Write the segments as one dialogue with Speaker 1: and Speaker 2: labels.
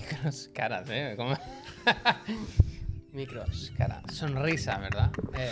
Speaker 1: Micros, caras, ¿eh? ¿Cómo? Micros, cara, sonrisa, ¿verdad? Eh,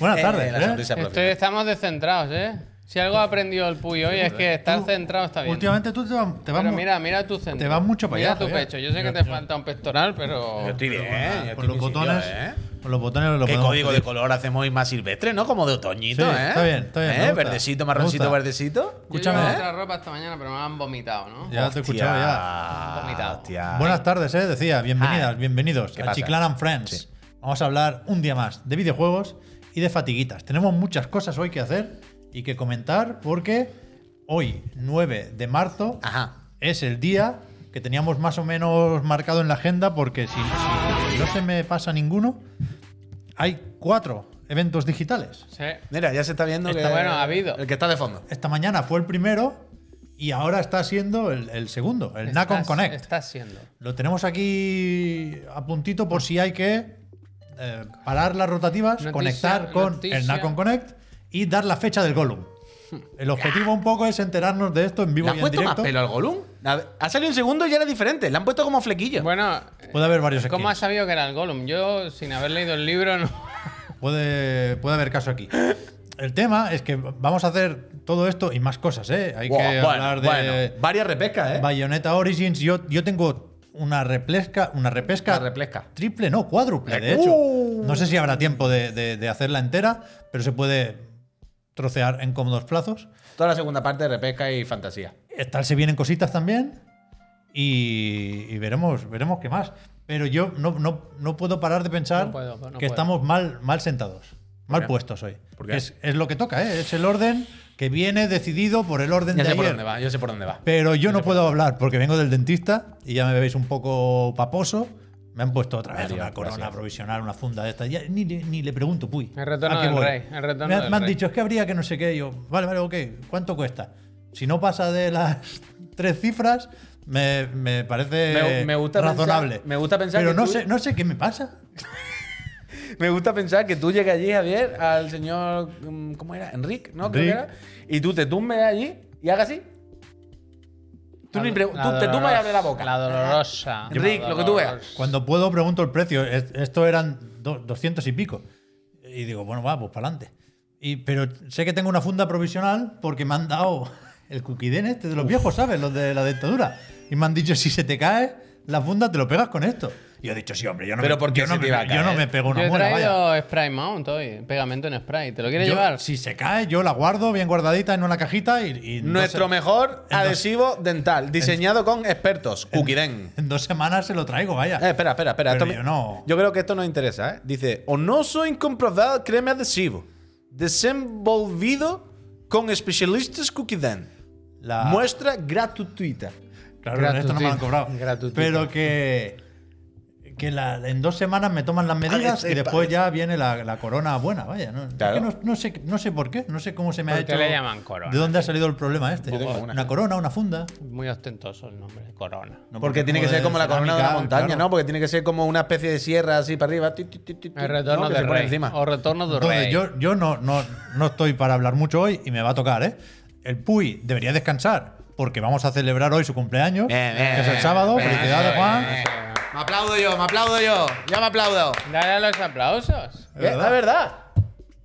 Speaker 2: Buenas tardes.
Speaker 3: la
Speaker 2: ¿eh?
Speaker 3: sonrisa propia.
Speaker 1: estoy- estamos descentrados, ¿eh? Si algo aprendió el Puy hoy es que estar centrado está bien.
Speaker 2: Últimamente tú te vas, te vas
Speaker 1: Pero
Speaker 2: mu-
Speaker 1: mira, mira tu centro.
Speaker 2: te vas mucho para
Speaker 1: mira
Speaker 2: allá,
Speaker 1: tu
Speaker 2: Javier.
Speaker 1: pecho. Yo sé que te falta un pectoral, pero.
Speaker 3: Yo estoy bien, yo estoy
Speaker 2: con los
Speaker 3: en mi sitio,
Speaker 2: botones.
Speaker 3: ¿eh?
Speaker 2: Con los botones los
Speaker 3: ¿Qué
Speaker 2: podemos
Speaker 3: código de
Speaker 2: pedir.
Speaker 3: color hacemos hoy más silvestre, no? Como de otoñito,
Speaker 2: Sí,
Speaker 3: ¿eh?
Speaker 2: está bien, está bien, me
Speaker 3: ¿Eh?
Speaker 2: gusta.
Speaker 3: Verdecito,
Speaker 2: Me
Speaker 3: marroncito,
Speaker 2: gusta.
Speaker 3: verdecito.
Speaker 1: Yo
Speaker 2: Escúchame,
Speaker 1: llevaba
Speaker 2: ¿eh?
Speaker 1: otra ropa esta mañana, pero me la han vomitado, ¿no?
Speaker 2: Ya te he escuchado ya.
Speaker 1: Vomitado.
Speaker 3: Hostia.
Speaker 2: Buenas tardes, eh, decía. Bienvenidas,
Speaker 3: Hi.
Speaker 2: bienvenidos
Speaker 3: Ah, ¿Qué
Speaker 2: a
Speaker 3: pasa?
Speaker 2: Chiclan and Friends.
Speaker 3: Sí.
Speaker 2: Vamos a hablar un día más de videojuegos y de fatiguitas. Tenemos muchas cosas hoy que hacer y que comentar porque hoy, 9 de marzo,
Speaker 3: Ajá.
Speaker 2: es el día que teníamos más o menos marcado en la agenda porque si, si no se me pasa ninguno, hay cuatro eventos digitales.
Speaker 1: Sí.
Speaker 3: Mira, ya se está viendo
Speaker 1: Está
Speaker 3: que-
Speaker 1: bueno, ha habido.
Speaker 3: El que está de fondo.
Speaker 2: Esta mañana fue el primero y ahora está siendo el, el segundo, el Nacon
Speaker 1: Estás-
Speaker 2: Connect.
Speaker 1: Estás siendo.
Speaker 2: Lo tenemos aquí a puntito por si hay que eh, parar las rotativas,
Speaker 1: Noticia,
Speaker 2: conectar con
Speaker 1: noticia.
Speaker 2: el Nacon Connect y dar la fecha del Gollum. El objetivo un poco es enterarnos de esto en
Speaker 3: ¿Le
Speaker 2: vivo
Speaker 3: han
Speaker 2: y en
Speaker 3: puesto más
Speaker 2: directo.
Speaker 3: pelo al Golum? A ver, Ha salido un segundo y ya era diferente. Le han puesto como flequillo.
Speaker 1: Bueno,
Speaker 2: Puede haber varios
Speaker 1: ¿cómo has
Speaker 2: skins.
Speaker 1: sabido que era el Gollum? Yo, sin haber leído el libro, no.
Speaker 2: Puede, puede haber caso aquí. El tema es que vamos a hacer todo esto y más cosas, ¿eh? Hay
Speaker 3: Wow,
Speaker 2: que
Speaker 3: bueno,
Speaker 2: hablar de
Speaker 3: bueno, varias repescas, ¿eh?
Speaker 2: Bayonetta Origins. Yo, yo tengo una replesca, una repesca,
Speaker 3: Una replesca.
Speaker 2: triple, no, cuádruple, de hecho.
Speaker 3: ¡Uh!
Speaker 2: No sé si habrá tiempo de, de- de hacerla entera, pero se puede trocear en cómodos plazos.
Speaker 3: Toda la segunda parte de repesca y fantasía.
Speaker 2: Estar se vienen cositas también y, y veremos, veremos qué más. Pero yo no, no- no puedo parar de pensar
Speaker 1: No puedo, no
Speaker 2: que
Speaker 1: puedo.
Speaker 2: estamos mal, mal sentados, mal puestos hoy.
Speaker 3: ¿Por qué?
Speaker 2: Es, es lo que toca, ¿eh? es el orden que viene decidido por el orden
Speaker 3: Ya
Speaker 2: de
Speaker 3: sé por
Speaker 2: ayer.
Speaker 3: dónde va, yo sé por dónde va.
Speaker 2: Pero yo no puedo hablar porque vengo del dentista y ya me veis un poco paposo. Me han puesto otra vez
Speaker 3: Adiós,
Speaker 2: una corona
Speaker 3: gracias.
Speaker 2: provisional, una funda de estas. Ya ni, le- ni le pregunto, puy.
Speaker 1: El retorno
Speaker 2: ¿a qué
Speaker 1: del
Speaker 2: voy?
Speaker 1: rey, el retorno
Speaker 2: me, han-
Speaker 1: del
Speaker 2: me han
Speaker 1: rey.
Speaker 2: dicho, es que habría que no sé qué. Y yo, vale, vale, ok. ¿Cuánto cuesta? Si no pasa de las tres cifras, me, me parece
Speaker 3: Me- me gusta
Speaker 2: razonable.
Speaker 3: pensar- me gusta pensar
Speaker 2: Pero
Speaker 3: que
Speaker 2: no,
Speaker 3: tú-
Speaker 2: sé, no sé qué me pasa.
Speaker 3: Me gusta pensar que tú llegas allí, Javier, al señor. mm, ¿Cómo era? Enric, ¿no? Creo que
Speaker 2: Enric.
Speaker 3: era. Y tú te tumbes allí y hagas así. Tú, ni pre- tú te tumbas y abres la boca.
Speaker 1: La dolorosa.
Speaker 3: Enric,
Speaker 1: la
Speaker 3: lo que tú veas.
Speaker 1: dolorosa.
Speaker 2: Cuando puedo, pregunto el precio. Es- Esto eran do- 200 y pico. Y digo, bueno, va, pues para adelante. Y, pero sé que tengo una funda provisional porque me han dado el cuquidén este de los viejos, ¿sabes? Los de la dentadura. Y me han dicho, si se te cae la funda, te lo pegas con esto. Y yo he dicho, sí, hombre, yo no,
Speaker 3: Pero
Speaker 2: me,
Speaker 3: ¿por qué
Speaker 2: yo no
Speaker 3: se te
Speaker 2: me-
Speaker 3: iba a
Speaker 2: yo no
Speaker 3: caer?
Speaker 2: me pego
Speaker 1: Yo
Speaker 2: una
Speaker 1: he
Speaker 2: muela, vaya.
Speaker 1: traído Spray Mount hoy, pegamento en spray. ¿Te lo quieres
Speaker 2: Yo,
Speaker 1: llevar?
Speaker 2: si se cae, yo la guardo bien guardadita en una cajita y, y en
Speaker 3: Nuestro
Speaker 2: dos,
Speaker 3: mejor
Speaker 2: en dos-
Speaker 3: adhesivo dental, diseñado con expertos, Kukiden.
Speaker 2: en dos semanas se lo traigo, vaya.
Speaker 3: Eh, espera, espera, espera.
Speaker 2: Pero
Speaker 3: esto me-
Speaker 2: yo no-
Speaker 3: yo creo que esto nos interesa, ¿eh? Dice, o no soy comprobado creme adhesivo, desenvolvido con especialistas Kukiden.
Speaker 2: La-
Speaker 3: Muestra gratuita.
Speaker 2: Claro, en esto no me lo han cobrado.
Speaker 1: Gratuito.
Speaker 2: Pero que, que la- en dos semanas me toman las medidas
Speaker 3: Parece,
Speaker 2: y después ya viene la, la corona buena, vaya. No, Es
Speaker 3: Claro.
Speaker 2: que no, no sé, no sé por qué, no sé cómo se me ha
Speaker 1: ¿Por qué
Speaker 2: hecho.
Speaker 1: le llaman corona?
Speaker 2: ¿De dónde ha salido el problema este?
Speaker 3: Yo tengo
Speaker 2: una.
Speaker 3: una.
Speaker 2: corona, una funda.
Speaker 1: Muy ostentoso el nombre, Corona.
Speaker 2: No,
Speaker 3: porque tiene que ser como la corona de la
Speaker 2: cerámica,
Speaker 3: montaña,
Speaker 2: claro.
Speaker 3: ¿no? Porque tiene que ser como una especie de sierra así para arriba. ti, ti, ti, ti, ti,
Speaker 1: El retorno
Speaker 3: ¿no? que se
Speaker 1: del
Speaker 3: pone
Speaker 1: rey. O retorno del
Speaker 2: Entonces,
Speaker 1: rey.
Speaker 2: yo, yo no, no, no estoy para hablar mucho hoy y me va a tocar, ¿eh? El Puy debería descansar porque vamos a celebrar hoy su cumpleaños,
Speaker 3: Bien, bien,
Speaker 2: que es el
Speaker 3: bien,
Speaker 2: sábado.
Speaker 1: Ah,
Speaker 3: bien,
Speaker 2: Felicidades,
Speaker 3: bien,
Speaker 2: Juan.
Speaker 3: bien, bien. Me aplaudo yo, me aplaudo yo. Ya me aplaudo.
Speaker 1: Dale los aplausos.
Speaker 2: Es
Speaker 3: Eh,
Speaker 2: verdad.
Speaker 3: Es verdad.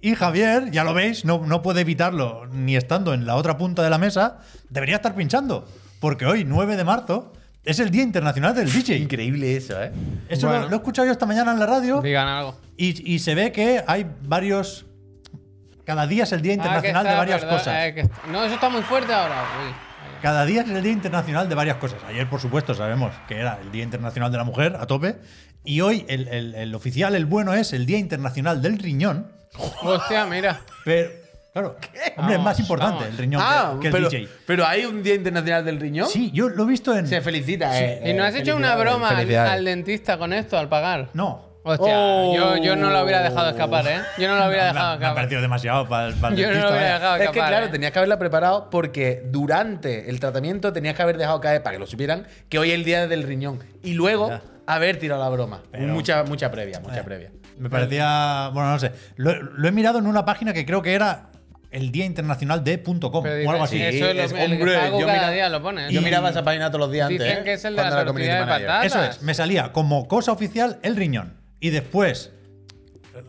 Speaker 2: Y Javier, ya lo veis, no, no puede evitarlo ni estando en la otra punta de la mesa, debería estar pinchando, porque hoy, 9 de marzo, es el Día Internacional del DJ.
Speaker 3: Increíble eso, ¿eh?
Speaker 2: Eso lo- lo, he escuchado yo esta mañana en la radio
Speaker 1: Digan algo. Ah,
Speaker 2: y, y se ve que hay varios... Cada día es el Día Internacional
Speaker 1: Ah, que está,
Speaker 2: de varias
Speaker 1: perdón,
Speaker 2: cosas.
Speaker 1: eh, que está- no, eso está muy fuerte ahora. Uy.
Speaker 2: Cada día es el Día Internacional de varias cosas. Ayer, por supuesto, sabemos que era el Día Internacional de la Mujer, a tope. Y hoy el, el- el oficial, el bueno, es el Día Internacional del Riñón.
Speaker 1: Hostia, mira.
Speaker 2: Pero, claro, hombre, es más
Speaker 1: Vamos,
Speaker 2: importante
Speaker 1: vamos.
Speaker 2: el riñón
Speaker 3: ah,
Speaker 2: que, que el
Speaker 3: pero,
Speaker 2: DJ.
Speaker 3: pero hay un Día Internacional del Riñón.
Speaker 2: Sí, yo lo he visto en.
Speaker 3: Se felicita, eh.
Speaker 1: ¿Y no has
Speaker 3: Eh,
Speaker 1: hecho una
Speaker 3: felicidades,
Speaker 1: broma al,
Speaker 3: felicidades.
Speaker 1: al dentista con esto, al pagar?
Speaker 2: No.
Speaker 1: Hostia,
Speaker 3: Oh.
Speaker 1: yo, yo no lo hubiera dejado escapar, ¿eh? Yo no lo
Speaker 3: Ah,
Speaker 2: Me
Speaker 1: hubiera dejado
Speaker 2: ha, me ha
Speaker 1: escapar.
Speaker 2: parecido demasiado para el, para el
Speaker 1: Yo no lo
Speaker 2: dentista,
Speaker 1: hubiera
Speaker 2: vaya.
Speaker 1: dejado
Speaker 3: Es
Speaker 1: escapar.
Speaker 3: que claro,
Speaker 1: ¿eh?
Speaker 3: tenías que haberla preparado porque durante el tratamiento tenías que haber dejado caer para que lo supieran que hoy es el día del riñón y luego
Speaker 2: Ya.
Speaker 3: haber tirado la broma.
Speaker 2: Pero-
Speaker 3: Mucha mucha previa, mucha previa.
Speaker 2: Me parecía. Bueno, no sé. Lo, lo he mirado en una página que creo que era el Día Internacional de punto .com
Speaker 1: Pero
Speaker 2: o algo
Speaker 1: dice,
Speaker 2: así.
Speaker 1: Eso es lo
Speaker 3: es-
Speaker 1: el
Speaker 3: hombre,
Speaker 1: que hago
Speaker 3: yo
Speaker 1: cada
Speaker 3: mira-
Speaker 1: día, lo pones.
Speaker 3: Yo
Speaker 2: Y-
Speaker 3: miraba esa página todos los días antes.
Speaker 1: Dicen
Speaker 3: ¿eh?
Speaker 1: que es el de
Speaker 3: Cuando
Speaker 1: la
Speaker 3: era community
Speaker 1: tortilla de
Speaker 3: manager.
Speaker 1: patatas.
Speaker 2: Eso es, me salía como cosa oficial el riñón. Y después, eh,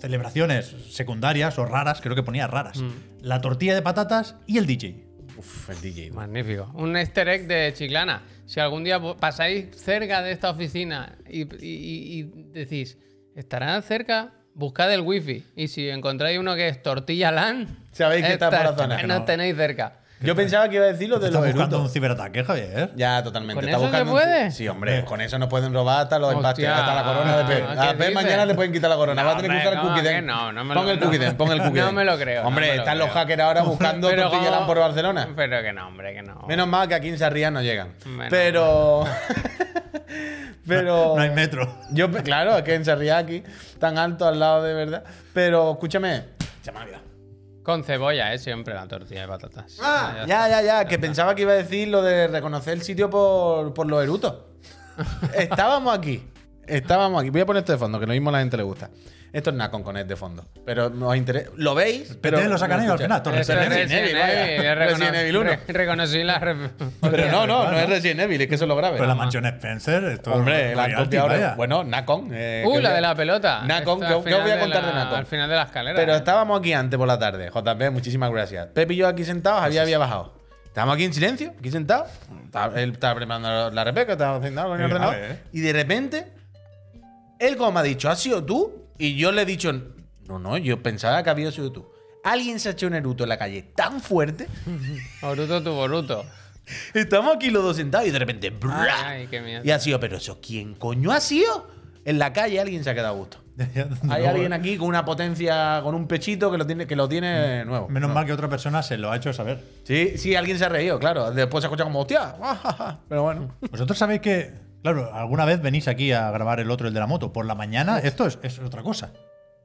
Speaker 2: celebraciones secundarias o raras, creo que ponía raras.
Speaker 3: Mm.
Speaker 2: La tortilla de patatas y el DJ.
Speaker 3: Uf, el DJ.
Speaker 1: Magnífico. Un easter egg de Chiclana. Si algún día vo- pasáis cerca de esta oficina y, y- y- y decís, ¿estarán cerca? Buscad el wifi. Y si encontráis uno que es tortilla LAN,
Speaker 3: Sabéis que está por la
Speaker 1: esta-
Speaker 3: zona.
Speaker 1: No tenéis cerca.
Speaker 3: Yo pensaba que iba a decir lo de
Speaker 2: Estás
Speaker 3: los
Speaker 2: buscando un
Speaker 3: erutos.
Speaker 2: ciberataque, Javier.
Speaker 3: Ya, totalmente.
Speaker 1: ¿Con
Speaker 3: Está
Speaker 1: eso se
Speaker 3: buscando un-
Speaker 1: puede?
Speaker 3: Sí, hombre, con eso nos pueden robar hasta los empastes,
Speaker 1: Hostia,
Speaker 3: hasta la corona de Pep. A
Speaker 1: Ah, ¿qué
Speaker 3: Pep
Speaker 1: dices?
Speaker 3: mañana le pueden quitar la corona.
Speaker 1: No,
Speaker 3: Va a tener que
Speaker 1: hombre,
Speaker 3: usar el
Speaker 1: no,
Speaker 3: cookie
Speaker 1: que
Speaker 3: den.
Speaker 1: no, no me
Speaker 3: pon
Speaker 1: lo-
Speaker 3: el cookie
Speaker 1: no.
Speaker 3: den, pon el cookie
Speaker 1: No
Speaker 3: den.
Speaker 1: me lo creo, no
Speaker 3: Hombre,
Speaker 1: me lo
Speaker 3: están los
Speaker 1: creo.
Speaker 3: hackers ahora buscando
Speaker 1: Pero
Speaker 3: tortilla
Speaker 1: como-
Speaker 3: LAN por Barcelona.
Speaker 1: Pero que no, hombre, que no.
Speaker 3: Menos mal que aquí en Sarriá no llegan.
Speaker 1: Menos
Speaker 3: Pero. Pero.
Speaker 2: No hay metro.
Speaker 3: Yo, pe- claro, es que en Sarriá aquí, tan alto al lado de verdad. Pero escúchame. Se me ha olvidado.
Speaker 1: Con cebolla, ¿eh? Siempre la tortilla de patatas.
Speaker 3: Ah,
Speaker 1: está.
Speaker 3: ya, ya, ya, que pensaba que iba a decir lo de reconocer el sitio por, por los erutos. estábamos aquí, estábamos aquí. Voy a poner esto de fondo, que lo mismo a la gente le gusta. Esto es una conconet de este fondo, pero nos interesa. ¿Lo veis? Pero
Speaker 2: Pero lo sacan
Speaker 3: no
Speaker 2: ellos al final.
Speaker 3: escucháis.
Speaker 2: Torres
Speaker 1: Eso es
Speaker 2: Evil.
Speaker 3: Resident
Speaker 1: Resident
Speaker 3: Evil,
Speaker 1: Evil,
Speaker 3: vaya.
Speaker 1: he recono-
Speaker 3: Resident Evil uno.
Speaker 1: re- reconocí la. ref-
Speaker 3: Pero no, no, no
Speaker 2: Claro.
Speaker 3: es Resident Evil, es que eso es lo grave.
Speaker 2: Pero la mansión Spencer, esto
Speaker 3: Hombre,
Speaker 2: es
Speaker 3: la
Speaker 2: reality,
Speaker 3: copia ahora.
Speaker 2: vaya.
Speaker 3: Bueno, Nacon. eh,
Speaker 1: Uh,
Speaker 3: que-
Speaker 1: la de la pelota.
Speaker 3: Nacon,
Speaker 1: Esto
Speaker 3: que
Speaker 1: al
Speaker 3: os- que os voy a
Speaker 1: final
Speaker 3: contar de
Speaker 1: la-
Speaker 3: Nacon.
Speaker 1: Al final de la escalera.
Speaker 3: Pero
Speaker 1: ¿eh?
Speaker 3: estábamos aquí antes por la tarde, JP, muchísimas gracias. Pep y yo aquí sentados, Javier había bajado. Estábamos aquí en silencio, aquí sentados. Estaba- Él estaba preparando la repeca, estaba sentado con el
Speaker 2: Sí,
Speaker 3: ordenador.
Speaker 2: a ver, ¿eh?
Speaker 3: Y de repente, él como me ha dicho, ¿has sido tú? Y yo le he dicho, no, no, yo pensaba que había sido tú. Alguien se ha hecho un eruto en la calle tan fuerte.
Speaker 1: Boruto tu Boruto.
Speaker 3: Estamos aquí los dos sentados y de repente, ¡bra!
Speaker 1: Ay, qué mierda.
Speaker 3: Y ha sido, pero eso, ¿quién coño ha sido? En la calle alguien se ha quedado a gusto. Hay alguien
Speaker 2: ¿eh?
Speaker 3: aquí con una potencia, con un pechito que lo tiene, que lo tiene nuevo.
Speaker 2: Menos mal que otra persona se lo ha hecho saber.
Speaker 3: Sí, sí, alguien se ha reído, claro. Después se escucha como, hostia, guajaja". pero bueno.
Speaker 2: Vosotros sabéis que, claro, alguna vez venís aquí a grabar el otro, el de la moto, por la mañana. Esto es, es otra cosa.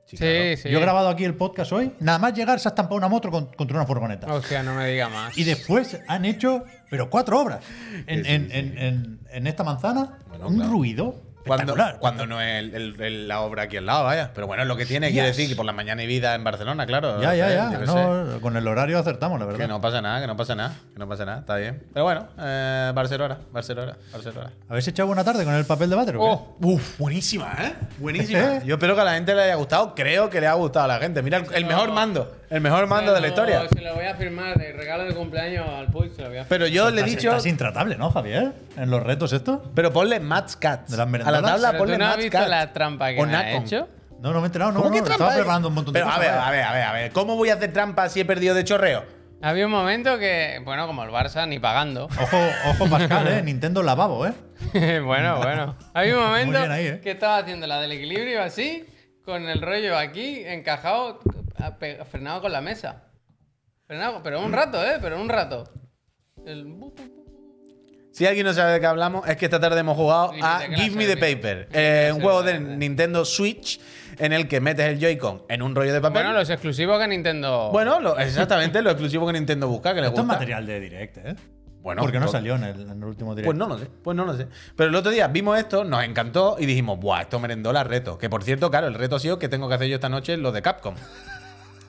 Speaker 1: Sí, sí.
Speaker 2: Yo he grabado aquí el podcast hoy. Nada más llegar se ha estampado una moto con- contra una furgoneta.
Speaker 1: Hostia, no me diga más.
Speaker 2: Y después han hecho, pero cuatro obras. En, en- en- en- en esta manzana,
Speaker 3: Bueno,
Speaker 2: un
Speaker 3: claro.
Speaker 2: ruido
Speaker 3: Cuando,
Speaker 2: espectacular.
Speaker 3: cuando no es el- el- el- la obra aquí al lado, vaya. Pero bueno, es lo que tiene, quiere
Speaker 2: Yes.
Speaker 3: decir que por la mañana y vida en Barcelona, claro. Eh,
Speaker 2: ya, ya, ya.
Speaker 3: Yo qué sé.
Speaker 2: No, con el horario acertamos, la
Speaker 3: Que
Speaker 2: verdad.
Speaker 3: no pasa nada, que no pasa nada, que no pasa nada, está bien. Pero bueno, eh, Barcelona, Barcelona, Barcelona.
Speaker 2: ¿Habéis echado buena tarde con el papel de váter? o qué?
Speaker 1: Oh,
Speaker 3: Uf, buenísima, ¿eh? Buenísima. Yo espero que a la gente le haya gustado, creo que le ha gustado a la gente. Mira, el, el mejor mando, el mejor mando de la historia.
Speaker 1: Se lo voy a firmar de regalo de cumpleaños al Puy. Se lo voy a firmar.
Speaker 3: Pero yo le he
Speaker 2: Estás-
Speaker 3: dicho,
Speaker 2: Estás intratable, ¿no, Javier? En los retos estos.
Speaker 3: pero ponle Mats Cats.
Speaker 2: De las
Speaker 3: A la
Speaker 2: merendolas.
Speaker 3: tabla
Speaker 1: Pero
Speaker 3: ponle
Speaker 1: tú no has
Speaker 3: Mats
Speaker 1: visto
Speaker 3: Cats.
Speaker 1: la trampa que
Speaker 3: O
Speaker 1: me ha
Speaker 3: Nacon.
Speaker 1: hecho.
Speaker 2: No, no me he enterado, no,
Speaker 3: ¿Cómo
Speaker 2: no.
Speaker 3: que
Speaker 2: Estaba
Speaker 3: trampa?
Speaker 2: preparando un montón de
Speaker 3: Pero
Speaker 2: cosas. ¿eh?
Speaker 3: a ver,
Speaker 2: vaya.
Speaker 3: a ver, a ver, a ver. ¿Cómo voy a hacer trampa si he perdido de chorreo?
Speaker 1: Había un momento que, bueno, como el Barça, ni pagando.
Speaker 2: Ojo, ojo Pascal, ¿eh? Nintendo lavabo, ¿eh?
Speaker 1: bueno, bueno. Había un momento
Speaker 2: bien ahí, ¿eh?
Speaker 1: que estaba haciendo la del equilibrio así, con el rollo aquí, encajado, a- pe- frenado con la mesa. Frenado, pero un rato, ¿eh? Pero un rato. El bu- bu- bu-
Speaker 3: Si alguien no sabe de qué hablamos, es que esta tarde hemos jugado
Speaker 1: Give me
Speaker 3: a
Speaker 1: the
Speaker 3: Give Me the
Speaker 1: class,
Speaker 3: Paper,
Speaker 1: Give me
Speaker 3: eh,
Speaker 1: the
Speaker 3: un
Speaker 1: class,
Speaker 3: juego de
Speaker 1: ¿verdad?
Speaker 3: Nintendo Switch en el que metes el Joy-Con en un rollo de papel.
Speaker 1: Bueno, los exclusivos que Nintendo.
Speaker 3: Bueno, lo- exactamente lo exclusivo que Nintendo busca, que le
Speaker 2: Esto
Speaker 3: gusta.
Speaker 2: es material de direct, ¿eh?
Speaker 3: Bueno,
Speaker 2: Porque no
Speaker 3: lo-
Speaker 2: salió en el, en el último direct.
Speaker 3: Pues no lo sé, pues no lo sé. Pero el otro día vimos esto, nos encantó y dijimos, ¡buah! Esto merendola reto. Que por cierto, claro, el reto ha sido que tengo que hacer yo esta noche lo de Capcom.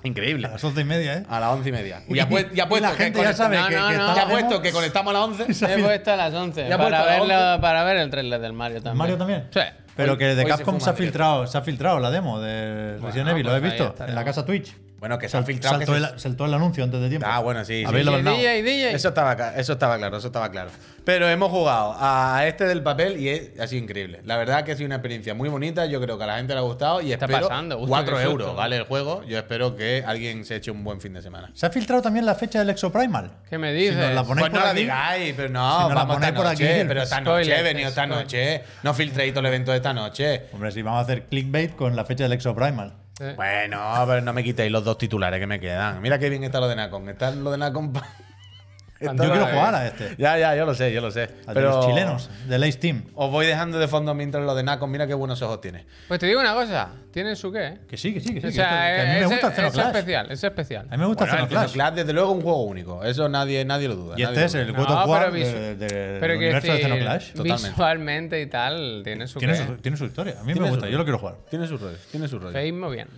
Speaker 3: Increíble.
Speaker 2: A las once y media, ¿eh?
Speaker 3: A las once y media. Y apuesto, y
Speaker 2: Y
Speaker 3: apuesto
Speaker 2: la gente
Speaker 3: que
Speaker 2: ya sabe
Speaker 1: No,
Speaker 2: que,
Speaker 1: no,
Speaker 2: que
Speaker 1: no.
Speaker 2: está
Speaker 3: Ya
Speaker 2: la demo.
Speaker 3: puesto que conectamos a las 11.
Speaker 1: He puesto a las 11
Speaker 3: Ya he puesto
Speaker 1: para,
Speaker 3: a las
Speaker 1: ver
Speaker 3: 11.
Speaker 1: la- para ver el trailer del Mario también.
Speaker 2: Mario también.
Speaker 1: Sí.
Speaker 2: Pero
Speaker 3: Hoy-
Speaker 2: que
Speaker 3: hoy
Speaker 2: de
Speaker 3: se
Speaker 2: Capcom
Speaker 3: fuma
Speaker 2: se ha
Speaker 3: directo.
Speaker 2: filtrado, se ha filtrado la demo de Resident Evil, lo
Speaker 1: pues
Speaker 2: he
Speaker 1: ahí
Speaker 2: visto en
Speaker 1: estaremos.
Speaker 2: la casa Twitch.
Speaker 3: Bueno, que se ha
Speaker 2: Sal-
Speaker 3: filtrado que
Speaker 2: saltó,
Speaker 3: se-
Speaker 2: el, saltó el anuncio antes de tiempo.
Speaker 3: Ah, bueno, sí, sí.
Speaker 2: Habéis
Speaker 1: DJ,
Speaker 2: logrado.
Speaker 1: DJ, DJ.
Speaker 3: Eso estaba, ca- eso estaba claro, eso estaba claro. Pero hemos jugado a este del papel y es- ha sido increíble. La verdad que ha sido una experiencia muy bonita. Yo creo que a la gente le ha gustado y
Speaker 1: está
Speaker 3: espero
Speaker 1: pasando? Hostia,
Speaker 3: 4
Speaker 1: qué susto.
Speaker 3: euros vale el juego. Yo espero que alguien se eche un buen fin de semana.
Speaker 2: Se ha filtrado también la fecha del Exoprimal.
Speaker 1: ¿Qué me dices?
Speaker 2: Si nos la ponéis
Speaker 3: Pues no
Speaker 2: por
Speaker 3: la
Speaker 2: aquí-
Speaker 3: digáis, pero
Speaker 2: Si
Speaker 3: no,
Speaker 2: no la
Speaker 3: vamos esta
Speaker 2: ponéis por aquí,
Speaker 3: noche, pero esta noche,
Speaker 1: spoiler,
Speaker 3: he venido esta
Speaker 1: spoiler.
Speaker 3: noche, no filtréis todo el evento de esta noche.
Speaker 2: Hombre, si vamos a hacer clickbait con la fecha del Exoprimal.
Speaker 1: Sí.
Speaker 3: Bueno, pero no me quitéis los dos titulares que me quedan. Mira qué bien está lo de Nacon, está lo de Nacon. pa-
Speaker 1: Yo
Speaker 2: Yo
Speaker 1: Todo
Speaker 2: quiero
Speaker 1: bien.
Speaker 2: jugar a este.
Speaker 3: Ya, ya, yo lo sé, yo lo sé.
Speaker 2: Al de
Speaker 3: pero
Speaker 2: los chilenos, del Ace Team.
Speaker 3: Os voy dejando de fondo mientras lo de Nacon, mira qué buenos ojos tiene.
Speaker 1: Pues te digo una cosa, tienen su qué, ¿eh?
Speaker 2: Que sí, que sí, que sí.
Speaker 1: O
Speaker 2: que esto- que
Speaker 1: sea,
Speaker 2: a mí me
Speaker 1: es,
Speaker 2: gusta el
Speaker 1: es
Speaker 2: Xenoclash.
Speaker 1: especial, es especial.
Speaker 2: A mí me gusta
Speaker 3: Bueno,
Speaker 2: el
Speaker 3: el
Speaker 2: Xenoclash.
Speaker 3: Xenoclash, desde luego, es un juego único. Eso nadie, nadie lo duda.
Speaker 2: Y
Speaker 3: nadie
Speaker 2: este
Speaker 3: lo
Speaker 2: es el
Speaker 3: duda.
Speaker 2: God of War
Speaker 1: vis-
Speaker 2: de- de-
Speaker 1: pero
Speaker 2: del
Speaker 1: quiero
Speaker 2: universo de
Speaker 1: decir,
Speaker 2: Xenoclash.
Speaker 3: Totalmente.
Speaker 1: Visualmente y tal, tiene su
Speaker 2: Tiene
Speaker 1: qué.
Speaker 2: su, tiene su historia. A mí
Speaker 3: Tiene
Speaker 2: me
Speaker 3: su
Speaker 2: gusta,
Speaker 3: rollo.
Speaker 2: yo lo quiero jugar.
Speaker 3: Tiene sus rollos, tiene sus rollos.
Speaker 1: Feísmo bien.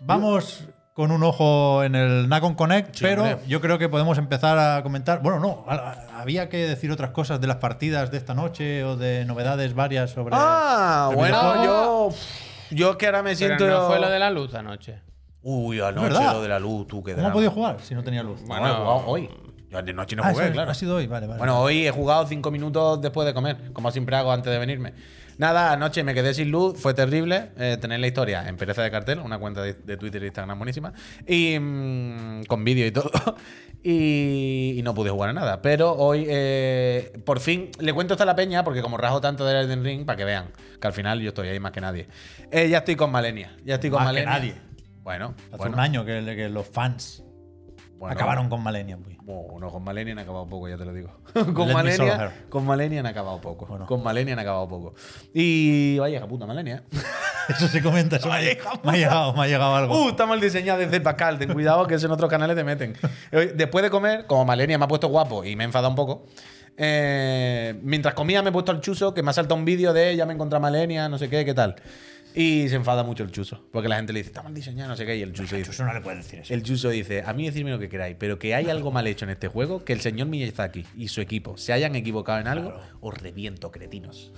Speaker 2: Vamos con un ojo en el Nacon Connect, pero
Speaker 4: hombre.
Speaker 2: yo creo que podemos empezar a comentar. Bueno, no, a- a- había que decir otras cosas de las partidas de esta noche o de novedades varias sobre.
Speaker 3: Ah,
Speaker 2: el
Speaker 3: bueno,
Speaker 1: videojuego.
Speaker 3: yo. Yo es que ahora me
Speaker 1: Pero
Speaker 3: siento.
Speaker 1: no fue lo de la luz anoche.
Speaker 4: Uy, anoche
Speaker 2: ¿Verdad?
Speaker 4: lo de la luz, tú, qué
Speaker 2: ¿Cómo
Speaker 4: drama.
Speaker 2: ha podido jugar si no tenía luz?
Speaker 1: Bueno,
Speaker 3: Bueno, he jugado hoy. Yo de noche no
Speaker 2: Ah,
Speaker 3: jugué,
Speaker 2: eso,
Speaker 3: claro.
Speaker 2: Ha sido hoy, vale, vale.
Speaker 3: Bueno, hoy he jugado cinco minutos después de comer, como siempre hago antes de venirme. Nada, anoche me quedé sin luz, fue terrible. eh, tener la historia en Pereza de Cartel, una cuenta de, de Twitter e Instagram buenísima. Y mm, con vídeo y todo. Y, y no pude jugar a nada. Pero hoy, eh, por fin, le cuento hasta la peña, porque como rajo tanto del Elden Ring, para que vean que al final yo estoy ahí más que nadie. Eh, ya estoy con Malenia. Ya estoy con
Speaker 2: Más que
Speaker 3: Malenia.
Speaker 2: nadie.
Speaker 3: Bueno,
Speaker 2: Hace
Speaker 3: bueno,
Speaker 2: un año que, que los fans
Speaker 3: bueno.
Speaker 2: acabaron con Malenia. pues.
Speaker 3: Bueno, con Malenia han acabado poco, ya te lo digo. con,
Speaker 2: me solo
Speaker 3: Malenia,
Speaker 2: her.
Speaker 3: con Malenia han acabado poco.
Speaker 2: Bueno.
Speaker 3: Con Malenia han acabado poco. Y vaya hija puta, Malenia. ¿eh?
Speaker 2: Eso se comenta. Eso me, ha, me ha llegado, me ha llegado algo.
Speaker 3: Uh, está mal diseñada desde Pascal. Ten cuidado que eso en otros canales te meten. Eh, Después de comer, como Malenia me ha puesto guapo y me he enfadado un poco. eh, mientras comía me he puesto al chuso que me ha saltado un vídeo de ya me encontré a Malenia, no sé qué, qué tal. Y se enfada mucho el chuso. Porque la gente le dice, está mal diseñada, no sé qué. Y el chuso dice,
Speaker 2: Eso no le puedes decir eso.
Speaker 3: El Yuso dice, a mí decirme lo que queráis, pero que hay algo mal hecho en este juego, que el señor Miyazaki y su equipo se hayan equivocado en algo, os reviento, cretinos.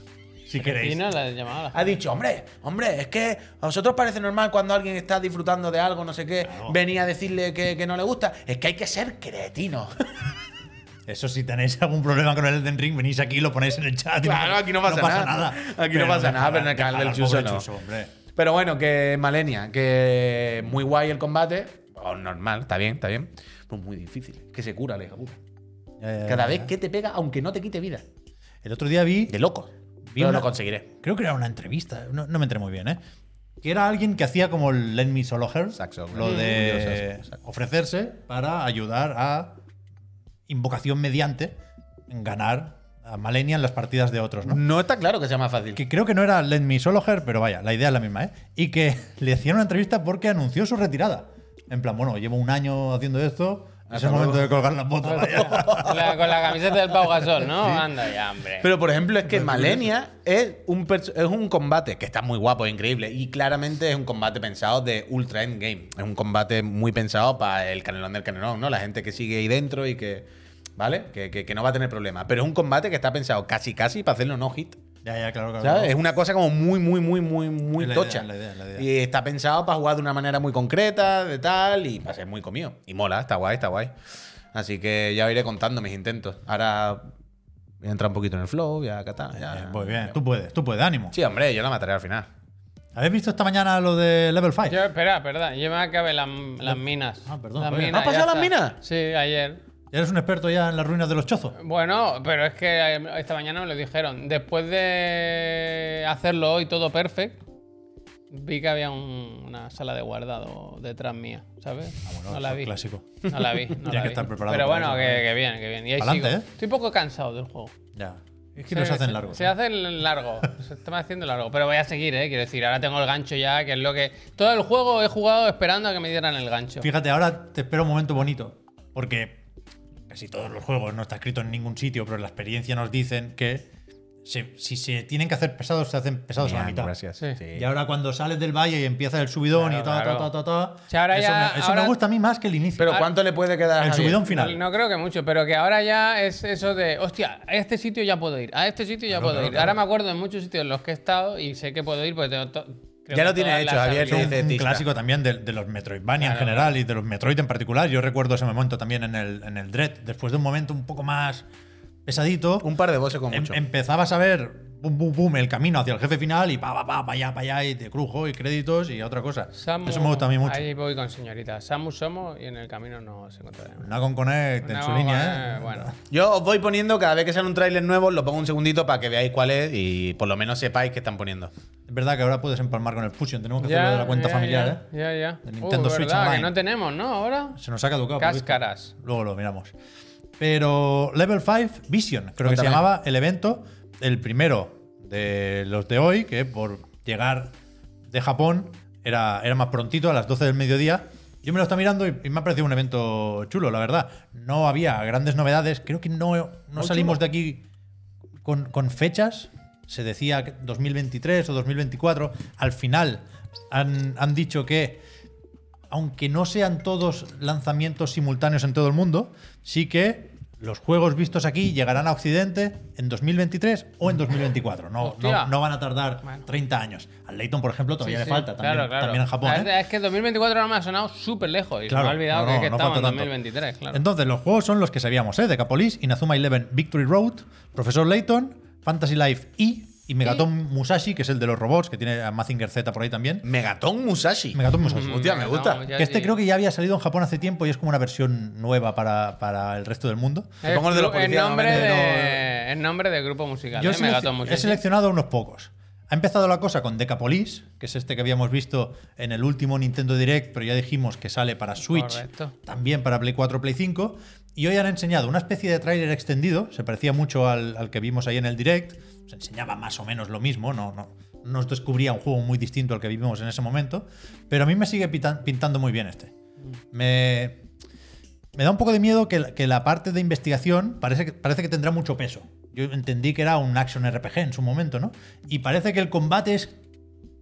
Speaker 2: Si queréis.
Speaker 1: Tina la llamaba.
Speaker 3: Ha dicho, hombre, hombre, es que a vosotros parece normal cuando alguien está disfrutando de algo, no sé qué, venía a decirle que, que no le gusta. Es que hay que ser cretino.
Speaker 2: Eso si tenéis algún problema con el Elden Ring, venís aquí y lo ponéis en el chat. y
Speaker 3: Claro, aquí no pasa nada. Aquí no pasa nada, pero en el canal
Speaker 2: dejad
Speaker 3: del
Speaker 2: al
Speaker 3: Chuso
Speaker 2: pobre
Speaker 3: no.
Speaker 2: hombre.
Speaker 3: Pero bueno, que Malenia, que muy guay el combate. Oh, normal, está bien, está bien. Pero muy difícil. Que se cura, la hija puta.
Speaker 2: Ya, ya,
Speaker 3: Cada
Speaker 2: ya,
Speaker 3: vez
Speaker 2: ya.
Speaker 3: que te pega, aunque no te quite vida.
Speaker 2: Eh, El otro día vi,
Speaker 3: De loco.
Speaker 2: Vi
Speaker 3: Pero
Speaker 2: una-
Speaker 3: lo conseguiré.
Speaker 2: creo que era una entrevista, no, no me entré muy bien, ¿eh? Que era alguien que hacía como el Let Me Solo Her,
Speaker 3: Saxo,
Speaker 2: lo
Speaker 3: bueno.
Speaker 2: de ofrecerse para ayudar a invocación mediante ganar a Malenia en las partidas de otros, ¿no?
Speaker 3: No está claro que sea más fácil.
Speaker 2: que creo que no era Let Me Solo Her, pero vaya, la idea es la misma, ¿eh? Y que le hacían una entrevista porque anunció su retirada. En plan, bueno, llevo un año haciendo esto, es el momento de colgar las botas. vaya.
Speaker 1: La- con la camiseta del Pau Gasol, ¿no? Anda ya, hombre.
Speaker 3: Pero por ejemplo, es que Malenia es un, perso- es un combate que está muy guapo, es increíble. Y claramente es un combate pensado de Ultra End Game. Es un combate muy pensado para el canelón del canelón, ¿no? La gente que sigue ahí dentro y que. ¿Vale? Que, que- que no va a tener problema. Pero es un combate que está pensado casi, casi para hacerlo no hit.
Speaker 2: ya, ya, claro, claro.
Speaker 3: ¿Sabes? Es una cosa como muy, muy, muy, muy, muy
Speaker 2: Es la idea,
Speaker 3: tocha.
Speaker 2: la idea, la idea.
Speaker 3: Y está pensado para jugar de una manera muy concreta, de tal, y para ser muy comido. Y mola, está guay, está guay. Así que ya iré contando mis intentos. Ahora voy a entrar un poquito en el flow, ya acá está. ya-
Speaker 2: Eh, Muy bien, tú puedes, tú puedes, ánimo.
Speaker 3: Sí, hombre, yo la mataré al final.
Speaker 2: ¿Habéis visto esta mañana lo de Level 5?
Speaker 1: Yo, espera, perdón. Yo me acabé las- las minas.
Speaker 2: Ah, perdón,
Speaker 1: Las
Speaker 2: vaya.
Speaker 1: minas,
Speaker 3: ¿Ha pasado
Speaker 1: ya
Speaker 3: las
Speaker 1: está.
Speaker 3: minas?
Speaker 1: Sí, ayer.
Speaker 2: Eres un experto ya en las ruinas de los chozos.
Speaker 1: Bueno, pero es que eh, esta mañana me lo dijeron. Después de hacerlo hoy todo perfecto, vi que había un- una sala de guardado detrás mía, ¿sabes?
Speaker 2: Ah, bueno,
Speaker 1: no
Speaker 2: eso
Speaker 1: la
Speaker 2: es
Speaker 1: vi.
Speaker 2: clásico.
Speaker 1: No la vi. No
Speaker 2: Tienes
Speaker 1: la vi.
Speaker 2: que estar preparado
Speaker 1: Pero
Speaker 2: para
Speaker 1: bueno,
Speaker 2: eso,
Speaker 1: que,
Speaker 2: ¿eh?
Speaker 1: que bien, que bien. Y ahí
Speaker 2: Pa'lante,
Speaker 1: sigo.
Speaker 2: ¿eh?
Speaker 1: Estoy un poco cansado del juego.
Speaker 2: Ya. Es que los
Speaker 1: Se-
Speaker 2: hacen
Speaker 1: se-
Speaker 2: largos. ¿eh?
Speaker 1: Se, hacen largos. Se está haciendo largo. Pero voy a seguir, ¿eh? Quiero decir, ahora tengo el gancho ya, que es lo que. Todo el juego he jugado esperando a que me dieran el gancho.
Speaker 2: Fíjate, ahora te espero un momento bonito. Porque casi todos los juegos no está escrito en ningún sitio, pero en la experiencia nos dicen que se- si se tienen que hacer pesados, se hacen pesados a la mitad.
Speaker 3: Gracias.
Speaker 1: Sí.
Speaker 2: Y ahora cuando sales del valle y empieza el subidón
Speaker 1: pues Claro,
Speaker 2: y ta,
Speaker 1: claro.
Speaker 2: ta, ta, ta, ta,
Speaker 1: sea, ahora
Speaker 2: eso,
Speaker 1: ya-
Speaker 2: me, eso me
Speaker 1: ahora-
Speaker 2: gusta a mí más que el inicio.
Speaker 3: Pero ¿cuánto le puede quedar a
Speaker 2: el
Speaker 3: Javier?
Speaker 2: subidón final.
Speaker 1: No, no creo que mucho, pero que ahora ya es eso de, hostia, a este sitio ya puedo ir, a este sitio ya puedo
Speaker 2: claro,
Speaker 1: ir. Ahora me acuerdo en muchos sitios en los que he estado y sé que puedo ir porque tengo to- creo
Speaker 3: Ya
Speaker 1: que
Speaker 3: lo tiene
Speaker 1: todas
Speaker 3: hecho,
Speaker 1: las
Speaker 3: Javier,
Speaker 2: Es un-
Speaker 1: habilidades.
Speaker 3: dice-
Speaker 2: un,
Speaker 3: Tetista.
Speaker 2: clásico también de, de los Metroidvania en general y de los Metroid en particular. Yo recuerdo ese momento también en el, en el Dread. Después de un momento un poco más pesadito,
Speaker 3: Un par de voces con
Speaker 2: em-
Speaker 3: mucho.
Speaker 2: empezabas a ver bum, bum, bum, el camino hacia el jefe final y pa, pa, pa, pa allá, pa allá, y te crujo y créditos y otra cosa.
Speaker 1: Samu-
Speaker 2: Eso me gusta a mí mucho.
Speaker 1: Ahí voy con señorita. Samu somos y en el camino nos encontraremos.
Speaker 2: Una con Connect en
Speaker 1: No,
Speaker 2: su línea,
Speaker 1: eh,
Speaker 2: ¿eh?
Speaker 1: bueno.
Speaker 3: Yo os voy poniendo cada vez que sale un tráiler nuevo, lo pongo un segundito para que veáis cuál es y por lo menos sepáis qué están poniendo.
Speaker 2: Es verdad que ahora puedes empalmar con el Fusion. Tenemos que hacerlo de la cuenta
Speaker 1: ya,
Speaker 2: familiar,
Speaker 1: ya,
Speaker 2: ¿eh?
Speaker 1: Ya, ya.
Speaker 2: De Nintendo Switch
Speaker 1: verdad,
Speaker 2: Online.
Speaker 1: que no tenemos, ¿no? Ahora.
Speaker 2: Se nos ha caducado. por visto.
Speaker 1: Cáscaras.
Speaker 2: Luego lo miramos. Pero Level 5 Vision, creo que se
Speaker 3: Cuéntame.
Speaker 2: llamaba el evento, el primero de los de hoy, que por llegar de Japón era, era más prontito, a las 12 del mediodía. Yo me lo estaba mirando y, y me ha parecido un evento chulo, la verdad. No había grandes novedades, creo que no, no salimos de aquí con, con fechas. Se decía que 2023 o 2024. Al final han, han dicho que aunque no sean todos lanzamientos simultáneos en todo el mundo, sí que los juegos vistos aquí llegarán a Occidente en 2023 o en 2024. No,
Speaker 1: Hostia.
Speaker 2: no, no van a tardar
Speaker 1: Bueno.
Speaker 2: 30 años. Al Layton, por ejemplo, todavía
Speaker 1: Sí,
Speaker 2: le
Speaker 1: sí,
Speaker 2: falta. También,
Speaker 1: claro, claro.
Speaker 2: también en Japón.
Speaker 1: La
Speaker 2: ¿eh?
Speaker 1: verdad es que 2024 no me ha sonado súper lejos y
Speaker 2: Claro,
Speaker 1: me he olvidado
Speaker 2: no,
Speaker 1: que,
Speaker 2: no,
Speaker 1: que
Speaker 2: no
Speaker 1: estamos en
Speaker 2: falta tanto.
Speaker 1: 2023, claro.
Speaker 2: Entonces, los juegos son los que sabíamos, ¿eh? Decapolis, Inazuma Eleven, Victory Road, Profesor Layton, Fantasy Life E y Megaton Musashi, que es el de los robots, que tiene a Mazinger Z por ahí también.
Speaker 4: Megatón Musashi.
Speaker 2: Megaton Musashi.
Speaker 1: Mm,
Speaker 4: Hostia, me
Speaker 1: estamos
Speaker 4: gusta.
Speaker 1: ya
Speaker 2: Que este
Speaker 1: aquí.
Speaker 2: creo que ya había salido en Japón hace tiempo y es como una versión nueva para, para el resto del mundo.
Speaker 4: Supongo el de los
Speaker 1: gru-
Speaker 4: policías,
Speaker 1: nombre
Speaker 4: no,
Speaker 1: de,
Speaker 3: eh.
Speaker 1: el nombre del grupo musical.
Speaker 2: Yo
Speaker 1: eh,
Speaker 2: he selec-
Speaker 1: Megaton
Speaker 2: he
Speaker 1: Musashi.
Speaker 2: seleccionado unos pocos. Ha empezado la cosa con Decapolis, que es este que habíamos visto en el último Nintendo Direct, pero ya dijimos que sale para Switch,
Speaker 1: Correcto.
Speaker 2: también para Play 4, Play 5. Y hoy han enseñado una especie de tráiler extendido, se parecía mucho al, al que vimos ahí en el Direct, se enseñaba más o menos lo mismo, no, no, no nos descubría un juego muy distinto al que vivimos en ese momento, pero a mí me sigue pita- pintando muy bien este. Me, me da un poco de miedo que, la- que la parte de investigación parece que, parece que tendrá mucho peso. Yo entendí que era un action RPG en su momento, ¿no? Y parece que el combate es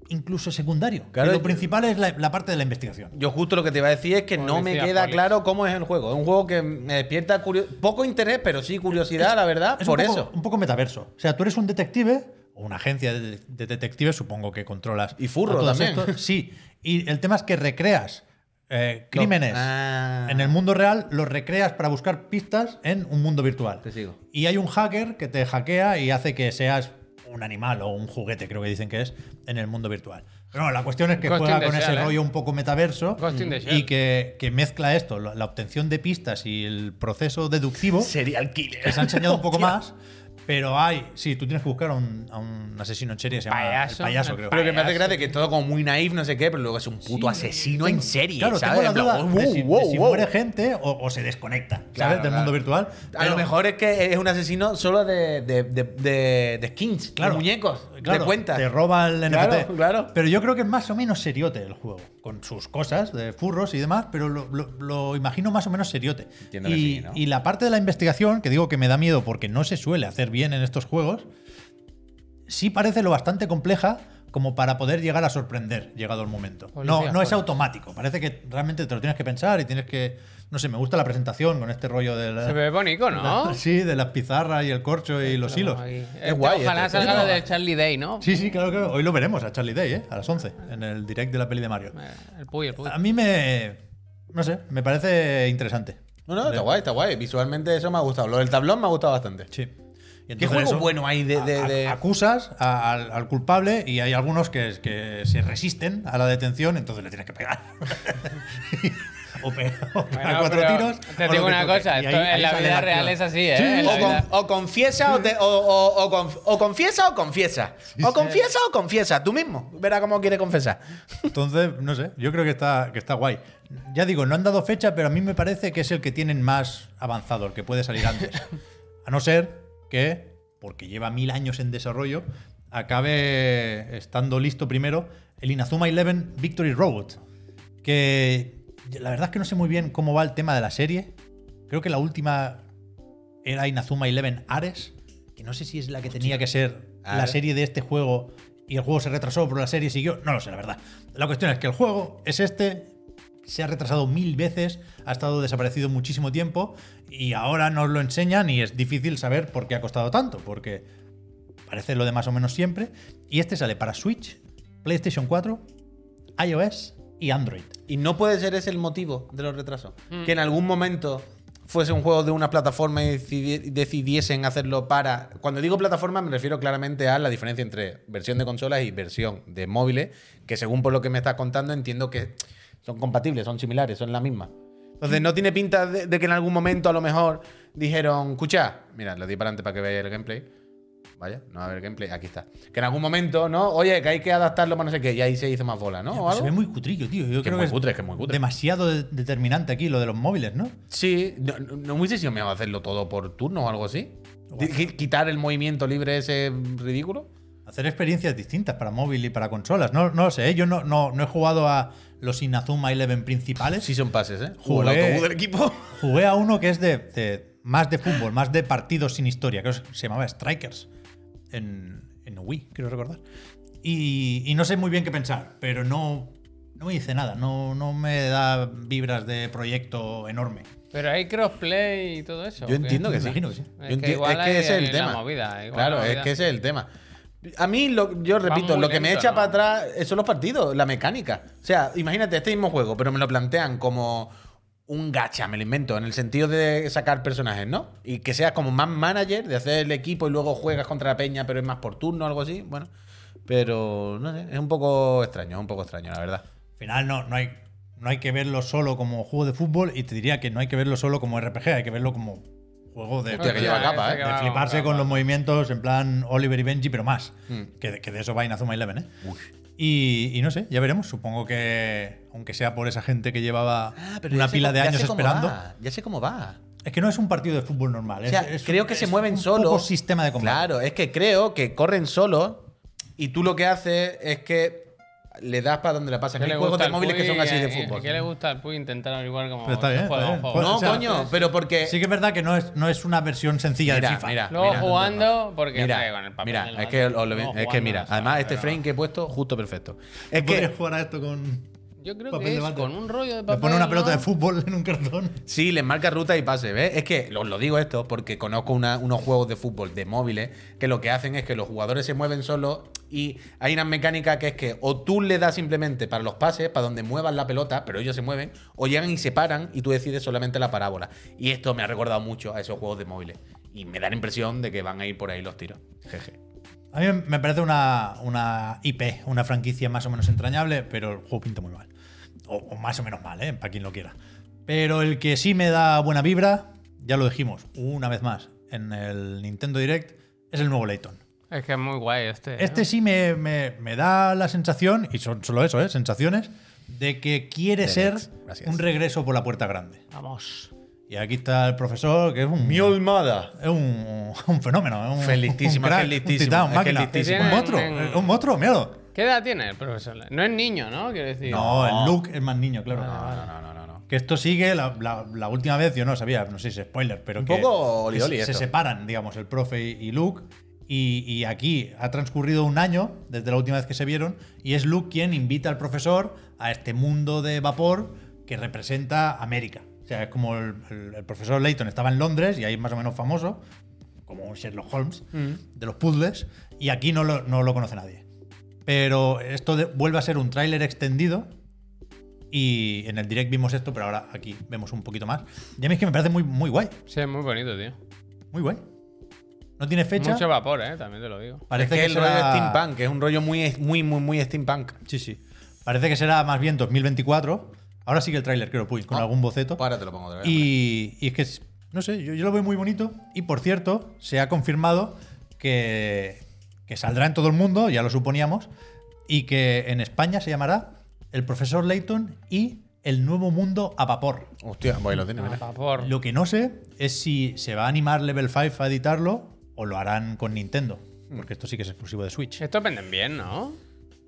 Speaker 2: incluso secundario. que
Speaker 3: Claro,
Speaker 2: lo
Speaker 3: yo-
Speaker 2: principal es la, la parte de la investigación.
Speaker 3: Yo justo lo que te iba a decir es que no me
Speaker 1: Policía,
Speaker 3: queda
Speaker 1: polis.
Speaker 3: claro cómo es el juego. Es un juego que me despierta curio- poco interés, pero sí curiosidad, la verdad,
Speaker 2: Es
Speaker 3: por
Speaker 2: un poco,
Speaker 3: eso.
Speaker 2: Un poco metaverso. O sea, tú eres un detective o una agencia de, de detectives, supongo que controlas.
Speaker 3: Y furro
Speaker 2: a todos
Speaker 3: también.
Speaker 2: estos. Sí. Y el tema es que recreas eh, crímenes
Speaker 3: Ah.
Speaker 2: en el mundo real, los recreas para buscar pistas en un mundo virtual.
Speaker 3: Te sigo.
Speaker 2: Y hay un hacker que te hackea y hace que seas un animal o un juguete, creo que dicen que es, en el mundo virtual. Pero no, la cuestión es que
Speaker 1: Ghost in
Speaker 2: juega
Speaker 1: the
Speaker 2: con ese
Speaker 1: Shell, ¿eh?
Speaker 2: rollo un poco metaverso
Speaker 1: Ghost in the
Speaker 2: y
Speaker 1: Shell.
Speaker 2: que, que mezcla esto, la la obtención de pistas y el proceso deductivo
Speaker 4: Serial Killer.
Speaker 2: que se ha enseñado un poco más. Pero hay, sí, tú tienes que buscar a un, a un asesino en serie, que se llama
Speaker 1: Payaso,
Speaker 2: el payaso,
Speaker 1: el
Speaker 2: creo.
Speaker 3: Pero que me hace gracia que es todo como muy naif, no sé qué, pero luego es un puto asesino en serie.
Speaker 2: Claro,
Speaker 3: ¿sabes?
Speaker 2: tengo la
Speaker 3: En plan, oh,
Speaker 2: duda de
Speaker 3: wow,
Speaker 2: si, de
Speaker 3: wow,
Speaker 2: si
Speaker 3: wow.
Speaker 2: muere gente o, o se desconecta, ¿sabes?
Speaker 3: Claro,
Speaker 2: Del
Speaker 3: claro.
Speaker 2: mundo virtual.
Speaker 3: A lo
Speaker 2: Pero-
Speaker 3: mejor es que es un asesino solo de, de, de, de- de skins,
Speaker 2: Claro.
Speaker 3: de muñecos,
Speaker 2: Claro,
Speaker 3: de cuentas.
Speaker 2: Te roba el NFT.
Speaker 3: Claro, claro.
Speaker 2: Pero yo creo que es más o menos seriote el juego, con sus cosas de furros y demás, pero lo, lo- lo imagino más o menos seriote.
Speaker 3: Entiendo
Speaker 2: y,
Speaker 3: que sí, ¿no?
Speaker 2: y la parte de la investigación, que digo que me da miedo porque no se suele hacer bien en estos juegos, sí parece lo bastante compleja como para poder llegar a sorprender llegado el momento.
Speaker 1: Policía,
Speaker 2: no no es
Speaker 1: joder.
Speaker 2: automático, parece que realmente te lo tienes que pensar y tienes que... No sé, me gusta la presentación con este rollo de la-
Speaker 1: Se ve bonito, ¿no?
Speaker 2: sí, de las pizarras y el corcho y los hilos.
Speaker 1: Ahí.
Speaker 3: Es
Speaker 1: Este,
Speaker 3: guay
Speaker 1: Ojalá
Speaker 3: este,
Speaker 1: salga
Speaker 3: pero-
Speaker 1: lo del Charlie Day, ¿no?
Speaker 2: Sí, sí, claro que hoy lo veremos a Charlie Day, ¿eh? A las 11, en el direct de la peli de Mario.
Speaker 1: Eh, El Puy, el Puy.
Speaker 3: Ah.
Speaker 2: A mí me. No sé, me parece interesante.
Speaker 3: No, no, está guay, está guay. Visualmente eso me ha gustado. Lo del tablón me ha gustado bastante.
Speaker 2: Sí. Y
Speaker 3: ¿Qué
Speaker 2: entonces
Speaker 3: juego
Speaker 2: eso,
Speaker 3: bueno hay de...? de-
Speaker 2: a- a-
Speaker 3: de-
Speaker 2: Acusas a- al, al culpable y hay algunos que, que se resisten a la detención, entonces le tienes que pegar. o pegar o pegar
Speaker 1: Bueno,
Speaker 2: cuatro
Speaker 1: pero
Speaker 2: tiros.
Speaker 1: Te
Speaker 2: o lo
Speaker 1: digo
Speaker 2: que
Speaker 1: una
Speaker 2: toque.
Speaker 1: cosa,
Speaker 2: Y
Speaker 1: esto
Speaker 2: ahí- ahí
Speaker 1: en la
Speaker 2: sale
Speaker 1: vida
Speaker 2: acción.
Speaker 1: real es así, ¿eh?
Speaker 2: Sí,
Speaker 1: En la
Speaker 3: o, con-
Speaker 1: vida-
Speaker 3: o confiesa o, te- o- o- o conf- o confiesa o confiesa. O confiesa o confiesa. Tú mismo. Verá cómo quiere confesar.
Speaker 2: Entonces, no sé, yo creo que está, que está guay. Ya digo, no han dado fecha, pero a mí me parece que es el que tienen más avanzado, el que puede salir antes. A no ser que, porque lleva mil años en desarrollo, acabe estando listo primero el Inazuma Eleven Victory Road. Que la verdad es que no sé muy bien cómo va el tema de la serie. Creo que la última era Inazuma Eleven Ares, que no sé si es la que tenía que ser la
Speaker 3: Ares.
Speaker 2: serie de este juego y el juego se retrasó, pero la serie siguió. No lo sé, la verdad. La cuestión es que el juego es este, se ha retrasado mil veces, ha estado desaparecido muchísimo tiempo y ahora nos lo enseñan y es difícil saber por qué ha costado tanto, porque parece lo de más o menos siempre. Y este sale para Switch, PlayStation 4, iOS y Android.
Speaker 3: Y no puede ser ese el motivo de los retrasos. Que en algún momento fuese un juego de una plataforma y decidi- decidiesen hacerlo para... Cuando digo plataforma me refiero claramente a la diferencia entre versión de consolas y versión de móviles, que según por lo que me estás contando entiendo que son compatibles, son similares, son la misma. Entonces no tiene pinta de, de que en algún momento a lo mejor dijeron, escucha, mira, lo di para adelante para que veáis el gameplay. Vaya, no va a haber gameplay, aquí está. Que en algún momento, ¿no? Oye, que hay que adaptarlo para no sé qué, y ahí se hizo más bola, ¿no? ¿O
Speaker 2: pues, se
Speaker 3: algo?
Speaker 2: ve muy cutrillo, tío. Yo
Speaker 3: Que
Speaker 2: creo
Speaker 3: es muy
Speaker 2: que
Speaker 3: cutre, que es muy cutre.
Speaker 2: demasiado de- determinante aquí lo de los móviles, ¿no?
Speaker 3: Sí, no, no- no hubiese sido mejor hacerlo todo por turno o algo así. Qui- Quitar el movimiento libre ese ridículo.
Speaker 2: Hacer experiencias distintas para móvil y para consolas. No, no lo sé, ¿eh? yo no, no, no he jugado a los Inazuma Eleven principales.
Speaker 3: Sí son pases, ¿eh?
Speaker 2: Jugué.
Speaker 3: O el autobús del equipo.
Speaker 2: Jugué a uno que es de, de- más de fútbol, más de partidos sin historia, que se llamaba Strikers en, en Wii, quiero recordar. Y, y no sé muy bien qué pensar, pero no, no me dice nada, no, no me da vibras de proyecto enorme.
Speaker 1: Pero hay crossplay y todo eso.
Speaker 3: Yo
Speaker 1: ¿o qué?
Speaker 3: entiendo que
Speaker 2: Me
Speaker 3: sí.
Speaker 2: imagino que sí.
Speaker 1: Es
Speaker 3: Yo
Speaker 1: que
Speaker 3: enti-
Speaker 1: igual hay
Speaker 3: ese
Speaker 1: la movida, igual
Speaker 3: claro,
Speaker 1: la
Speaker 3: es
Speaker 1: movida.
Speaker 3: que ese es el tema. A mí, lo, yo repito,
Speaker 1: muy
Speaker 3: lo que me
Speaker 1: lento,
Speaker 3: echa
Speaker 1: ¿no?
Speaker 3: para atrás son los partidos, la mecánica. O sea, imagínate este mismo juego, pero me lo plantean como un gacha, me lo invento, en el sentido de sacar personajes, ¿no? Y que seas como más manager, de hacer el equipo y luego juegas contra la peña, pero es más por turno o algo así. Bueno, pero no sé, es un poco extraño, es un poco extraño, la verdad.
Speaker 2: Al final no, no, hay, no hay que verlo solo como juego de fútbol y te diría que no hay que ververlo solo como RPG, hay que verlo como juego de,
Speaker 3: Hostia, que lleva
Speaker 1: Ah,
Speaker 3: capa,
Speaker 1: ese
Speaker 3: ¿eh?
Speaker 1: que
Speaker 2: de
Speaker 1: va,
Speaker 2: fliparse
Speaker 1: va,
Speaker 2: con
Speaker 1: va.
Speaker 2: los movimientos en plan Oliver y Benji, pero más.
Speaker 3: Mm.
Speaker 2: Que, de- que de eso va Inazuma Eleven, ¿eh? Y, y no sé, ya veremos. Supongo que, aunque sea por esa gente que llevaba
Speaker 3: Ah,
Speaker 2: una pila de años esperando,
Speaker 3: ya sé cómo va.
Speaker 2: es que no es un partido de fútbol normal.
Speaker 3: O sea,
Speaker 2: es- es
Speaker 3: creo
Speaker 2: un-
Speaker 3: que se
Speaker 2: es
Speaker 3: mueven
Speaker 2: un
Speaker 3: solos.
Speaker 2: poco sistema de combate.
Speaker 3: Claro, es que creo que corren solos y tú lo que haces es que le das para donde le pasas.
Speaker 1: ¿Qué
Speaker 3: Hay
Speaker 1: le
Speaker 3: juegos
Speaker 1: gusta
Speaker 3: de
Speaker 1: al
Speaker 3: móviles que
Speaker 1: Puy?
Speaker 3: son así de
Speaker 1: ¿Qué-
Speaker 3: fútbol.
Speaker 1: ¿Qué le gusta al Puy intentar averiguar cómo
Speaker 2: Pero está bien,
Speaker 1: se juega
Speaker 2: está
Speaker 1: un
Speaker 2: bien.
Speaker 1: juego?
Speaker 3: No,
Speaker 2: O sea,
Speaker 3: coño, pero porque.
Speaker 2: Sí que es verdad que no es, no es una versión sencilla
Speaker 3: Mira,
Speaker 2: de FIFA.
Speaker 3: mira.
Speaker 1: Luego
Speaker 3: mira,
Speaker 1: jugando, porque
Speaker 3: Mira,
Speaker 1: joder, con el papel
Speaker 3: mira,
Speaker 1: del
Speaker 3: es que,
Speaker 1: balón,
Speaker 3: os lo-
Speaker 1: luego
Speaker 3: es que
Speaker 1: jugando,
Speaker 3: mira,
Speaker 1: o sea,
Speaker 3: además este frame que he puesto, justo perfecto. Es
Speaker 2: Podrías
Speaker 3: que
Speaker 2: jugar a esto con...
Speaker 1: Yo creo
Speaker 2: papel
Speaker 1: que
Speaker 2: de
Speaker 1: es
Speaker 2: bate.
Speaker 1: con un rollo de
Speaker 2: Me
Speaker 1: papel.
Speaker 2: pone una pelota
Speaker 1: ¿no?
Speaker 2: de fútbol en un cartón.
Speaker 3: sí, les marca ruta y pase, ¿ves? Es que os lo digo esto porque conozco una- unos juegos de fútbol de móviles que lo que hacen es que los jugadores se mueven solos y hay una mecánica que es que o tú le das simplemente para los pases, para donde muevan la pelota, pero ellos se mueven, o llegan y se paran y tú decides solamente la parábola. Y esto me ha recordado mucho a esos juegos de móviles. Y me da la impresión de que van a ir por ahí los tiros. Jeje.
Speaker 2: A mí me parece una, una IP, una franquicia más o menos entrañable, pero el juego pinta muy mal. O, o más o menos mal, ¿eh? para quien lo quiera. Pero el que sí me da buena vibra, ya lo dijimos una vez más en el Nintendo Direct, es el nuevo Layton.
Speaker 1: Es que es muy guay este. ¿no?
Speaker 2: Este sí me, me- me da la sensación, y son solo eso, ¿eh? sensaciones, de que quiere ser
Speaker 3: Direct, gracias.
Speaker 2: un regreso por la puerta grande.
Speaker 1: Vamos.
Speaker 2: Y aquí está el profesor, que es un...
Speaker 3: olmada.
Speaker 2: Es un, un fenómeno, es un,
Speaker 3: Felicísimo,
Speaker 2: un crack,
Speaker 3: es que listísimo,
Speaker 2: un titán,
Speaker 3: es
Speaker 2: un
Speaker 3: que
Speaker 2: máquina,
Speaker 3: listísimo.
Speaker 2: un monstruo,
Speaker 1: Tienen-
Speaker 2: un monstruo, míralo.
Speaker 1: ¿Qué edad tiene el profesor? No es niño, ¿no? Quiero decir.
Speaker 2: No, el Luke es más niño, claro.
Speaker 3: No, no, no, no. no.
Speaker 2: Que esto sigue la, la- la última vez, yo no sabía, no sé si es spoiler, pero
Speaker 3: Un
Speaker 2: que,
Speaker 3: poco oli,
Speaker 2: que se-
Speaker 3: oli
Speaker 2: se
Speaker 3: esto.
Speaker 2: separan, digamos, el profe y, y Luke. Y, y aquí ha transcurrido un año desde la última vez que se vieron, y es Luke quien invita al profesor a este mundo de vapor que representa América. O sea, es como el, el- el profesor Layton estaba en Londres y ahí es más o menos famoso, como un Sherlock Holmes,
Speaker 3: Mm.
Speaker 2: de los puzzles, y aquí no lo, no lo conoce nadie. Pero esto de- vuelve a ser un tráiler extendido, y en el direct vimos esto, pero ahora aquí vemos un poquito más. Y a mí es que me parece muy, muy guay.
Speaker 1: Sí, es muy bonito, tío.
Speaker 2: Muy guay. No tiene fecha.
Speaker 1: Mucho vapor, ¿eh? También te lo digo.
Speaker 2: Parece
Speaker 3: es que, el rollo
Speaker 2: será-
Speaker 3: de steampunk, es un rollo muy, muy, muy, muy steampunk.
Speaker 2: Sí, sí. Parece que será más bien 2024. Ahora sí que el tráiler, creo, Puy, con
Speaker 3: Ah,
Speaker 2: algún boceto.
Speaker 3: Ahora te lo pongo otra vez.
Speaker 2: Y, y es que, es- no sé, yo, yo lo veo muy bonito. Y por cierto, se ha confirmado que, que saldrá en todo el mundo, ya lo suponíamos, y que en España se llamará El Profesor Layton y El Nuevo Mundo a Vapor.
Speaker 3: Hostia, voy, lo tiene,
Speaker 1: Ah,
Speaker 3: mira.
Speaker 1: Vapor.
Speaker 2: Lo que no sé es si se va a animar Level 5 a editarlo o lo harán con Nintendo.
Speaker 3: Hmm.
Speaker 2: Porque esto sí que es exclusivo de Switch.
Speaker 1: Estos venden bien, ¿no?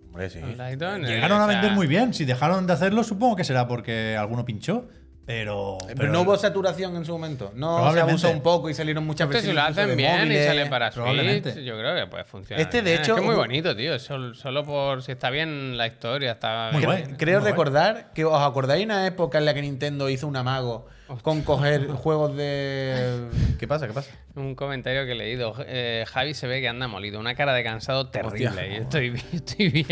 Speaker 3: Hombre, sí.
Speaker 1: Lighton, eh,
Speaker 2: Llegaron a
Speaker 1: o sea,
Speaker 2: vender muy bien. Si dejaron de hacerlo, supongo que será porque alguno pinchó. Pero.
Speaker 3: Eh, Pero, no hubo saturación en su momento. No se
Speaker 2: Probablemente.
Speaker 3: abusó un poco y salieron muchas
Speaker 1: Este
Speaker 3: veces.
Speaker 1: si lo hacen bien y sale para Switch,
Speaker 2: probablemente.
Speaker 1: yo creo que puede funcionar.
Speaker 3: Este, de
Speaker 1: bien.
Speaker 3: hecho,
Speaker 1: Es que es muy
Speaker 3: ju-
Speaker 1: bonito, tío. Sol- Solo, por si está bien la historia, está
Speaker 2: Muy
Speaker 1: bien.
Speaker 2: guay.
Speaker 3: Creo
Speaker 2: Muy guay.
Speaker 3: recordar que os acordáis una época en la que Nintendo hizo un amago con coger juegos de. ¿Qué pasa? ¿Qué pasa?
Speaker 1: Un comentario que he leído. eh, Javi se ve que anda molido. Una cara de cansado terrible.
Speaker 3: Hostia.
Speaker 1: y estoy, bi- estoy bien.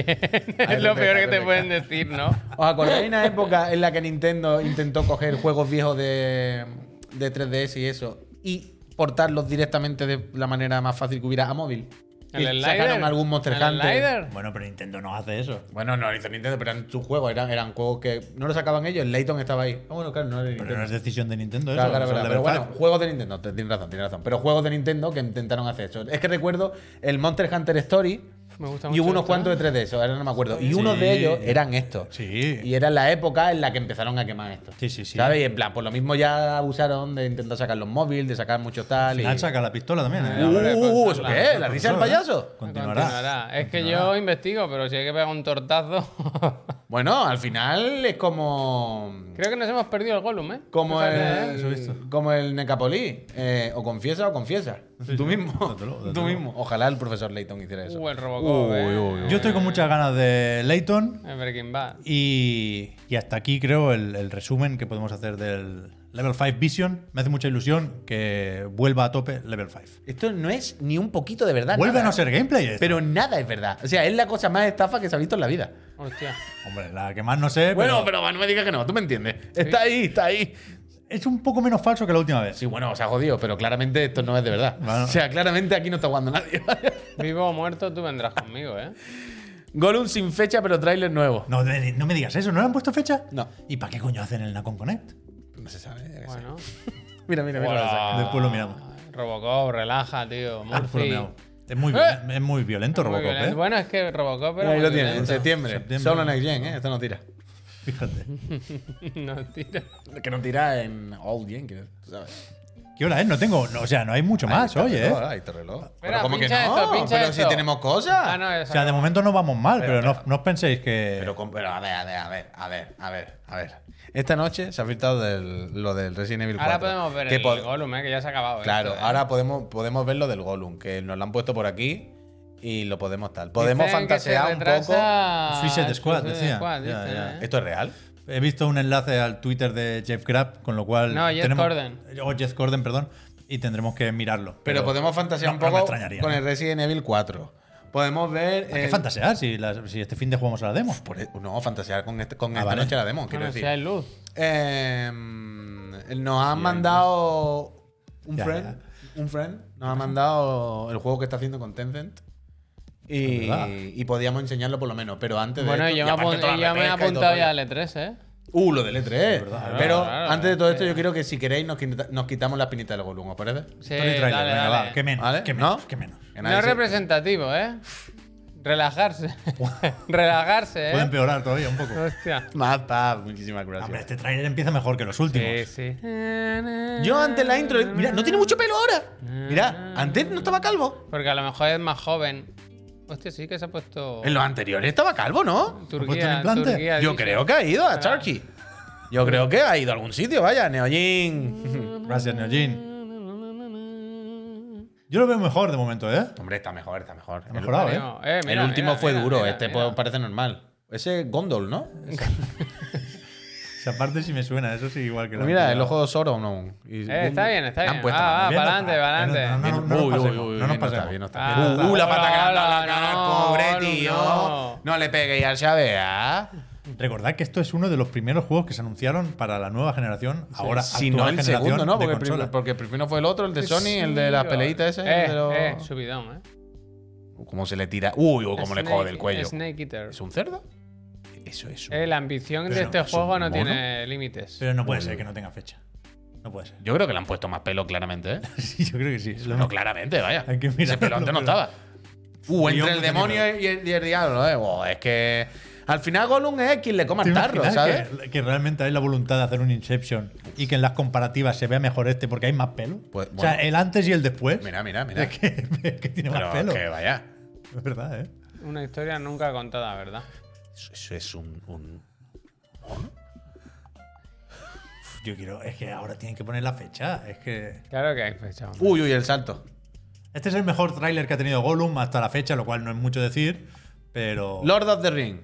Speaker 3: Ay,
Speaker 1: es lo
Speaker 3: Rebeca,
Speaker 1: peor que te
Speaker 3: Rebeca.
Speaker 1: pueden decir, ¿no?
Speaker 3: ¿Os acordáis una época en la que Nintendo intentó coger juegos viejos de, de 3DS y eso y portarlos directamente de la manera más fácil que hubiera a móvil?
Speaker 1: El
Speaker 3: Y
Speaker 1: slider.
Speaker 3: sacaron algún Monster
Speaker 1: ¿El
Speaker 3: Hunter.
Speaker 1: slider?
Speaker 2: Bueno, pero Nintendo no hace eso.
Speaker 3: Bueno, no lo hizo Nintendo, pero eran sus juegos, eran, eran juegos que no lo sacaban ellos, el Layton estaba ahí. Ah, bueno, claro, no era de
Speaker 2: Pero
Speaker 3: Nintendo.
Speaker 2: no es decisión de Nintendo eso.
Speaker 3: Claro, claro,
Speaker 2: o sea,
Speaker 3: claro,
Speaker 2: Level
Speaker 3: pero bueno,
Speaker 2: 5.
Speaker 3: juegos de Nintendo, te- tienes razón, tienes razón. Pero juegos de Nintendo que intentaron hacer eso. Es que recuerdo el Monster Hunter Story
Speaker 1: Me gusta
Speaker 3: y
Speaker 1: mucho
Speaker 3: hubo unos
Speaker 1: esto. ¿eh?
Speaker 3: cuantos de 3D, eso, ahora no me acuerdo. Y uno
Speaker 2: Sí.
Speaker 3: de ellos eran estos.
Speaker 2: Sí.
Speaker 3: Y era la época en la que empezaron a quemar esto.
Speaker 2: Sí, sí, sí.
Speaker 3: ¿Sabes? Y en plan, por lo mismo ya abusaron de intentar sacar los móviles, de sacar mucho
Speaker 2: Al
Speaker 3: tal. Y...
Speaker 2: final saca la pistola también. ¿eh?
Speaker 3: Uh,
Speaker 1: Ahora de
Speaker 3: uh, uh, ¿eso
Speaker 1: consola.
Speaker 3: qué es? ¿La risa del payaso?
Speaker 2: Continuará.
Speaker 1: Es que yo investigo, pero si hay que pegar un tortazo.
Speaker 3: Bueno, al final es como.
Speaker 1: Creo que nos hemos perdido el Gollum, ¿eh?
Speaker 3: Como
Speaker 2: Fíjate, eso he
Speaker 3: el,
Speaker 2: visto.
Speaker 3: como el Necapolí. Eh, o confiesa o confiesa. tú mismo.
Speaker 2: Desde luego, desde
Speaker 3: tú
Speaker 2: luego.
Speaker 3: mismo. Ojalá el profesor Layton hiciera eso.
Speaker 1: Uh, el Robocop, eh.
Speaker 2: Yo estoy con muchas ganas de Layton
Speaker 1: El Breaking Bad.
Speaker 2: y, y hasta aquí creo el, el resumen que podemos hacer del Level 5 Vision. Me hace mucha ilusión que vuelva a tope Level 5.
Speaker 3: Esto no es ni un poquito de verdad.
Speaker 2: Vuelve a
Speaker 3: nada.
Speaker 2: no ser gameplay. esto.
Speaker 3: Pero nada es verdad. O sea, es la cosa más estafa que se ha visto en la vida.
Speaker 1: Hostia.
Speaker 2: Hombre, la que más no sé,
Speaker 3: Bueno,
Speaker 2: pero
Speaker 3: pero no me digas que no, tú me entiendes. Está ahí, está ahí.
Speaker 2: es un poco menos falso que la última vez.
Speaker 3: Sí, bueno, se ha jodido, pero claramente esto no es de verdad.
Speaker 2: Bueno.
Speaker 3: O sea, claramente aquí no está jugando nadie.
Speaker 1: Vivo o muerto, tú vendrás conmigo, ¿eh?
Speaker 3: Gollum sin fecha, pero tráiler nuevo.
Speaker 2: No, de- no me digas eso, ¿no le han puesto fecha?
Speaker 3: No.
Speaker 2: ¿Y para qué coño hacen el Nacon Connect?
Speaker 3: No se sabe.
Speaker 1: Bueno.
Speaker 3: Mira, mira, mira.
Speaker 2: Después lo miramos.
Speaker 1: Robocop, relaja, tío. Murphy.
Speaker 2: Después lo miramos. Es muy, es muy violento
Speaker 1: Muy
Speaker 2: Robocop,
Speaker 1: violento.
Speaker 2: ¿eh?
Speaker 1: Bueno, es que Robocop era
Speaker 3: Mira, ahí
Speaker 1: muy
Speaker 3: lo tiene, en
Speaker 1: violento.
Speaker 3: septiembre.
Speaker 2: Septiembre.
Speaker 3: Solo en Next Gen, ¿eh? Esto no tira.
Speaker 2: Fíjate.
Speaker 1: no, tira.
Speaker 3: Que no tira en Old Gen, que tú sabes.
Speaker 2: ¿Qué hora es? No tengo, no, o sea, no hay mucho más,
Speaker 3: Ahí
Speaker 2: oye,
Speaker 3: está
Speaker 2: ¿eh?
Speaker 3: reloj, ahí está reloj.
Speaker 1: Espera,
Speaker 3: ¿cómo
Speaker 1: pincha esto, pincha
Speaker 3: pero si
Speaker 1: esto.
Speaker 3: tenemos cosas.
Speaker 1: Ah, no,
Speaker 2: O
Speaker 1: esa
Speaker 2: sea, de momento no vamos mal, pero, no, no os penséis que...
Speaker 3: Pero, con- pero a ver, a ver, a ver, a ver, a ver, a ver. Esta noche se ha filtrado del- lo del Resident Evil 4.
Speaker 1: Ahora podemos ver
Speaker 3: que
Speaker 1: el
Speaker 3: pod-
Speaker 1: Gollum, ¿eh? Que ya se ha acabado.
Speaker 3: Claro,
Speaker 1: esto, ¿eh?
Speaker 3: ahora podemos, podemos ver lo del Gollum, que nos lo han puesto por aquí y lo podemos tal. Podemos
Speaker 1: Dicen que se
Speaker 3: fantasear un poco.
Speaker 1: retrasa
Speaker 2: Suicide Squad,
Speaker 1: Suicide
Speaker 2: decía.
Speaker 1: Squad,
Speaker 2: Ya,
Speaker 1: dicen,
Speaker 2: ya.
Speaker 1: ¿eh?
Speaker 3: ¿Esto es real?
Speaker 2: He visto un enlace al Twitter de Jeff Grapp, con lo cual...
Speaker 1: No, Jeff Gordon.
Speaker 2: O Jeff Gordon, perdón. Y tendremos que mirarlo.
Speaker 3: Pero podemos fantasear
Speaker 2: no-
Speaker 3: un
Speaker 2: no me
Speaker 3: poco
Speaker 2: extrañaría,
Speaker 3: con
Speaker 2: ¿no?
Speaker 3: el Resident Evil 4. Podemos ver.
Speaker 2: ¿Para qué
Speaker 3: eh,
Speaker 2: fantasear si, la- si este fin de jugamos a la demo?
Speaker 3: por e- no, fantasear con, este, con
Speaker 2: Ah,
Speaker 3: esta
Speaker 2: vale.
Speaker 3: noche la demo,
Speaker 1: Bueno,
Speaker 3: quiero decir.
Speaker 1: si hay luz.
Speaker 3: Eh, nos han mandado un
Speaker 2: Ya,
Speaker 3: friend. Un friend. Nos ha mandado el juego que está haciendo con Tencent. Y,
Speaker 2: Es verdad.
Speaker 3: y podíamos enseñarlo por lo menos, pero antes de.
Speaker 1: Bueno,
Speaker 3: esto-
Speaker 1: yo
Speaker 3: y
Speaker 1: me,
Speaker 3: aparte
Speaker 1: apun-
Speaker 3: toda la
Speaker 1: yo me he
Speaker 3: repesca y todo
Speaker 1: apuntado
Speaker 3: el
Speaker 1: ya
Speaker 3: rollo.
Speaker 1: al E3, ¿eh?
Speaker 3: Uh, lo del E3.
Speaker 2: verdad,
Speaker 3: Pero
Speaker 1: claro,
Speaker 3: antes de todo esto,
Speaker 1: sí.
Speaker 3: yo quiero que si queréis nos, quita- nos quitamos la espinita del Gollum, ¿os parece?
Speaker 1: Sí,
Speaker 2: Tony Trailer,
Speaker 1: dale,
Speaker 2: venga,
Speaker 1: dale.
Speaker 2: va. Qué menos,
Speaker 3: ¿Vale?
Speaker 2: qué menos,
Speaker 3: ¿No? ¿Eh?
Speaker 2: qué menos.
Speaker 3: Que nadie
Speaker 1: No es
Speaker 3: se-
Speaker 1: representativo, ¿eh? Relajarse. Relajarse,
Speaker 2: Puede
Speaker 1: ¿eh?
Speaker 2: empeorar todavía un poco.
Speaker 1: Hostia.
Speaker 3: Más paz, muchísimas gracias.
Speaker 2: Hombre, este tráiler empieza mejor que los últimos.
Speaker 1: Sí, sí.
Speaker 3: Yo antes la intro. Mira, no tiene mucho pelo ahora. Mira, antes no estaba calvo.
Speaker 1: Porque a lo mejor es más joven. Hostia, sí que se ha puesto.
Speaker 3: En los anteriores estaba calvo, ¿no?
Speaker 2: puesto el
Speaker 1: Turquía,
Speaker 2: implante?
Speaker 1: Turquía,
Speaker 3: Yo
Speaker 1: dice.
Speaker 3: creo que ha ido a Turkey. Yo creo que ha ido a algún sitio, vaya, Neojin.
Speaker 1: Mm.
Speaker 2: Gracias, Neojin. Yo lo veo mejor de momento, ¿eh?
Speaker 3: Hombre, está mejor, está mejor. El,
Speaker 2: mejorado, ¿eh?
Speaker 1: No, eh,
Speaker 3: el
Speaker 1: mira,
Speaker 3: último
Speaker 1: mira,
Speaker 3: fue
Speaker 1: mira,
Speaker 3: duro,
Speaker 1: mira,
Speaker 3: este
Speaker 1: mira.
Speaker 3: po- parece normal. Ese es Gondol, ¿no?
Speaker 2: Esa parte sí me suena, eso sí igual que la
Speaker 3: Pues Mira, el ojo de Sauron aún. Y-
Speaker 1: Eh, está bien, está
Speaker 3: Le han
Speaker 1: bien. ah.
Speaker 3: puesto
Speaker 1: Va,
Speaker 3: más.
Speaker 1: va,
Speaker 2: Bien,
Speaker 1: para adelante,
Speaker 2: no,
Speaker 1: para
Speaker 2: no,
Speaker 1: adelante.
Speaker 2: no, no, no,
Speaker 3: Uy,
Speaker 2: nos
Speaker 3: uy,
Speaker 2: pasemos,
Speaker 3: uy,
Speaker 2: no nos
Speaker 3: no está
Speaker 2: pasemos.
Speaker 3: bien, no está
Speaker 1: Ah,
Speaker 3: bien. Uh, uh, la
Speaker 1: hola,
Speaker 3: pata que le han dado a la
Speaker 1: hola,
Speaker 3: cara,
Speaker 1: no,
Speaker 3: pobre
Speaker 1: no.
Speaker 3: tío. No. le peguéis al ¿ah? Xavea.
Speaker 2: Recordad que esto es uno de los primeros juegos que se anunciaron para la nueva generación, ahora
Speaker 3: Si
Speaker 2: actual
Speaker 3: no el
Speaker 2: generación
Speaker 3: segundo, ¿no?
Speaker 2: de
Speaker 3: Porque, prim-
Speaker 2: consola.
Speaker 3: porque primero fue el otro, el de Sony, el de la peleita ese.
Speaker 1: Eh,
Speaker 3: el de los-
Speaker 1: eh, subidón, eh.
Speaker 3: Cómo se le tira. Uy, uy, cómo le
Speaker 1: Snake-
Speaker 3: coge del cuello.
Speaker 1: Snake Eater.
Speaker 3: ¿Es un cerdo? Eso es. un-
Speaker 1: Eh, la ambición de
Speaker 2: Pero
Speaker 1: este
Speaker 2: no, es un
Speaker 1: juego no
Speaker 2: mono.
Speaker 1: tiene límites.
Speaker 2: Pero no puede ser que no tenga fecha. No puede ser.
Speaker 3: Yo creo que le han puesto más pelo, claramente, ¿eh?
Speaker 2: Sí, yo creo que sí. es lo
Speaker 3: No,
Speaker 2: más-
Speaker 3: claramente, vaya.
Speaker 2: Hay que
Speaker 3: Ese
Speaker 2: mirarlo,
Speaker 3: pelo antes no
Speaker 2: pero-
Speaker 3: estaba. Uh,
Speaker 2: Guión
Speaker 3: entre el
Speaker 2: muy
Speaker 3: demonio y el, y el diablo, ¿eh? Buah, es que. Al final Gollum es quien le coma
Speaker 2: ¿Te
Speaker 3: el tarro,
Speaker 2: imaginas
Speaker 3: ¿sabes?
Speaker 2: Que, que realmente hay la voluntad de hacer un Inception y que en las comparativas se vea mejor este porque hay más pelo.
Speaker 3: Pues,
Speaker 2: o sea,
Speaker 3: bueno.
Speaker 2: el antes y el después.
Speaker 3: Mira, mira, mira.
Speaker 2: es que, es que tiene
Speaker 3: Pero
Speaker 2: más pelo.
Speaker 3: es que vaya.
Speaker 2: Es verdad, ¿eh?
Speaker 1: Una historia nunca contada, ¿verdad?
Speaker 3: Eso, eso es un. un-
Speaker 2: Yo quiero. Es que ahora tienen que poner la fecha. Es que.
Speaker 1: Claro que hay fecha. hombre.
Speaker 3: Uy, uy, el salto.
Speaker 2: Este es el mejor tráiler que ha tenido Gollum hasta la fecha, lo cual no es mucho decir, pero.
Speaker 3: Lord of the Ring.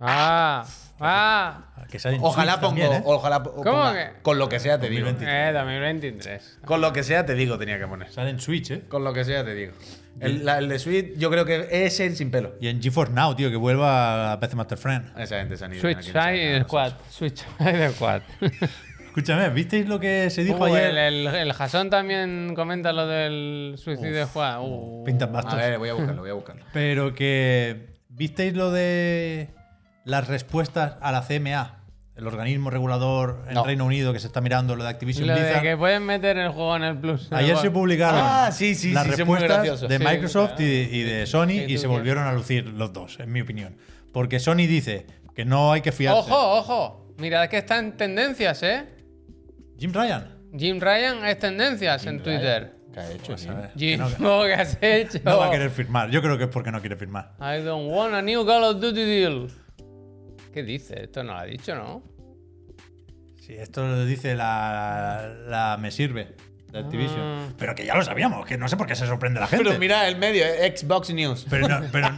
Speaker 1: Ah, ah.
Speaker 2: Que sale en
Speaker 3: Ojalá
Speaker 2: Switch
Speaker 3: pongo.
Speaker 2: también, ¿eh?
Speaker 3: Ojalá po- ponga-
Speaker 1: que?
Speaker 3: Con lo que sea te digo.
Speaker 2: 2023.
Speaker 1: Eh, 2023.
Speaker 3: Con lo que sea te digo, tenía que poner.
Speaker 2: Sale en Switch, ¿eh?
Speaker 3: Con lo que sea te digo. El, la- el de Switch, yo creo que es el sin pelo.
Speaker 2: Y en GeForce Now, tío, que vuelva a PC Master Friend.
Speaker 3: Esa gente se han ido.
Speaker 1: Switch Side Squad. Switch Side Squad.
Speaker 2: Escúchame, ¿visteis lo que se dijo
Speaker 1: Uh, el,
Speaker 2: ayer?
Speaker 1: el, el Jason también comenta lo del Suicide Squad. Uh.
Speaker 2: Pintas
Speaker 3: A
Speaker 2: bastos.
Speaker 3: ver, voy a buscarlo, voy a buscarlo.
Speaker 2: Pero que. ¿Visteis lo de las respuestas a la CMA? El organismo regulador en
Speaker 3: No.
Speaker 2: Reino Unido que se está mirando lo de Activision
Speaker 1: Lo de
Speaker 2: Blizzard.
Speaker 1: que pueden meter el juego en el Plus.
Speaker 2: Ayer se publicaron
Speaker 3: Ah, sí, sí,
Speaker 2: las
Speaker 3: sí, sí, muy
Speaker 2: respuestas
Speaker 3: gracioso.
Speaker 2: de
Speaker 1: Sí,
Speaker 2: Microsoft y, y de Sony
Speaker 1: tú
Speaker 2: y se
Speaker 1: qué.
Speaker 2: volvieron a lucir los dos, en mi opinión. Porque Sony dice que no hay que fiarse.
Speaker 1: Ojo, ojo. Mirad que está en tendencias, ¿eh?
Speaker 2: Jim Ryan. Pues,
Speaker 1: Jim Ryan es tendencias en Twitter.
Speaker 3: ¿Qué ha hecho, tío?
Speaker 1: Jim, ¿qué has hecho?
Speaker 3: Oh.
Speaker 2: No va a querer firmar. Yo creo que es porque no quiere firmar.
Speaker 1: I don't want a new Call of Duty deal. ¿Qué dice? Esto no lo ha dicho, ¿no?
Speaker 2: Sí, esto lo dice la, la Me Sirve de Activision. Pero que ya lo sabíamos, que no sé por qué se sorprende la gente.
Speaker 3: Ah. Pero mira el medio, eh, Xbox News.
Speaker 2: Pero no, pero,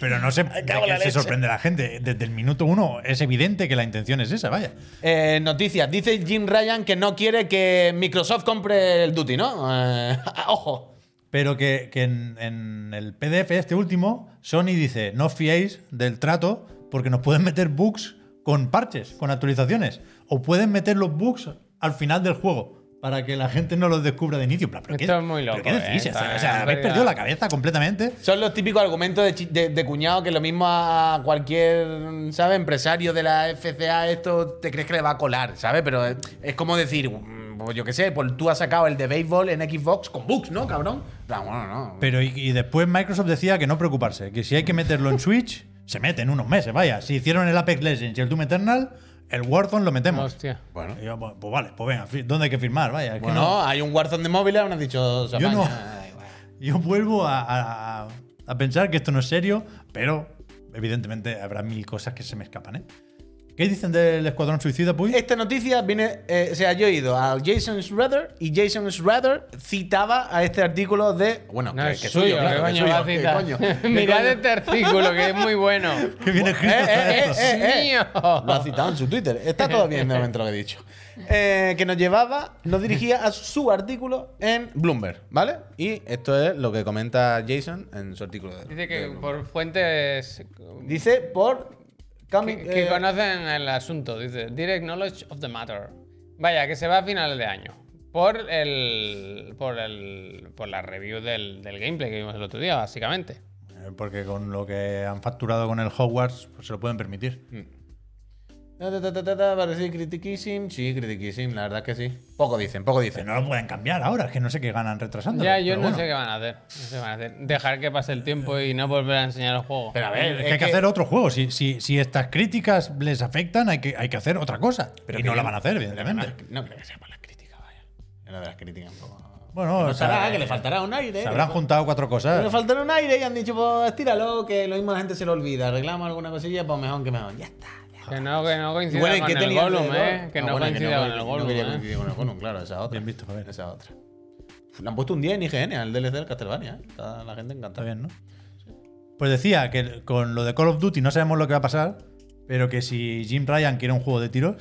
Speaker 2: pero no sé de
Speaker 3: cago en la
Speaker 2: qué se
Speaker 3: leche.
Speaker 2: sorprende la gente. Desde el minuto uno es evidente que la intención es esa, vaya.
Speaker 3: Eh, noticias. Dice Jim Ryan que no quiere que Microsoft compre el Duty, ¿no? Eh, ojo.
Speaker 2: Pero que, que en, en el PDF este último, Sony dice, no os fiéis del trato porque nos pueden meter bugs con parches, con actualizaciones. O pueden meter los bugs al final del juego para que la gente no los descubra de inicio. En plan, ¿Pero qué-
Speaker 1: Esto es muy
Speaker 2: pero
Speaker 1: loco,
Speaker 2: ¿Qué decís?
Speaker 1: eh,
Speaker 2: O sea,
Speaker 1: está-
Speaker 2: o sea, habéis
Speaker 1: en
Speaker 2: perdido la
Speaker 1: realidad.
Speaker 2: cabeza completamente.
Speaker 3: Son los típicos argumentos de, chi- de- de cuñado que lo mismo a cualquier, ¿sabes? Empresario de la FCA, esto te crees que le va a colar, ¿sabes? Pero es, es como decir, mm, pues yo qué sé, pues tú has sacado el de béisbol en Xbox con bugs, ¿no, cabrón? No, bueno, no.
Speaker 2: Pero y, y después Microsoft decía que no preocuparse, que si hay que meterlo en Switch, se mete en unos meses, vaya. Si hicieron el Apex Legends y el Doom Eternal, el Warzone lo metemos.
Speaker 1: Hostia.
Speaker 2: Y yo, pues, pues vale, pues venga, fi- ¿dónde hay que firmar? Vaya, es que
Speaker 3: bueno,
Speaker 2: no-
Speaker 3: hay un Warzone de móviles, aún has dicho. se
Speaker 2: Yo no.
Speaker 3: apaña. Ay, bueno.
Speaker 2: Yo vuelvo a, a- a- a pensar que esto no es serio, pero evidentemente habrá mil cosas que se me escapan, ¿eh? ¿Qué dicen del Escuadrón Suicida,
Speaker 1: Eh,
Speaker 2: Puy?
Speaker 3: Esta noticia viene, eh, o sea, yo he ido al Jason Schrader y Jason Schrader citaba a este artículo de, bueno,
Speaker 1: No
Speaker 3: que,
Speaker 1: es
Speaker 3: que
Speaker 1: suyo,
Speaker 3: claro,
Speaker 1: ¿qué
Speaker 3: que
Speaker 1: coño
Speaker 3: suyo,
Speaker 1: va a
Speaker 3: ¿qué
Speaker 1: citar?
Speaker 3: coño? ¿Qué
Speaker 1: Mirad
Speaker 3: coño?
Speaker 1: este artículo que es muy bueno.
Speaker 2: Que viene escrito
Speaker 3: Eh,
Speaker 2: está
Speaker 3: eh,
Speaker 2: esto.
Speaker 3: eh,
Speaker 1: Dios mío.
Speaker 3: Lo ha citado en su Twitter. Está todo bien de momento lo que he dicho. Eh, que nos llevaba, nos dirigía a su artículo en Bloomberg, ¿vale? Y esto es lo que comenta Jason en su artículo. de-
Speaker 1: Dice
Speaker 3: de
Speaker 1: que
Speaker 3: Bloomberg.
Speaker 1: por fuentes eh,
Speaker 3: Dice por...
Speaker 1: que,
Speaker 3: Cami-
Speaker 1: que
Speaker 3: eh,
Speaker 1: conocen el asunto, dice Direct Knowledge of the Matter. Vaya, que se va a finales de año. Por el. Por el. Por la review del, del gameplay que vimos el otro día, básicamente.
Speaker 2: Eh, Porque con lo que han facturado con el Hogwarts, pues se lo pueden permitir.
Speaker 3: Mm. ta, ta, ta, ta, ta, parece critiquísim. Sí, critiquísim, la verdad es que sí. Poco dicen, poco
Speaker 2: Pero
Speaker 3: dicen.
Speaker 2: no lo pueden cambiar ahora, es que no sé qué ganan retrasándolo.
Speaker 1: Ya, yo
Speaker 2: pero
Speaker 1: no
Speaker 2: bueno.
Speaker 1: sé qué van a hacer. No sé qué van a hacer. Dejar que pase el tiempo y no volver a enseñar el juego.
Speaker 3: Pero a
Speaker 2: Eh,
Speaker 3: ver,
Speaker 2: es que hay que hacer otro juego. Si, si, si estas críticas les afectan, hay que, hay que hacer otra cosa. y
Speaker 3: que
Speaker 2: no la
Speaker 3: yo-
Speaker 2: van a hacer,
Speaker 3: pero que
Speaker 2: evidentemente.
Speaker 3: No, no creo que sea por las críticas, vaya. Era de las críticas un poco...
Speaker 2: Bueno,
Speaker 3: No
Speaker 2: o sea,
Speaker 3: será, que le faltará un aire.
Speaker 2: se
Speaker 3: que
Speaker 2: habrán
Speaker 3: le-
Speaker 2: juntado cuatro
Speaker 3: Pero le
Speaker 2: cosas.
Speaker 3: faltaron un aire y han dicho, pues estíralo, que lo mismo la gente se lo olvida. Arreglamos alguna cosilla, pues mejor que mejor. Ya está. ya.
Speaker 1: Que no, que no coincida
Speaker 3: Bueno, ¿y
Speaker 1: con
Speaker 3: qué
Speaker 1: el
Speaker 3: tenía
Speaker 1: Gollum,
Speaker 3: alrededor?
Speaker 1: eh. Que
Speaker 3: Ah,
Speaker 1: no
Speaker 3: bueno,
Speaker 1: coincida con el Gollum,
Speaker 3: quería
Speaker 1: eh.
Speaker 3: coincidir con el Gollum, claro, esa otra.
Speaker 2: Bien visto, Javier.
Speaker 3: Esa otra. Le han puesto un 10 en IGN al DLC del Castlevania, ¿eh? Está la gente
Speaker 2: Está
Speaker 3: encantada.
Speaker 2: bien, ¿no? Pues decía que con lo de Call of Duty no sabemos lo que va a pasar, pero que si Jim Ryan quiere un juego de tiros,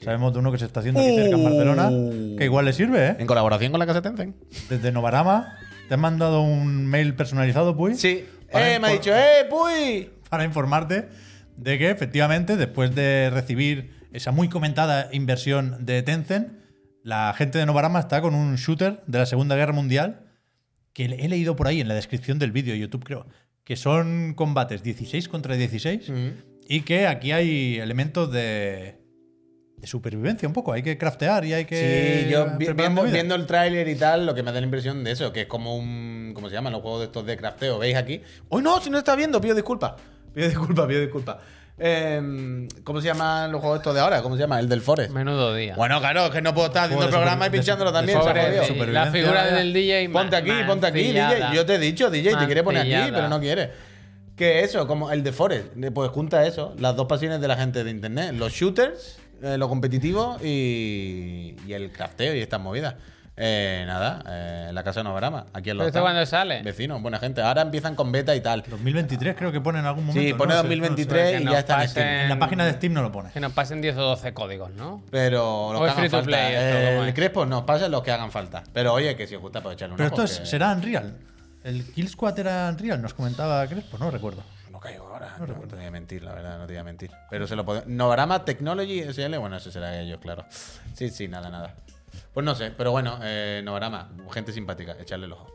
Speaker 2: sabemos de uno que se está haciendo aquí cerca en
Speaker 3: Uh.
Speaker 2: Barcelona, que igual le sirve, ¿eh?
Speaker 3: En colaboración con la Casa Tencent.
Speaker 2: Desde Novarama, ¿te han mandado un mail personalizado, Puy?
Speaker 3: Sí.
Speaker 2: Para
Speaker 3: eh, me ha
Speaker 2: infor-
Speaker 3: dicho, eh, puy.
Speaker 2: Para informarte de que efectivamente, después de recibir esa muy comentada inversión de Tencent, la gente de Novarama está con un shooter de la Segunda Guerra Mundial que he leído por ahí en la descripción del vídeo de YouTube, creo, que son combates 16 contra 16
Speaker 3: Mm.
Speaker 1: Mm.
Speaker 2: y que aquí hay elementos de, de supervivencia un poco, hay que craftear y hay que...
Speaker 3: Sí, yo vi-
Speaker 2: preparar
Speaker 3: viendo,
Speaker 2: movidas.
Speaker 3: viendo el tráiler y tal, lo que me da la impresión de eso, que es como un. ¿Cómo se llaman los juegos de estos de crafteo? ¿Veis aquí? ¡Uy, no! Si no está viendo, pido disculpas. Pido disculpas, pido disculpas. Em, ¿Cómo se llaman los juegos estos de ahora? ¿Cómo se llama? El del Forest.
Speaker 1: Menudo día.
Speaker 3: Bueno, claro, es que no puedo estar haciendo el
Speaker 2: Juego de
Speaker 3: programa y
Speaker 2: super- de
Speaker 3: pinchándolo
Speaker 2: super- de
Speaker 3: también. se ha
Speaker 2: sobre-
Speaker 3: jodido.
Speaker 2: de
Speaker 1: Pobre,
Speaker 2: super-
Speaker 1: la
Speaker 2: supervivencia.
Speaker 1: figura del DJ.
Speaker 3: Ponte aquí,
Speaker 1: man-
Speaker 3: ponte aquí,
Speaker 1: mancillada.
Speaker 3: DJ. Yo te he dicho, DJ, te quiere poner aquí,
Speaker 1: Mancillada.
Speaker 3: pero no quiere. Que eso, como el de Forest. Pues junta eso, las dos pasiones de la gente de internet: los shooters, eh, lo competitivo y, y el crafteo y estas movidas. Eh, nada, eh, la casa de Novarama, aquí en
Speaker 1: ¿Pero
Speaker 3: los
Speaker 1: esto cuando sale?
Speaker 3: vecinos, buena gente. Ahora empiezan con beta y tal.
Speaker 2: 2023 creo que pone en algún momento.
Speaker 3: Sí, pone
Speaker 2: ¿no?
Speaker 3: 2023
Speaker 1: Que
Speaker 3: y
Speaker 1: nos
Speaker 3: ya está en
Speaker 1: pasen-
Speaker 3: Steam.
Speaker 2: En la página de Steam no lo pone.
Speaker 1: Que nos pasen 10 o 12 códigos, ¿no?
Speaker 3: Pero los
Speaker 1: O
Speaker 3: que
Speaker 1: es
Speaker 3: hagan
Speaker 1: free to
Speaker 3: falta.
Speaker 1: play esto,
Speaker 3: Eh,
Speaker 1: ¿cómo
Speaker 3: el
Speaker 1: es?
Speaker 3: Crespo nos pasa los que hagan falta. Pero oye, que si os gusta, pues echarle un
Speaker 2: Pero
Speaker 3: ojo,
Speaker 2: esto es-
Speaker 3: que-
Speaker 2: será Unreal. El Kill Squad era Unreal, nos comentaba Crespo, no recuerdo.
Speaker 3: No caigo ahora. No, te voy a mentir, la verdad, no te voy a mentir. Pero se lo podemos. Novarama Technology SL, bueno, eso será ellos, claro. Sí, sí, nada, nada. Pues no sé, pero bueno, eh, Novarama, gente simpática, echarle el ojo.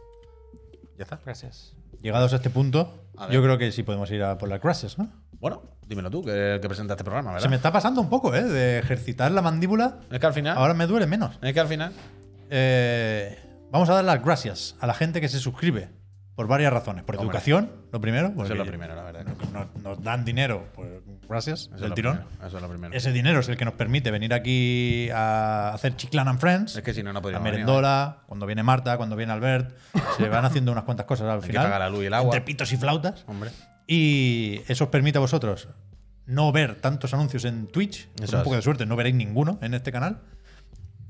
Speaker 3: ¿Ya está?
Speaker 1: Gracias.
Speaker 2: Llegados a este punto,
Speaker 3: A ver.
Speaker 2: yo creo que sí podemos ir a por las crashes, ¿no?
Speaker 3: Bueno, dímelo tú, que, que presentas este programa,
Speaker 2: Se
Speaker 3: ¿verdad?
Speaker 2: me está pasando un poco, ¿eh? De ejercitar la mandíbula,
Speaker 3: Es que al final.
Speaker 2: ahora me duele menos.
Speaker 3: Es que al final.
Speaker 2: Eh, vamos a dar las gracias a la gente que se suscribe por varias razones. Por
Speaker 3: Hombre.
Speaker 2: educación, lo primero.
Speaker 3: Eso
Speaker 2: porque
Speaker 3: es lo primero, la verdad. Eso
Speaker 2: no- Nos, dan dinero, pues gracias,
Speaker 3: es
Speaker 2: del
Speaker 3: lo
Speaker 2: tirón.
Speaker 3: primero, eso es lo primero.
Speaker 2: Ese dinero es el que nos permite venir aquí a hacer Chiclan and Friends.
Speaker 3: Es que si no, no
Speaker 2: la
Speaker 3: podríamos. venir, ¿eh?
Speaker 2: merendola, cuando viene Marta, cuando viene Albert, se van haciendo unas cuantas cosas al
Speaker 3: que
Speaker 2: final.
Speaker 3: pagar la luz y el agua.
Speaker 2: Entre pitos y flautas.
Speaker 3: Hombre.
Speaker 2: Y eso os permite a vosotros no ver tantos anuncios en Twitch, con
Speaker 3: Eso
Speaker 2: un
Speaker 3: es.
Speaker 2: poco de suerte, no veréis ninguno en este canal,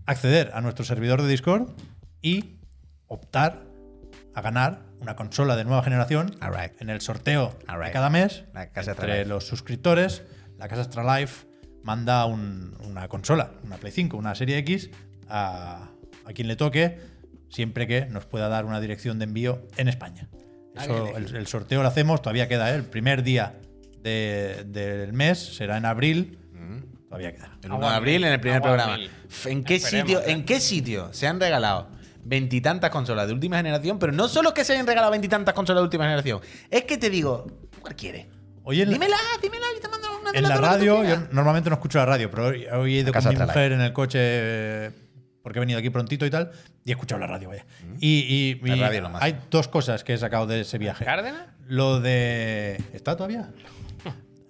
Speaker 2: acceder a nuestro servidor de Discord y optar a ganar una consola de nueva generación
Speaker 3: Alright.
Speaker 2: en el sorteo
Speaker 3: Alright.
Speaker 2: de cada mes
Speaker 3: La Casa
Speaker 2: entre
Speaker 3: Astralife.
Speaker 2: los suscriptores. La Casa Astralife manda un- una consola, una Play 5, una Serie X a, a quien le toque, siempre que nos pueda dar una dirección de envío en España.
Speaker 3: Ah,
Speaker 2: Eso, el, el sorteo lo hacemos, todavía queda ¿eh? el primer día de- del mes, será en abril,
Speaker 3: Mm.
Speaker 2: todavía queda.
Speaker 3: El 1 de
Speaker 1: Agua
Speaker 3: abril en el primer
Speaker 1: Agua
Speaker 3: programa.
Speaker 1: Abril.
Speaker 3: F- ¿En qué,
Speaker 1: Esperemos,
Speaker 3: sitio,
Speaker 1: ¿eh?
Speaker 3: ¿En qué sitio se han regalado veintitantas consolas de última generación? Pero no solo que se hayan regalado veintitantas consolas de última generación. Es que te digo, ¿tú ¿cuál quieres?
Speaker 2: Hoy en la-
Speaker 3: dímela, dímela, yo te mando una de
Speaker 2: en la
Speaker 3: las que tú
Speaker 2: radio, yo
Speaker 3: quieras.
Speaker 2: normalmente no escucho la radio, pero hoy, hoy he ido
Speaker 3: La
Speaker 2: con
Speaker 3: Casa
Speaker 2: mi
Speaker 3: Astralife.
Speaker 2: mujer en el coche eh, porque he venido aquí prontito y tal, y he escuchado la radio, vaya. Y, y-
Speaker 3: Mm. La
Speaker 2: y
Speaker 3: radio lo máximo.
Speaker 2: hay dos cosas que he sacado de ese viaje.
Speaker 1: ¿Cárdenas?
Speaker 2: Lo de... ¿Está todavía?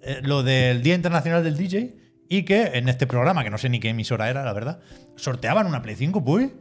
Speaker 2: Eh, lo del Día Internacional del DJ y que en este programa, que no sé ni qué emisora era, la verdad, sorteaban una Play 5, pues,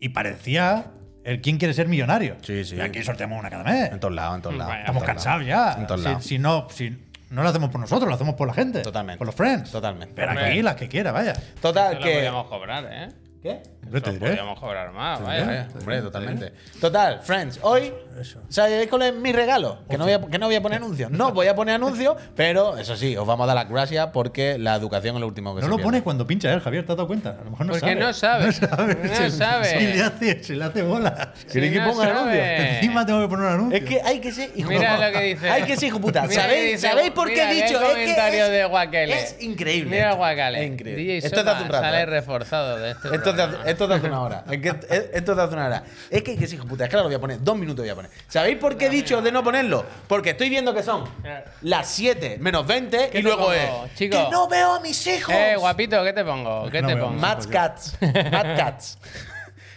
Speaker 2: y parecía el quién quiere ser millonario.
Speaker 3: Sí, sí.
Speaker 2: Y aquí sorteamos una cada mes.
Speaker 3: En todos lados, en todos lados.
Speaker 1: Vaya.
Speaker 3: en
Speaker 2: Estamos
Speaker 3: todos lados.
Speaker 2: cansados ya.
Speaker 3: En todos
Speaker 2: Si-
Speaker 3: lados.
Speaker 2: Si, no, si no lo hacemos por nosotros, lo hacemos por la gente.
Speaker 3: Totalmente.
Speaker 2: Por los friends.
Speaker 3: Totalmente.
Speaker 2: Pero
Speaker 1: Hombre.
Speaker 2: aquí, las que quiera, vaya.
Speaker 1: Eso
Speaker 3: Total,
Speaker 1: lo
Speaker 3: que.
Speaker 1: podríamos cobrar, ¿eh?
Speaker 3: ¿Qué?
Speaker 2: Hombre,
Speaker 1: Eso
Speaker 2: te
Speaker 1: lo
Speaker 2: diré.
Speaker 1: podríamos cobrar más,
Speaker 3: Vaya,
Speaker 1: vaya.
Speaker 2: ¿eh?
Speaker 3: vaya, hombre, totalmente. Total, friends, hoy.
Speaker 2: Eso.
Speaker 3: ¿Sabéis cuál es mi regalo? Que no, voy a, que no voy a poner anuncios. No voy a poner anuncios, pero eso sí, os vamos a dar las gracias porque la educación es lo último que
Speaker 2: No
Speaker 3: se
Speaker 2: lo
Speaker 3: pierde.
Speaker 2: pones cuando pincha él, Javier, ¿te has dado cuenta? A lo mejor no
Speaker 1: Porque no
Speaker 2: sabe.
Speaker 1: sabe. No
Speaker 2: Se-
Speaker 1: sabe.
Speaker 2: Se le hace, se le hace bola.
Speaker 1: ¿Queréis que no ponga el sabe. anuncio?
Speaker 2: Encima tengo que poner un anuncio.
Speaker 3: Es que hay que ser hijo
Speaker 1: Mira
Speaker 3: puta.
Speaker 1: lo que dice.
Speaker 3: Hay que ser hijo puta.
Speaker 1: Mira
Speaker 3: ¿Sabéis,
Speaker 1: que dice-
Speaker 3: ¿Sabéis por qué
Speaker 1: mira
Speaker 3: he dicho?
Speaker 1: El
Speaker 3: Es que
Speaker 1: comentario
Speaker 3: es-
Speaker 1: de Guacale.
Speaker 3: Es increíble.
Speaker 1: Mira Guacale.
Speaker 3: Es increíble.
Speaker 1: DJ
Speaker 3: Esto es de hace
Speaker 1: Soma
Speaker 3: un rato,
Speaker 1: sale
Speaker 3: ¿eh?
Speaker 1: reforzado de este.
Speaker 3: Esto te,
Speaker 1: programa.
Speaker 3: hace, esto te hace una hora. Es que, es- esto te hace una hora. Es que hay que ser hijo puta. Es que ahora lo voy a poner. Dos minutos voy a poner. ¿Sabéis por qué he dicho de no ponerlo? Porque estoy viendo que son
Speaker 1: Eh.
Speaker 3: las 7 menos 20 y
Speaker 1: ¿Qué
Speaker 3: luego
Speaker 1: pongo,
Speaker 3: es.
Speaker 1: chico?
Speaker 3: ¡Que no veo a mis hijos!
Speaker 1: Eh, guapito, ¿qué te pongo? ¿Qué
Speaker 2: No
Speaker 1: te
Speaker 2: veo
Speaker 1: pongo?
Speaker 2: más.
Speaker 3: Mad Cats. Mad Cats.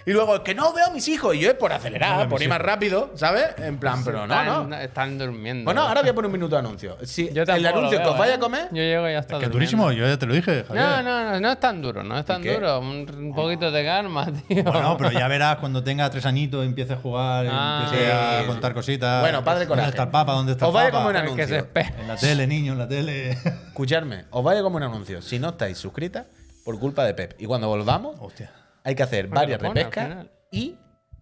Speaker 3: Y luego, es que no veo a mis hijos. Y yo es por
Speaker 2: No
Speaker 3: acelerar,
Speaker 2: veo a
Speaker 3: por
Speaker 2: mis
Speaker 3: ir más rápido, ¿sabes? En plan, pero no, no.
Speaker 1: Están, están durmiendo.
Speaker 3: Bueno, ahora voy a poner un minuto de anuncio. Si
Speaker 1: Yo
Speaker 3: el
Speaker 1: tampoco lo
Speaker 3: anuncio que
Speaker 1: veo,
Speaker 3: os vaya
Speaker 1: ¿eh?
Speaker 3: a comer,
Speaker 1: Yo llego y ya está.
Speaker 2: Es que
Speaker 1: durmiendo.
Speaker 2: durísimo, yo ya te lo dije, Javier.
Speaker 1: No, no, no, no es tan duro, no es tan
Speaker 3: ¿Y qué?
Speaker 1: duro. Un, un poquito de calma, tío.
Speaker 2: Bueno, pero ya verás cuando tenga tres añitos, empiece a jugar,
Speaker 1: Ah.
Speaker 2: empiece
Speaker 3: Sí,
Speaker 2: a
Speaker 3: sí.
Speaker 2: contar cositas.
Speaker 3: Bueno, padre
Speaker 2: ¿Dónde
Speaker 3: coraje.
Speaker 2: está el papa? ¿Dónde está
Speaker 3: Os
Speaker 2: el
Speaker 3: vaya
Speaker 2: papa?
Speaker 3: como un
Speaker 1: Ay, que se
Speaker 3: anuncio.
Speaker 1: espera.
Speaker 2: En la tele, niño, en la tele.
Speaker 3: escuchadme, os vaya como un anuncio. Si no estáis suscritas, por culpa de Pep. Y cuando volvamos,
Speaker 2: Hostia.
Speaker 3: hay que hacer
Speaker 1: Oh. Bueno,
Speaker 3: varias
Speaker 1: lo pone al
Speaker 3: repescas.
Speaker 1: final.
Speaker 3: Y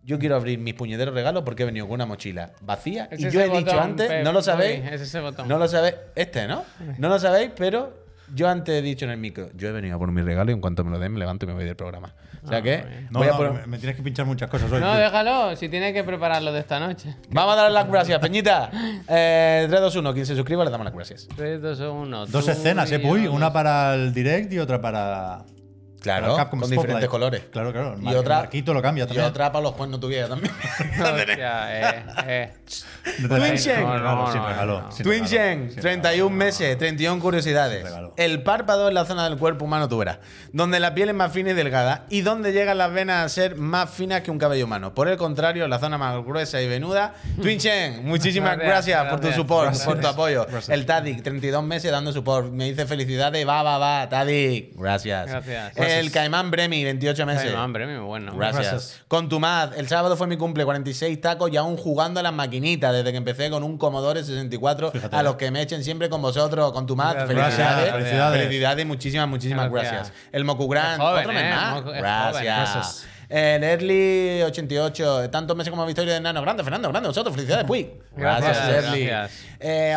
Speaker 3: yo quiero abrir mis puñeteros regalos porque he venido con una mochila vacía.
Speaker 1: Ese
Speaker 3: y
Speaker 1: es
Speaker 3: yo he
Speaker 1: el
Speaker 3: dicho
Speaker 1: botón,
Speaker 3: antes,
Speaker 1: Pep,
Speaker 3: no lo
Speaker 1: uy,
Speaker 3: sabéis.
Speaker 1: ese es el botón.
Speaker 3: No lo sabéis. Este, ¿no? No lo sabéis, pero yo antes he dicho en el micro, yo he venido a por mi regalo y en cuanto me lo den, me levanto y me voy del programa. O sea que
Speaker 1: Ah, bien.
Speaker 2: No,
Speaker 3: voy a
Speaker 2: no,
Speaker 3: por-
Speaker 2: me, me tienes que pinchar muchas cosas hoy.
Speaker 1: No,
Speaker 2: tío.
Speaker 1: déjalo, si tiene que prepararlo de esta noche.
Speaker 3: Vamos a darle las gracias, Peñita. Eh, 3, 2, 1. Quien se suscriba, le damos las gracias.
Speaker 1: 3, 2, 1.
Speaker 2: Dos escenas, eh, Puy. Una para el direct y otra para. para
Speaker 3: Claro,
Speaker 2: el
Speaker 3: con
Speaker 2: Capcom
Speaker 3: diferentes
Speaker 2: Spotlight.
Speaker 3: colores.
Speaker 2: Claro, claro.
Speaker 3: Y
Speaker 2: El mar-
Speaker 3: otra-
Speaker 2: el marquito lo cambia
Speaker 3: Y
Speaker 2: también.
Speaker 3: otra para los Juan no tuviera también.
Speaker 1: Hostia, eh, eh.
Speaker 2: No te la-
Speaker 3: Twin Sheng.
Speaker 2: No, no,
Speaker 1: No,
Speaker 2: sin
Speaker 1: no,
Speaker 2: regalo,
Speaker 1: no.
Speaker 2: sin
Speaker 3: Twin
Speaker 2: regalo,
Speaker 3: Gen,
Speaker 2: sin
Speaker 3: 31 meses, 31 curiosidades.
Speaker 2: Regalo.
Speaker 3: El párpado es la zona del cuerpo humano, tú verás, donde la piel es más fina y delgada y donde llegan las venas a ser más finas que un cabello humano. Por el contrario, la zona más gruesa y venuda. Twin Chen, muchísimas gracias,
Speaker 1: Gracias,
Speaker 3: por tu
Speaker 1: gracias.
Speaker 3: support,
Speaker 1: Gracias.
Speaker 3: por tu apoyo. El Tadic, 32 meses dando support. Me dice felicidades, va, va, va, Tadic. Gracias.
Speaker 1: Gracias.
Speaker 3: El Caimán Bremi, 28 meses.
Speaker 1: Ay, hombre, muy bueno.
Speaker 3: Gracias.
Speaker 2: Gracias.
Speaker 3: Con tu mad, el sábado fue mi cumple, 46 tacos y aún jugando a las maquinitas desde que empecé con un Commodore 64
Speaker 2: Fíjate.
Speaker 3: a los que me echen siempre con vosotros, con tu mad.
Speaker 1: Gracias.
Speaker 3: Felicidades.
Speaker 2: Gracias,
Speaker 3: Felicidades.
Speaker 2: felicidades.
Speaker 3: muchísimas, muchísimas gracias.
Speaker 1: Gracias.
Speaker 3: El Mokugran,
Speaker 1: Es joven,
Speaker 3: otro mes
Speaker 1: eh,
Speaker 3: más.
Speaker 1: Moku- es joven.
Speaker 3: Gracias.
Speaker 1: Gracias.
Speaker 3: El Early 88, tantos meses como Victoria de Nano. Grande, Fernando, grande, vosotros, felicidades, Puy. Gracias,
Speaker 1: Gracias,
Speaker 3: Early.
Speaker 1: gracias.
Speaker 3: Eh,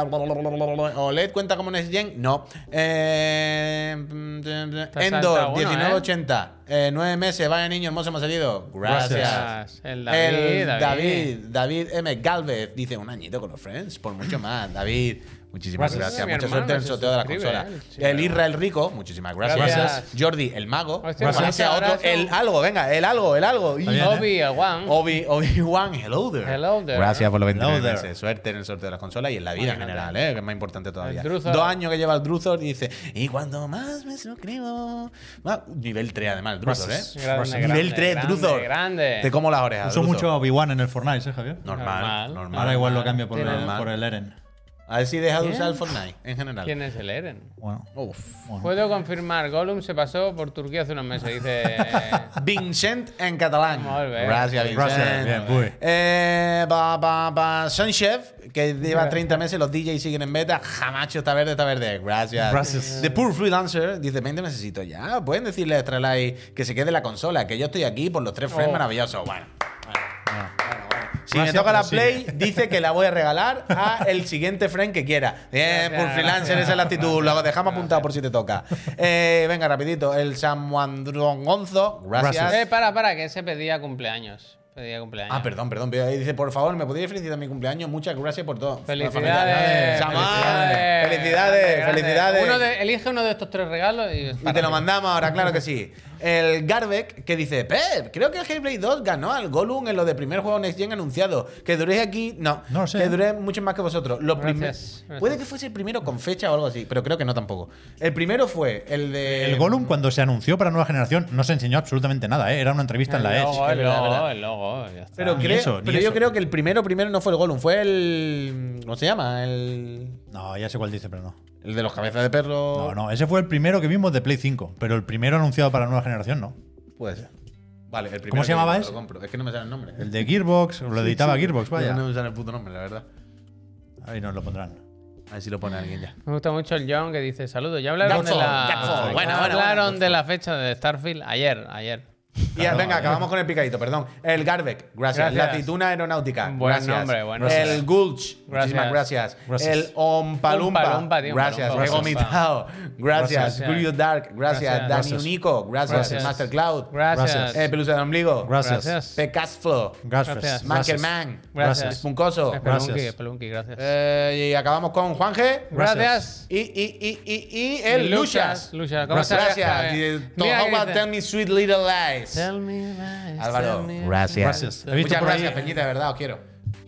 Speaker 3: OLED cuenta como Next Gen, no. Eh, Endor,
Speaker 1: salta uno,
Speaker 3: 1980. Eh, nueve meses, vaya niño hermoso, hemos salido. Gracias.
Speaker 1: Gracias. El David,
Speaker 3: El David, David,
Speaker 1: David.
Speaker 3: M. Galvez dice un añito con los Friends, por mucho más. David, muchísimas
Speaker 1: Gracias.
Speaker 3: gracias.
Speaker 1: Mi
Speaker 3: Mucha
Speaker 1: hermano
Speaker 3: suerte en el
Speaker 1: se
Speaker 3: sorteo de la
Speaker 1: suscribe,
Speaker 3: consola.
Speaker 1: ¿eh? Sí,
Speaker 3: El Israel Rico, muchísimas gracias.
Speaker 1: Gracias.
Speaker 3: Jordi, el mago.
Speaker 1: Hostia,
Speaker 3: Gracias.
Speaker 1: gracias,
Speaker 3: Otro,
Speaker 1: abrazo.
Speaker 3: el algo, venga, el algo, el algo. Y-
Speaker 2: Está bien, ¿eh?
Speaker 1: Obi, el Juan.
Speaker 3: Obi, Obi Wan, hello there.
Speaker 1: Hello there.
Speaker 3: Gracias por los 29
Speaker 2: Hello there.
Speaker 3: meses. Suerte en el sorteo de las consolas y en la vida en general, ¿eh? que es más importante todavía.
Speaker 1: El Druzor.
Speaker 3: Dos años que lleva el Druzor y dice, y cuando más me suscribo. Va, nivel 3 además, el Druzor, ¿eh?
Speaker 2: Gracias.
Speaker 1: Grande,
Speaker 3: nivel 3,
Speaker 1: grande,
Speaker 3: Druzor.
Speaker 1: Grande.
Speaker 3: Te como las orejas.
Speaker 2: Uso
Speaker 3: Druzor.
Speaker 2: mucho a Obi-Wan en el Fortnite, ¿eh, Javier?
Speaker 3: Normal, normal.
Speaker 1: Normal.
Speaker 2: Ahora igual lo cambio por,
Speaker 1: Tiene-
Speaker 2: el, por el Eren.
Speaker 3: A ver si deja de usar el
Speaker 1: ¿Quién?
Speaker 3: Fortnite en general.
Speaker 1: ¿Quién es el Eren?
Speaker 2: Bueno.
Speaker 3: Uf.
Speaker 1: Puedo confirmar, Gollum se pasó por Turquía hace unos meses, dice.
Speaker 3: Vincent en catalán.
Speaker 1: Molt bé.
Speaker 3: Gracias, Vincent.
Speaker 2: Gracias, bien, muy.
Speaker 3: Eh, va, va, va. Sonchef, que lleva 30 meses, los DJs siguen en beta. Jamacho está verde, está verde. Gracias.
Speaker 2: Gracias.
Speaker 3: The Poor Freelancer dice: 20 necesito ya. Pueden decirle a Astralife que se quede la consola, que yo estoy aquí por los tres frames
Speaker 1: Oh.
Speaker 3: maravillosos. Bueno. bueno, bueno, bueno, bueno. Si
Speaker 2: Ah.
Speaker 3: me
Speaker 2: Gracias,
Speaker 3: toca la
Speaker 2: pero
Speaker 3: Play, dice que la voy a regalar a el siguiente friend que quiera. Bien,
Speaker 1: Gracias,
Speaker 3: Poor Freelancer,
Speaker 1: gracias,
Speaker 3: esa es la actitud. Lo dejamos
Speaker 1: gracias.
Speaker 3: apuntado por si te toca. Eh, venga, rapidito. El San Juan Gonzo. Gracias.
Speaker 1: Eh, para, para, que se pedía cumpleaños. Pedía cumpleaños.
Speaker 3: Ah, perdón, perdón. veo ahí Dice, por favor, ¿me podéis felicitar mi cumpleaños? Muchas gracias por todo.
Speaker 1: Felicidades.
Speaker 3: Samar, Felicidades.
Speaker 1: Grande, grande.
Speaker 3: Felicidades.
Speaker 1: Uno de- elige uno de estos tres regalos y.
Speaker 3: Y te lo mandamos ahora, claro que sí. El Garbeck que dice, Pep, creo que el Hellblade 2 ganó al Gollum en lo de primer juego Next Gen anunciado. Que duréis aquí... No,
Speaker 2: No lo sé.
Speaker 3: Que duré mucho más que vosotros. Los prim-
Speaker 1: Gracias, gracias.
Speaker 3: Puede que fuese el primero con fecha o algo así, pero creo que no tampoco. El primero fue el de...
Speaker 2: El Gollum, cuando se anunció para nueva generación, no se enseñó absolutamente nada, ¿eh? Era una entrevista en la Edge.
Speaker 1: logo, el
Speaker 3: verdad,
Speaker 1: logo,
Speaker 3: verdad.
Speaker 1: el logo, ya está.
Speaker 3: Pero,
Speaker 2: Ni
Speaker 3: creo-
Speaker 2: eso, ni
Speaker 3: pero yo
Speaker 2: eso.
Speaker 3: creo que el primero, primero no fue el Gollum, fue el... ¿Cómo se llama? El...
Speaker 2: No, ya sé cuál dice, pero no.
Speaker 3: El de los cabezas de perro.
Speaker 2: No, no, ese fue el primero que vimos de Play 5, pero el primero anunciado para nueva generación no.
Speaker 3: Puede ser. Pues, Vale, el primero.
Speaker 2: ¿Cómo se
Speaker 3: que
Speaker 2: llamaba
Speaker 3: lo
Speaker 2: ese?
Speaker 3: compro. Es que no me sale el nombre.
Speaker 2: El de Gearbox, lo editaba Gearbox, vaya.
Speaker 3: No me sale el puto nombre, la verdad.
Speaker 2: Ahí nos lo pondrán.
Speaker 3: A ver si lo pone alguien ya.
Speaker 1: Me gusta mucho el John que dice saludos. Ya hablaron
Speaker 3: Godfall,
Speaker 1: de la.
Speaker 3: Godfall. Bueno, bueno, bueno,
Speaker 1: hablaron de la fecha de Starfield ayer, ayer.
Speaker 3: Y ya, venga, acabamos con el picadito, perdón. El Garbeck, gracias.
Speaker 1: Gracias.
Speaker 3: La aceituna aeronáutica.
Speaker 1: Buen
Speaker 3: gracias.
Speaker 1: nombre, buen nombre.
Speaker 3: El Gulch,
Speaker 1: Gracias.
Speaker 3: muchísimas gracias.
Speaker 2: Gracias.
Speaker 3: El Ompalumpa,
Speaker 1: Ompalumpa, tío,
Speaker 3: gracias.
Speaker 1: Ompalumpa.
Speaker 3: He vomitado, gracias.
Speaker 1: Gracias.
Speaker 3: Curious Dark, gracias.
Speaker 1: Gracias.
Speaker 3: Dani
Speaker 2: Gracias.
Speaker 3: Unico, gracias.
Speaker 1: Gracias.
Speaker 3: Master Cloud,
Speaker 1: Gracias.
Speaker 3: Eh, Pelusa de Ombligo,
Speaker 2: Gracias.
Speaker 1: Gracias.
Speaker 3: Pecasflo,
Speaker 2: Gracias.
Speaker 1: Gracias.
Speaker 3: Manker
Speaker 2: Gracias.
Speaker 3: Man,
Speaker 1: Gracias.
Speaker 3: Spuncoso.
Speaker 1: Spelunky,
Speaker 2: gracias.
Speaker 1: Spelunky, gracias.
Speaker 3: Eh, y acabamos con Juanje.
Speaker 1: gracias.
Speaker 3: Y, y, y, y, y el Luchas.
Speaker 1: Luchas, ¿cómo
Speaker 3: Gracias.
Speaker 1: se llama?
Speaker 3: Y-
Speaker 1: Mira que
Speaker 3: Tohowa,
Speaker 1: dice-
Speaker 3: tell me sweet little lies.
Speaker 1: Tell me lies,
Speaker 3: Álvaro,
Speaker 1: tell me-
Speaker 2: Gracias. He visto
Speaker 3: Muchas
Speaker 2: por ahí-
Speaker 3: gracias, Peñita, de verdad, os quiero.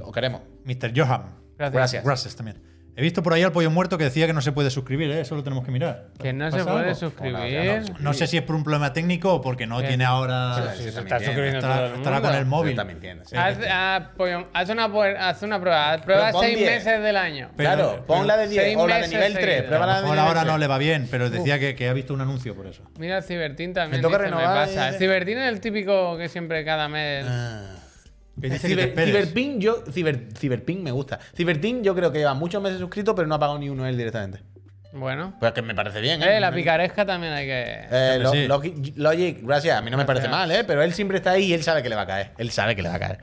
Speaker 3: Os queremos.
Speaker 2: Mr. Johan.
Speaker 1: Gracias.
Speaker 2: Gracias también. He visto por ahí al pollo muerto que decía que no se puede suscribir, ¿eh? Eso lo tenemos que mirar.
Speaker 1: Que no se
Speaker 2: ¿Pasa
Speaker 1: puede
Speaker 2: algo?
Speaker 1: suscribir.
Speaker 2: No sé si es por un problema técnico o porque no
Speaker 1: Eh,
Speaker 2: tiene ahora.
Speaker 3: sí, sí,
Speaker 1: Se
Speaker 2: estará-
Speaker 3: sí.
Speaker 1: está
Speaker 3: También,
Speaker 1: suscribiendo todo el
Speaker 2: estará con
Speaker 1: mundo.
Speaker 2: el móvil.
Speaker 3: Está mintiendo, sí.
Speaker 1: Haz,
Speaker 2: Eh,
Speaker 1: ah, pollo, haz una, puer- haz una prueba. Haz prueba
Speaker 3: pon
Speaker 1: seis
Speaker 3: 10.
Speaker 1: meses del año.
Speaker 2: Pero-
Speaker 3: claro, pon la de 10
Speaker 1: Seis
Speaker 3: o la de
Speaker 1: meses
Speaker 3: nivel 3.
Speaker 1: seguidos.
Speaker 2: A
Speaker 3: Prueba
Speaker 2: lo
Speaker 3: la de
Speaker 2: mejor
Speaker 3: nivel
Speaker 2: ahora
Speaker 3: 3.
Speaker 2: no le va bien, pero decía que, que ha visto un anuncio por eso.
Speaker 1: Mira, el Cibertín también.
Speaker 3: Me toca
Speaker 1: dice,
Speaker 3: renovar,
Speaker 1: pasa.
Speaker 3: eh.
Speaker 1: El Cibertín es el típico que siempre cada mes.
Speaker 2: Que dice que te
Speaker 3: Ciber-
Speaker 2: esperes.
Speaker 3: Ciberping, yo. Ciber, Ciberping me gusta. Ciberping, yo creo que lleva muchos meses suscrito, pero no ha pagado ni uno él directamente.
Speaker 1: Bueno.
Speaker 3: Pues que me parece bien, ¿eh?
Speaker 1: Eh, la picaresca también hay que.
Speaker 3: Eh, lo-
Speaker 2: Sí.
Speaker 3: Logi- Logic, gracias. A mí no me parece mal, ¿eh? Pero él siempre está ahí y él sabe que le va a caer. Él sabe que le va a caer.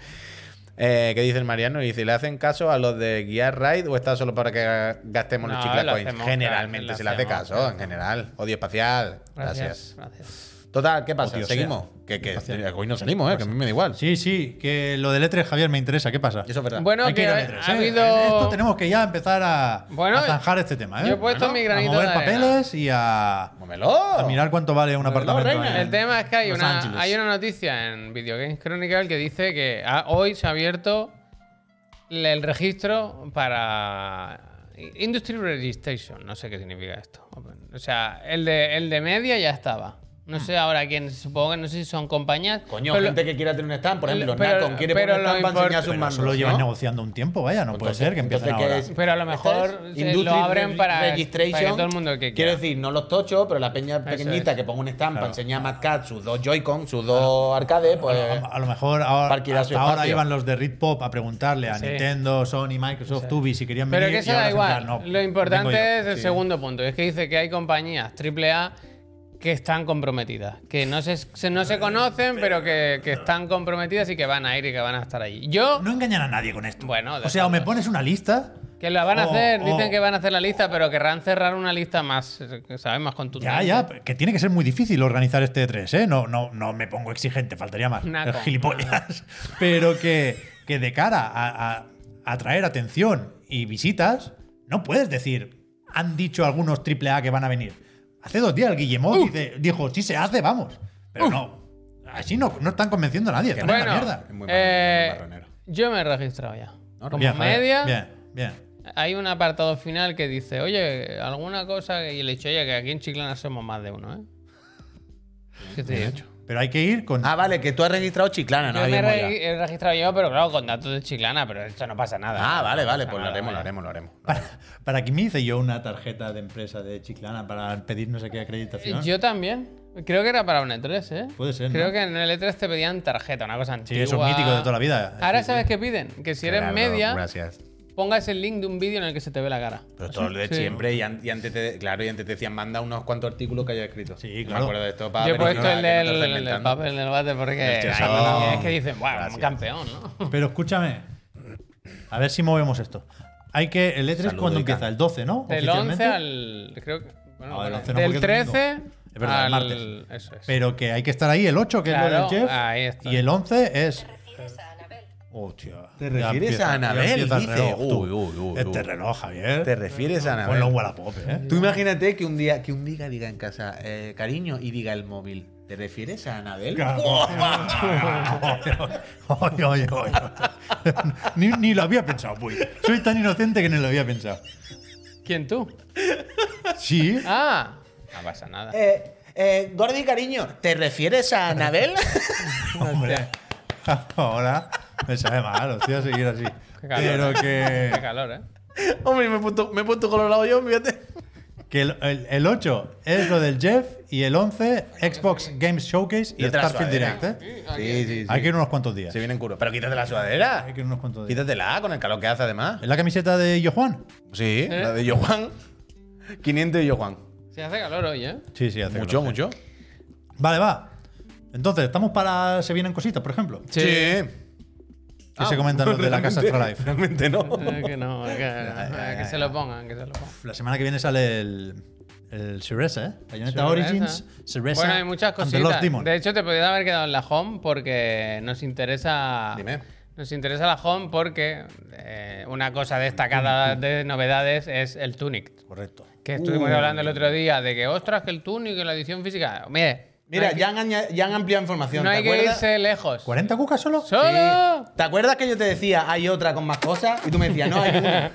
Speaker 3: Eh, ¿Qué dice el Mariano? Dice, ¿le hacen caso a los de guiar raid o está solo para que gastemos
Speaker 1: No,
Speaker 3: los chiclas
Speaker 1: lo
Speaker 3: coins?
Speaker 1: hacemos,
Speaker 3: Generalmente
Speaker 1: lo
Speaker 3: se le hace
Speaker 1: hacemos,
Speaker 3: caso, en general. Odio espacial. Gracias.
Speaker 1: Gracias. gracias.
Speaker 3: Total, ¿qué pasa?
Speaker 2: Odio sea.
Speaker 3: Seguimos. Que, que
Speaker 2: Espacial.
Speaker 3: hoy no salimos, ¿eh? Que a mí me da igual.
Speaker 2: Sí, sí, que lo del E3, Javier, me interesa. ¿Qué pasa?
Speaker 3: Eso es verdad.
Speaker 1: Bueno,
Speaker 2: Hay
Speaker 1: que
Speaker 2: ir a
Speaker 1: ha,
Speaker 2: letras,
Speaker 1: ha
Speaker 2: ¿eh?
Speaker 1: habido.
Speaker 2: En esto tenemos que ya empezar a,
Speaker 1: Bueno,
Speaker 2: a zanjar este tema. ¿eh?
Speaker 1: yo he puesto mi granito
Speaker 2: A mover
Speaker 1: de arena.
Speaker 2: papeles y a,
Speaker 3: ¡Mómelo!
Speaker 2: a mirar cuánto vale un
Speaker 3: Bueno,
Speaker 2: apartamento.
Speaker 3: Oh. reina.
Speaker 2: en
Speaker 1: El tema es que hay
Speaker 2: Los
Speaker 1: una,
Speaker 2: Ángeles.
Speaker 1: hay una noticia en Video Games Chronicle que dice que ha- hoy se ha abierto le- el registro para Industry Registration. No sé qué significa esto. O sea, el de, el de media ya estaba. No
Speaker 2: Mm.
Speaker 1: sé ahora quién, supongo que no sé si son compañías.
Speaker 3: Coño,
Speaker 1: pero-
Speaker 3: gente que quiera tener un stand, por ejemplo,
Speaker 1: pero-
Speaker 3: Nacon quiere
Speaker 1: pero
Speaker 3: poner un
Speaker 1: lo
Speaker 3: stand para enseñar
Speaker 1: import-
Speaker 3: sus
Speaker 2: Pero
Speaker 3: mandos.
Speaker 2: eso lo llevan
Speaker 3: ¿no?
Speaker 2: negociando un tiempo, vaya. No puede ser que
Speaker 3: entonces,
Speaker 2: empiecen ahora.
Speaker 3: ¿qué es?
Speaker 1: Pero a lo mejor
Speaker 3: Entonces,
Speaker 1: se-
Speaker 3: Industry
Speaker 1: lo abren para-
Speaker 3: Registration,
Speaker 1: para que todo el mundo que
Speaker 3: Quiero
Speaker 1: quiera.
Speaker 3: decir, no los tochos, pero la peña pequeñita
Speaker 1: es.
Speaker 3: que ponga un stand para enseñar a Mad Cat sus dos Joy-Con, sus dos arcades, pues.
Speaker 2: A, a lo mejor ahora,
Speaker 3: Parque da su
Speaker 2: hasta ahora
Speaker 3: espacio.
Speaker 2: iban los de Red Pop a preguntarle a
Speaker 1: Sí.
Speaker 2: Nintendo, Sony, Microsoft, Tubi si querían
Speaker 1: Pero
Speaker 2: venir.
Speaker 1: que eso
Speaker 2: y ahora
Speaker 1: da igual.
Speaker 2: centrar, no,
Speaker 1: Lo importante
Speaker 2: vengo
Speaker 1: es
Speaker 2: yo.
Speaker 1: el segundo punto. Es que dice que hay compañías AAA que están comprometidas. Que no se, se- no se conocen, pero que, que están comprometidas y que van a ir y que van a estar allí. Yo,
Speaker 2: No engañan a nadie con esto.
Speaker 1: Bueno,
Speaker 2: o sea, o me
Speaker 1: dejadlo.
Speaker 2: pones una lista.
Speaker 1: que la van a
Speaker 2: o-
Speaker 1: hacer,
Speaker 2: o-
Speaker 1: dicen que van a hacer la lista, pero querrán cerrar una lista más, ¿sabes? Más
Speaker 2: Ya,
Speaker 1: contundente.
Speaker 2: ya, que tiene que ser muy difícil organizar este 3, ¿eh? No, no, no me pongo exigente, faltaría más.
Speaker 1: Naco.
Speaker 2: El gilipollas. Pero que, que de cara a, a- a atraer atención y visitas, no puedes decir, han dicho algunos AAA que van a venir. Hace dos días el Guillemot dice- dijo, sí se hace, vamos. Pero no, así no, no están convenciendo a nadie. están en la
Speaker 1: Bueno,
Speaker 2: mierda.
Speaker 3: Es muy
Speaker 1: eh,
Speaker 3: marronero, muy
Speaker 1: yo me he registrado ya. Como
Speaker 2: Bien, Javier,
Speaker 1: media,
Speaker 2: Bien, bien.
Speaker 1: hay un apartado final que dice, oye, alguna cosa, y le he dicho, oye, que aquí en Chiclana somos más de uno, ¿eh? ¿Qué te he dicho?
Speaker 2: Pero hay que ir con.
Speaker 3: Ah, vale, que tú has registrado Chiclana, no
Speaker 1: Yo me
Speaker 3: había
Speaker 1: he re- he registrado yo, pero claro, con datos de Chiclana, pero esto no pasa nada.
Speaker 3: Ah, vale, vale, pues
Speaker 1: Ah,
Speaker 3: lo haremos,
Speaker 1: vale.
Speaker 3: lo haremos, lo haremos.
Speaker 2: Para, para que me hice yo una tarjeta de empresa de Chiclana para pedir no sé qué acreditación.
Speaker 1: Eh, Yo también. Creo que era para un E3, ¿eh?
Speaker 2: Puede ser,
Speaker 1: Creo
Speaker 2: ¿no?
Speaker 1: que en el E3 te pedían tarjeta, una cosa
Speaker 2: Sí,
Speaker 1: antigua.
Speaker 2: eso es mítico de toda la vida.
Speaker 1: Ahora
Speaker 2: Sí,
Speaker 1: sabes qué piden, que si eres
Speaker 3: Gerardo,
Speaker 1: media,
Speaker 3: Gracias.
Speaker 1: pongas el link de un vídeo en el que se te ve la cara.
Speaker 3: Pero todo lo de
Speaker 1: Sí.
Speaker 3: siempre. Y, an- y antes te, claro, y antes te decían, manda unos cuantos artículos que haya escrito.
Speaker 2: Sí,
Speaker 3: No
Speaker 2: claro.
Speaker 3: Me acuerdo de esto para
Speaker 1: Yo he
Speaker 3: ver
Speaker 1: puesto
Speaker 3: nada,
Speaker 1: el
Speaker 3: que no te
Speaker 1: del,
Speaker 3: estás
Speaker 1: el del
Speaker 3: inventando.
Speaker 1: papel en el bate porque
Speaker 3: El
Speaker 1: ay,
Speaker 3: tesoro.
Speaker 1: es que dicen, bueno,
Speaker 3: Gracias.
Speaker 1: campeón, ¿no?
Speaker 2: Pero escúchame, a ver si movemos esto. Hay que. El E3
Speaker 3: Saludo,
Speaker 2: cuando
Speaker 3: Ica.
Speaker 2: empieza, el 12, ¿no?
Speaker 1: Del
Speaker 2: Oficialmente.
Speaker 1: 11 al. Creo que. Bueno,
Speaker 2: No, del
Speaker 1: bueno,
Speaker 2: 11 no,
Speaker 1: del
Speaker 2: porque es
Speaker 1: 13
Speaker 2: domingo. Es verdad, el
Speaker 1: al.
Speaker 2: martes.
Speaker 1: Eso es.
Speaker 2: Pero que hay que estar ahí el 8, que es lo
Speaker 1: Claro,
Speaker 2: del chef.
Speaker 1: ahí está.
Speaker 2: Y el 11 es.
Speaker 5: refieres a Anabel.
Speaker 2: Hostia.
Speaker 3: ¿Te
Speaker 2: ya
Speaker 3: refieres
Speaker 2: empieza-
Speaker 3: a
Speaker 2: ya
Speaker 3: Anabel?
Speaker 2: empieza el
Speaker 3: Dice,
Speaker 2: reloj, tú.
Speaker 3: uy, uy, uy,
Speaker 2: Este
Speaker 3: uy.
Speaker 2: reloj, Javier.
Speaker 3: ¿Te refieres a
Speaker 2: Ponlo en
Speaker 3: Anabel?
Speaker 2: Wallapop, ¿eh?
Speaker 3: Tú imagínate que un día, que un día diga en casa, eh, cariño, y diga el móvil. ¿Te refieres a Anabel?
Speaker 2: Oye, oye, oye. Ni, ni lo había pensado, pues. Soy tan inocente que ni lo había pensado.
Speaker 1: ¿Quién tú?
Speaker 2: Sí.
Speaker 1: ¡Ah! No pasa nada.
Speaker 3: Eh, eh, Gordi, cariño, ¿te refieres a Anabel?
Speaker 2: Hombre, ahora me sabe mal, hostia, seguir así.
Speaker 1: Qué
Speaker 2: Pero
Speaker 1: calor, Qué
Speaker 2: que,
Speaker 1: calor, ¿eh?
Speaker 3: Hombre, me he puesto, me he puesto colorado yo, fíjate.
Speaker 2: que el, el- el 8 es lo del Jeff y el 11 Xbox Games Showcase y
Speaker 3: Detrás
Speaker 2: Starfield
Speaker 3: suadera.
Speaker 2: Direct. ¿eh?
Speaker 3: Sí, sí, sí.
Speaker 2: Hay que ir unos cuantos días.
Speaker 3: Se vienen curos. Pero quítate la sudadera.
Speaker 2: Hay que ir unos cuantos días.
Speaker 3: Quítatela con el calor que hace, además.
Speaker 2: ¿Es la camiseta de Yo Juan?
Speaker 3: Sí, la de Johan. 500 de Johan.
Speaker 1: Se hace calor hoy, ¿eh?
Speaker 2: Sí, sí, hace
Speaker 3: Mucho,
Speaker 2: calor, sí.
Speaker 3: mucho.
Speaker 2: Vale, va. Entonces, estamos para. Se vienen cositas, por ejemplo.
Speaker 1: Sí.
Speaker 2: Que se comentan los de la casa
Speaker 3: Ah, Realmente-
Speaker 2: Astralife.
Speaker 3: Realmente no.
Speaker 1: Eh, que no, que, eh, que se lo pongan, que se lo pongan.
Speaker 2: La semana que viene sale el. El Cereza, ¿eh? Bayonetta
Speaker 1: Cereza.
Speaker 2: Origins, Cereza.
Speaker 1: Bueno, hay muchas
Speaker 2: and the Lost
Speaker 1: cositas.
Speaker 2: Demon.
Speaker 1: De hecho, te podría haber quedado en la home porque nos interesa.
Speaker 3: Dime.
Speaker 1: Nos interesa la home porque eh, una cosa destacada de novedades es el Tunic.
Speaker 2: Correcto.
Speaker 1: Que estuvimos
Speaker 3: Uh.
Speaker 1: hablando el otro día de que, ostras, que el Tunic en la edición física. Mire,
Speaker 3: Mira,
Speaker 1: no hay,
Speaker 3: ya han, aña- ya han ampliado información.
Speaker 1: no
Speaker 3: ¿Te
Speaker 1: hay que
Speaker 3: acuerdas?
Speaker 1: irse lejos.
Speaker 2: ¿40 cucas solo?
Speaker 1: ¡Solo!
Speaker 3: Sí. ¿Te acuerdas que yo te decía hay otra con más cosas? Y tú me decías, no, hay una.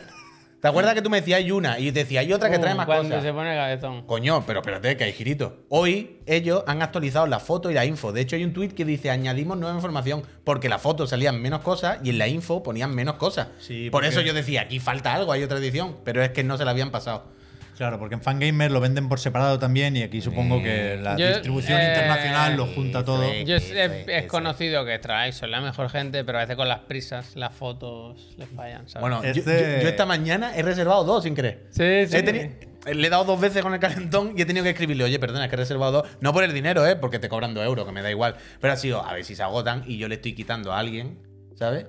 Speaker 3: ¿Te acuerdas que tú me decías hay una? Y yo te decía, hay otra que
Speaker 1: Uh,
Speaker 3: trae más
Speaker 1: cuando
Speaker 3: cosas.
Speaker 1: se pone el cabezón.
Speaker 3: Coño, pero espérate, que hay girito. Hoy ellos han actualizado la foto y la info. De hecho, hay un tweet que dice añadimos nueva información porque la foto salían menos cosas y en la info ponían menos cosas.
Speaker 2: Sí,
Speaker 3: Por
Speaker 2: porque-
Speaker 3: eso yo decía, aquí falta algo, hay otra edición. Pero es que no se la habían pasado.
Speaker 2: Claro, porque en Fangamer lo venden por separado también y aquí supongo que la
Speaker 1: Yo-
Speaker 2: distribución
Speaker 1: eh,
Speaker 2: internacional lo junta todo.
Speaker 3: sí.
Speaker 1: Yo es,
Speaker 3: Eso es,
Speaker 1: es- es
Speaker 3: eso es.
Speaker 1: conocido que traéis, son la mejor gente, pero a veces con las prisas las fotos les fallan. ¿sabes?
Speaker 3: Bueno, yo-
Speaker 2: Este-
Speaker 3: yo, yo esta mañana he reservado dos sin querer.
Speaker 1: Sí, sí.
Speaker 3: He teni- le he dado dos veces con el calentón y he tenido que escribirle, oye, perdona, es que he reservado dos. No por el dinero, ¿eh? Porque te cobran dos euros, que me da igual. Pero ha sido, a ver si se agotan y yo le estoy quitando a alguien, ¿sabes?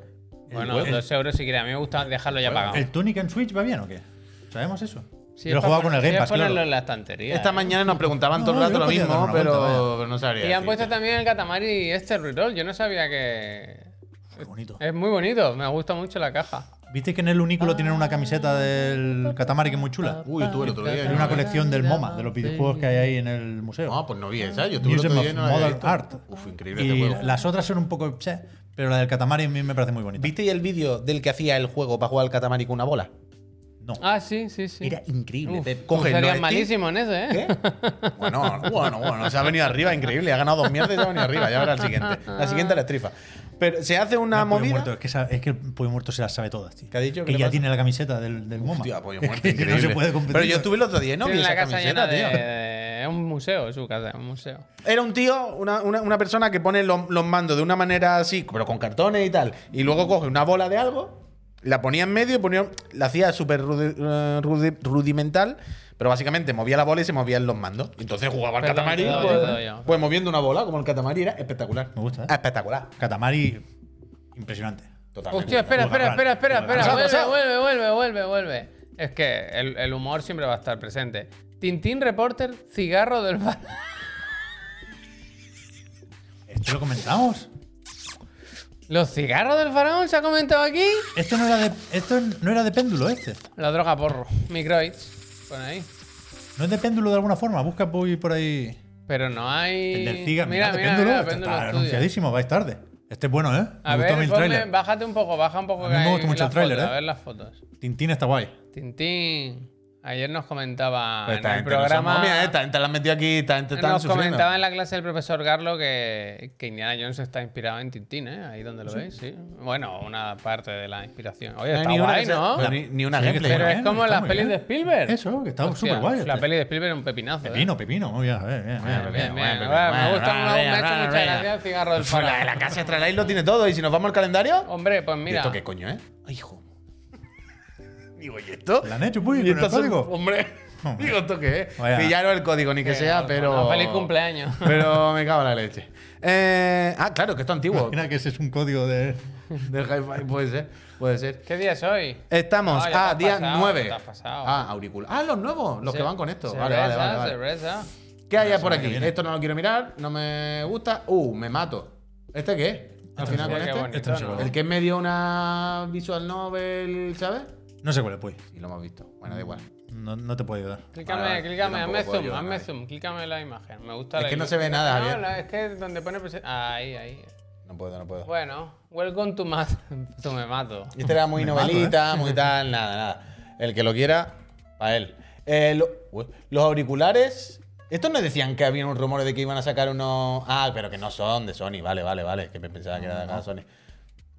Speaker 1: Bueno, dos euros si quieres. A mí me gusta dejarlo ya pagado.
Speaker 2: ¿El Tunic en Switch va bien o qué? ¿Sabemos eso?
Speaker 1: Si
Speaker 2: Yo lo
Speaker 1: es
Speaker 2: jugaba
Speaker 1: para-
Speaker 2: con el
Speaker 1: si
Speaker 2: Game
Speaker 1: es
Speaker 2: Pass,
Speaker 1: ponerlo
Speaker 2: claro.
Speaker 1: en la estantería.
Speaker 3: Esta
Speaker 1: eh.
Speaker 3: mañana nos preguntaban todo el
Speaker 2: No,
Speaker 3: rato
Speaker 2: yo
Speaker 3: lo
Speaker 2: podía
Speaker 3: mismo,
Speaker 2: darme una
Speaker 3: pero,
Speaker 2: vuelta, vaya.
Speaker 3: pero no sabría.
Speaker 1: Y han
Speaker 3: decirte.
Speaker 1: puesto también el Katamari este reroll. Yo no sabía que.
Speaker 2: Qué bonito.
Speaker 1: Es muy bonito, me gusta mucho la caja.
Speaker 2: ¿Viste que en el Unículo tienen una camiseta del Katamari que es muy chula?
Speaker 1: Ah,
Speaker 3: Uy, yo tuve el otro día.
Speaker 2: Hay
Speaker 3: yo no
Speaker 2: una
Speaker 3: vi.
Speaker 2: colección del MOMA, de los videojuegos que hay ahí en el museo.
Speaker 3: No, pues no vi esa. Yo tuve el
Speaker 2: Museum
Speaker 3: otro
Speaker 2: of
Speaker 3: día y no la había
Speaker 2: Modern
Speaker 3: visto.
Speaker 2: Art.
Speaker 3: Uf, increíble este
Speaker 2: Y
Speaker 3: juego.
Speaker 2: las otras son un poco... che, pero la del Katamari a mí me parece muy bonita.
Speaker 3: ¿Viste el vídeo del que hacía el juego para jugar al catamarán con una bola?
Speaker 2: No.
Speaker 1: Ah, sí, sí, sí.
Speaker 3: Era increíble.
Speaker 1: Uf,
Speaker 3: Te
Speaker 1: tú
Speaker 3: coge el
Speaker 1: serías
Speaker 2: Este.
Speaker 3: joystick-
Speaker 1: malísimo en ese, ¿eh?
Speaker 3: ¿Qué? Bueno, bueno, bueno, se ha venido arriba, increíble. Ha ganado dos mierdas y se ha venido arriba. Ya verá el siguiente. La siguiente la estrifa. Pero se hace una
Speaker 2: No, Pollo
Speaker 3: movida.
Speaker 2: Muerto, es, que esa- es que el Pollo Muerto se las sabe todas, tío.
Speaker 3: ¿Qué ha dicho? ¿Qué
Speaker 2: Que
Speaker 3: le
Speaker 2: ya
Speaker 3: pasa?
Speaker 2: tiene la camiseta del, del MoMA.
Speaker 3: Hostia, pollo
Speaker 2: Es
Speaker 3: muerto,
Speaker 2: que
Speaker 3: increíble.
Speaker 2: No se puede competir.
Speaker 3: Pero yo estuve el otro día y no vi
Speaker 1: Tiene
Speaker 3: esa
Speaker 1: la casa llena
Speaker 3: camiseta,
Speaker 1: de.
Speaker 3: tío.
Speaker 1: de- Es un museo, su casa, es un museo.
Speaker 3: Era un tío, una, una- una persona que pone los, los mandos de una manera así, pero con cartones y tal. Y luego coge una bola de algo, la ponía en medio y ponía, la hacía súper rudi- eh, rudi- rudimental, pero básicamente movía la bola y se movían los mandos. Entonces jugaba al
Speaker 1: Perdón,
Speaker 3: catamarán,
Speaker 1: te doy,
Speaker 3: pues,
Speaker 1: te doy yo.
Speaker 3: pues moviendo una bola, como el catamarán, era espectacular.
Speaker 2: Me gusta, ¿eh?
Speaker 3: Espectacular.
Speaker 2: Katamari, impresionante.
Speaker 3: Totalmente.
Speaker 1: Hostia, espera, espera,
Speaker 2: Juega
Speaker 1: espera,
Speaker 2: raro,
Speaker 1: espera,
Speaker 2: juega
Speaker 1: espera.
Speaker 3: raro.
Speaker 1: Vuelve,
Speaker 3: Pasado,
Speaker 1: vuelve, vuelve, vuelve, vuelve. Es que el, el humor siempre va a estar presente. Tintín Reporter, cigarro del bar.
Speaker 2: Esto lo comentamos.
Speaker 1: ¿Los cigarros del faraón se ha comentado aquí?
Speaker 2: Esto no era de, esto no era de péndulo, este.
Speaker 1: La droga porro. Microids. Pon ahí.
Speaker 2: No es de péndulo de alguna forma. Busca por, por ahí.
Speaker 1: Pero no hay.
Speaker 2: El del Ciga,
Speaker 1: mira,
Speaker 2: mira, de
Speaker 1: mira,
Speaker 2: péndulo.
Speaker 1: mira,
Speaker 2: este
Speaker 1: Péndulo
Speaker 2: está
Speaker 1: Studio.
Speaker 2: anunciadísimo, vais tarde. Este es bueno, ¿eh? Me
Speaker 1: A
Speaker 2: gustó a mí
Speaker 1: ver,
Speaker 2: el
Speaker 1: ponme-
Speaker 2: trailer.
Speaker 1: bájate un poco, baja un poco.
Speaker 2: A
Speaker 1: que
Speaker 2: mí me
Speaker 1: hay
Speaker 2: gusta mucho
Speaker 1: las
Speaker 2: el tráiler,
Speaker 1: fotos,
Speaker 2: ¿eh?
Speaker 1: A ver las fotos.
Speaker 2: Tintín está guay.
Speaker 1: Tintín. Ayer nos comentaba
Speaker 3: Pues esta
Speaker 1: en el
Speaker 3: gente no
Speaker 1: programa.
Speaker 3: son momias, ¿eh? esta gente la han metido aquí, esta gente está
Speaker 1: Nos
Speaker 3: sufriendo.
Speaker 1: comentaba en la clase el profesor Garlo que, que Indiana Jones está inspirado en Tintín, ¿eh? Ahí donde lo veis, sí. Bueno, una parte de la inspiración. Oye,
Speaker 3: No hay
Speaker 1: está
Speaker 3: ni una
Speaker 1: guay,
Speaker 3: que sea-
Speaker 1: ¿no?
Speaker 3: pero ni, ni una
Speaker 2: Sí, que
Speaker 3: gameplay.
Speaker 1: Pero
Speaker 2: Muy
Speaker 1: es
Speaker 2: bien,
Speaker 1: como
Speaker 2: está
Speaker 1: las
Speaker 2: muy
Speaker 1: pelis de
Speaker 2: bien.
Speaker 1: Spielberg.
Speaker 2: Eso, que está
Speaker 1: Hostia,
Speaker 2: súper guay. este.
Speaker 1: La peli de Spielberg es un pepinazo. ¿eh?
Speaker 2: Pepino, pepino. Muy bien, a ver, bien, bien.
Speaker 1: Bien, bien.
Speaker 3: Bueno,
Speaker 1: Bueno,
Speaker 3: bueno,
Speaker 1: me gusta
Speaker 3: bueno,
Speaker 1: una- me ha hecho
Speaker 3: bueno,
Speaker 1: mucha
Speaker 3: bueno.
Speaker 1: gracia el cigarro del
Speaker 3: Pues la de
Speaker 1: faraón.
Speaker 3: la
Speaker 1: Oh,
Speaker 3: casa Astralight lo tiene todo. Y si nos vamos al calendario.
Speaker 1: Hombre, pues
Speaker 3: ¿Y
Speaker 1: mira.
Speaker 3: esto qué coño, eh? Hijo. Digo, ¿y esto?
Speaker 2: ¿Le han hecho bullying
Speaker 3: ¿Y
Speaker 2: con el
Speaker 3: estos son-
Speaker 2: código?
Speaker 3: Hombre, digo, ¿esto qué es?
Speaker 2: Vaya.
Speaker 3: Que ya no el código ni que sea, pero...
Speaker 1: Bueno, feliz cumpleaños.
Speaker 3: Pero me cago en la leche. Eh, ah, claro, que esto es antiguo.
Speaker 2: Imagina que ese es un código de.
Speaker 3: Del hi-fi, puede ser, puede ser.
Speaker 1: ¿Qué día es hoy?
Speaker 3: Estamos
Speaker 1: Ah, ya te
Speaker 3: a
Speaker 1: has
Speaker 3: día
Speaker 1: pasado,
Speaker 3: 9.
Speaker 1: ya te has pasado.
Speaker 3: Ah, auricular. Ah, los nuevos, los que van con esto.
Speaker 1: Se
Speaker 3: Vale, vale,
Speaker 1: reza,
Speaker 3: vale,
Speaker 1: se
Speaker 3: vale.
Speaker 1: reza.
Speaker 3: ¿Qué hay por aquí? Esto no lo quiero mirar, no me gusta. Uh, me mato. ¿Este qué es? Al final
Speaker 1: Mira
Speaker 3: con
Speaker 1: qué
Speaker 3: este.
Speaker 1: bonito,
Speaker 2: Este no se
Speaker 1: ¿no?
Speaker 2: puede.
Speaker 3: El que me dio una visual novel, ¿sabes?
Speaker 2: No sé cuál es, pues.
Speaker 3: Y lo hemos visto. Bueno, da igual.
Speaker 2: No, no te puedo ayudar.
Speaker 1: Clícame,
Speaker 3: Vale, vale,
Speaker 1: clícame,
Speaker 3: yo
Speaker 1: hazme
Speaker 3: tampoco puedo
Speaker 1: zoom,
Speaker 3: ayudar a
Speaker 1: hazme
Speaker 3: nadie.
Speaker 1: zoom, clícame la imagen. Me gusta
Speaker 3: Es
Speaker 1: la
Speaker 3: que no
Speaker 1: ilu-
Speaker 3: se ve nada, Javier.
Speaker 1: No, la- es que donde pone presen- Ahí, ahí.
Speaker 3: No puedo, no puedo.
Speaker 1: Bueno, welcome to math. to me mato.
Speaker 3: Y este era muy
Speaker 2: Me mato, ¿eh?
Speaker 3: novelita, muy tal, nada, nada. El que lo quiera, para él. Eh, lo- uy, los auriculares. Estos no decían que había un rumor de que iban a sacar unos. Ah, pero que no son de Sony. Vale, vale, vale. Que me pensaba que era de acá Sony.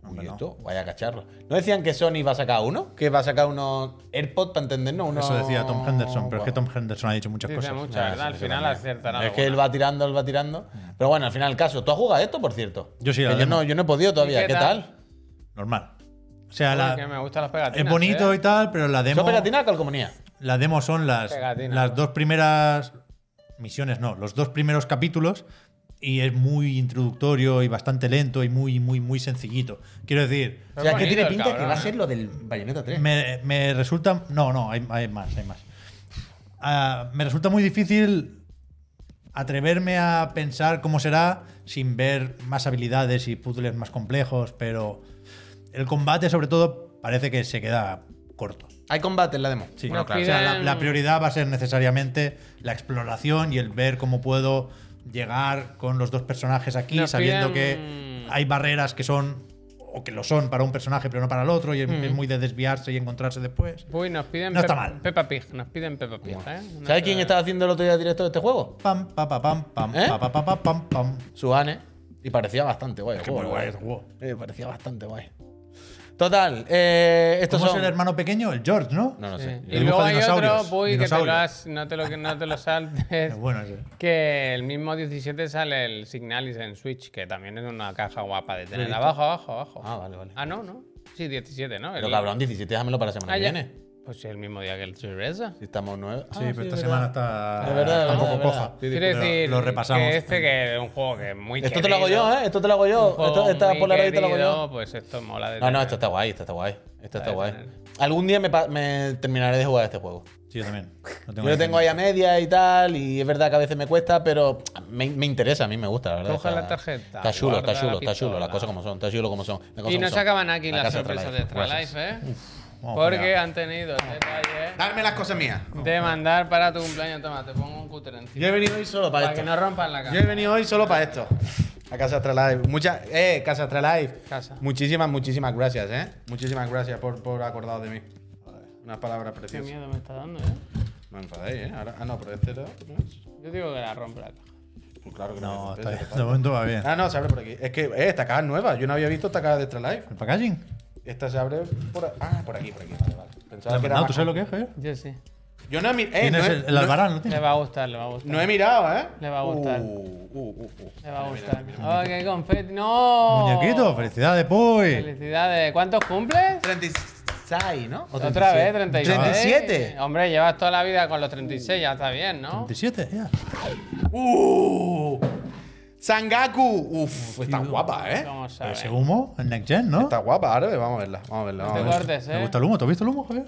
Speaker 3: Uy, esto, vaya cacharro. ¿No decían que Sony va a sacar uno? ¿Que va a sacar unos AirPods para entendernos? Unos-
Speaker 2: Eso decía Tom Henderson, pero es que
Speaker 3: Buah.
Speaker 2: Tom Henderson ha dicho muchas
Speaker 1: Dice
Speaker 2: cosas.
Speaker 1: mucho,
Speaker 3: Ah,
Speaker 1: ¿verdad?
Speaker 3: sí,
Speaker 1: Al
Speaker 3: sí,
Speaker 1: final
Speaker 3: también.
Speaker 1: aciertan
Speaker 3: Es que él
Speaker 1: alguna.
Speaker 3: va tirando, él va tirando. Pero bueno, al final el caso. ¿Tú has jugado esto, por cierto?
Speaker 2: Mm. Yo sí, la
Speaker 3: Que Yo
Speaker 2: demo.
Speaker 3: no, yo no he podido todavía.
Speaker 1: qué
Speaker 3: ¿Qué,
Speaker 1: tal?
Speaker 3: tal?
Speaker 2: Normal. O sea,
Speaker 1: Uy,
Speaker 2: la-
Speaker 1: que me gustan las pegatinas.
Speaker 2: es bonito
Speaker 1: ¿eh?
Speaker 2: y tal, pero la demo.
Speaker 3: ¿Son pegatinas o calcomanías?
Speaker 2: La demo son las,
Speaker 1: Pegatina.
Speaker 2: las dos primeras misiones, no, los dos primeros capítulos y es muy introductorio y bastante lento y muy, muy, muy sencillito. Quiero decir,
Speaker 1: Pero es bonito el cabrón, ¿eh?
Speaker 3: lo del Bayonetta 3.
Speaker 2: me, me resulta... No, no, hay, hay más, hay más. Ah, me resulta muy difícil atreverme a pensar cómo será sin ver más habilidades y puzzles más complejos, pero el combate sobre todo parece que se queda corto.
Speaker 3: Hay combate en la demo.
Speaker 2: Sí.
Speaker 1: Bueno, claro.
Speaker 2: O sea, la,
Speaker 1: piden-
Speaker 2: la prioridad va a ser necesariamente la exploración y el ver cómo puedo llegar con los dos personajes aquí,
Speaker 1: Nos
Speaker 2: sabiendo
Speaker 1: piden-
Speaker 2: que hay barreras que son o que lo son para un personaje pero no para el otro y es-
Speaker 3: Mm.
Speaker 2: es muy de desviarse y encontrarse después.
Speaker 1: Uy, nos piden
Speaker 2: No está
Speaker 1: Pep-
Speaker 2: mal.
Speaker 1: Peppa Pig. Nos piden Peppa Pig, ¿eh? No
Speaker 3: ¿Sabes
Speaker 1: sé-
Speaker 3: quién estaba haciendo el otro día directo de este juego?
Speaker 2: Pam, pa, pa, pam, pam,
Speaker 3: ¿Eh?
Speaker 2: pa, pa, pa, pa, pam, pam.
Speaker 3: Suane. Y parecía bastante guay. el
Speaker 2: que
Speaker 3: juego,
Speaker 2: muy
Speaker 3: la
Speaker 2: guay
Speaker 3: verdad.
Speaker 2: el juego.
Speaker 3: Eh, parecía bastante guay. Total, eh, estos
Speaker 2: ¿Cómo
Speaker 3: son.
Speaker 2: es el hermano pequeño? El George, ¿no?
Speaker 3: No, no
Speaker 1: Sí.
Speaker 3: sé.
Speaker 1: Y luego
Speaker 2: dibujo de
Speaker 1: hay otro,
Speaker 2: dinosaurios,
Speaker 1: Puy, que te lo
Speaker 2: dinosaurios.
Speaker 1: has- no te lo, que no te lo saltes.
Speaker 2: Es Eh, bueno ese.
Speaker 3: Ah,
Speaker 1: Que el mismo 17 sale el Signalis en Switch, que también es una caja guapa de tener. Abajo, abajo, abajo.
Speaker 3: Ah, vale, vale.
Speaker 1: Ah, no, no. Sí, 17, ¿no?
Speaker 3: Pero
Speaker 1: El-
Speaker 3: cabrón, 17, déjamelo para la semana
Speaker 1: Ah,
Speaker 3: que
Speaker 1: ya.
Speaker 3: viene.
Speaker 1: Pues el mismo día que el Cereza.
Speaker 3: Si estamos nueve. Ah,
Speaker 2: Sí, pero esta
Speaker 3: es
Speaker 2: semana
Speaker 3: verdad.
Speaker 2: está
Speaker 3: Es verdad, es
Speaker 2: tampoco
Speaker 3: verdad, es
Speaker 2: coja.
Speaker 3: verdad.
Speaker 1: Quiero
Speaker 2: Pero
Speaker 1: decir
Speaker 2: lo repasamos.
Speaker 1: que este que es un juego que es muy
Speaker 3: Esto te lo hago
Speaker 1: querido,
Speaker 3: yo, ¿eh? Esto te lo hago yo.
Speaker 1: un juego
Speaker 3: Esto, esta
Speaker 1: muy
Speaker 3: Polaroid te lo hago yo.
Speaker 1: querido, Pues esto mola de
Speaker 3: No, no,
Speaker 1: tener.
Speaker 3: esto está guay, esto está guay. Esto
Speaker 1: de
Speaker 3: está guay.
Speaker 1: tener.
Speaker 3: Algún día me, pa- me terminaré de jugar este juego.
Speaker 2: Sí, yo también. Lo
Speaker 3: Yo lo tengo ahí a media y tal, y es verdad que a veces me cuesta, pero me, me interesa, a mí me gusta, la verdad.
Speaker 1: Coge
Speaker 3: Está-
Speaker 1: la tarjeta,
Speaker 3: Está chulo,
Speaker 1: guarda
Speaker 3: está
Speaker 1: la
Speaker 3: chulo, está chulo, las
Speaker 1: pistola.
Speaker 3: cosas como son, está chulo como son. las cosas
Speaker 1: Y
Speaker 3: como
Speaker 1: nos
Speaker 3: son.
Speaker 1: acaban aquí
Speaker 3: La
Speaker 1: las
Speaker 3: casa de
Speaker 1: sorpresas de
Speaker 3: Astralife.
Speaker 1: Astralife, ¿eh?
Speaker 2: vamos
Speaker 1: Porque
Speaker 2: allá.
Speaker 1: han tenido el detalle ¿eh?
Speaker 3: Darme las cosas mías.
Speaker 1: de mandar para tu cumpleaños. Toma, te pongo un cutter encima.
Speaker 3: Yo he venido hoy solo para,
Speaker 1: Para que
Speaker 3: esto.
Speaker 1: no rompan la
Speaker 3: Yo he
Speaker 1: casa.
Speaker 3: venido hoy solo para esto. A Casa Astralife. Muchas, eh, Casa Astralife.
Speaker 1: Casa.
Speaker 3: Muchísimas, muchísimas gracias, eh. Muchísimas gracias por, por acordaros de mí. Unas palabras
Speaker 1: Qué
Speaker 3: preciosas.
Speaker 1: miedo me está dando, ¿eh?
Speaker 3: No enfadéis, eh. Ahora- ah, no, pero este no. ¿no es?
Speaker 1: Yo digo que la rompe la caja.
Speaker 3: Pues claro que
Speaker 2: No,
Speaker 3: me
Speaker 2: está
Speaker 3: desespero,
Speaker 2: bien. De momento va bien.
Speaker 3: Ah, no, se abre por aquí. Es que, eh, esta caja es nueva. Yo no había visto esta caja de Astralife.
Speaker 2: ¿El packaging?
Speaker 3: Esta se abre por aquí. Ah, por aquí, por aquí. Vale, vale. Pensaba que era
Speaker 2: No,
Speaker 3: más-
Speaker 2: ¿tú sabes lo que es, Javier?
Speaker 1: Yo sí.
Speaker 3: Yo no he
Speaker 6: Eh,
Speaker 3: mirado.
Speaker 2: Tienes el, el albarán, ¿lo
Speaker 1: Le
Speaker 2: tienes?
Speaker 1: va a gustar, le va a gustar.
Speaker 3: No he mirado, ¿eh?
Speaker 1: Le va a gustar.
Speaker 3: Uh, uh, uh, uh.
Speaker 1: Le va a gustar. ¡Ay, qué confeti! ¡No!
Speaker 2: Muñequito, felicidades, Puy.
Speaker 1: ¡Felicidades! ¿Cuántos cumples?
Speaker 3: 36, ¿no? O
Speaker 1: Otra
Speaker 3: 37.
Speaker 1: vez, 36.
Speaker 3: 37.
Speaker 1: Hombre, llevas toda la vida con los 36, ya está bien, ¿no?
Speaker 2: 27, ya.
Speaker 3: Uh. Sangaku. Uf, está guapa, ¿eh?
Speaker 1: ¿Cómo sabes?
Speaker 2: Ese humo en Next Gen, ¿no?
Speaker 3: Está guapa, ahora vamos a verla. Vamos a verla.
Speaker 1: Te
Speaker 3: Vamos a, verla.
Speaker 1: cortes,
Speaker 2: ¿Te
Speaker 1: ¿eh?
Speaker 2: gusta el humo? ¿Te has visto el humo, Javier?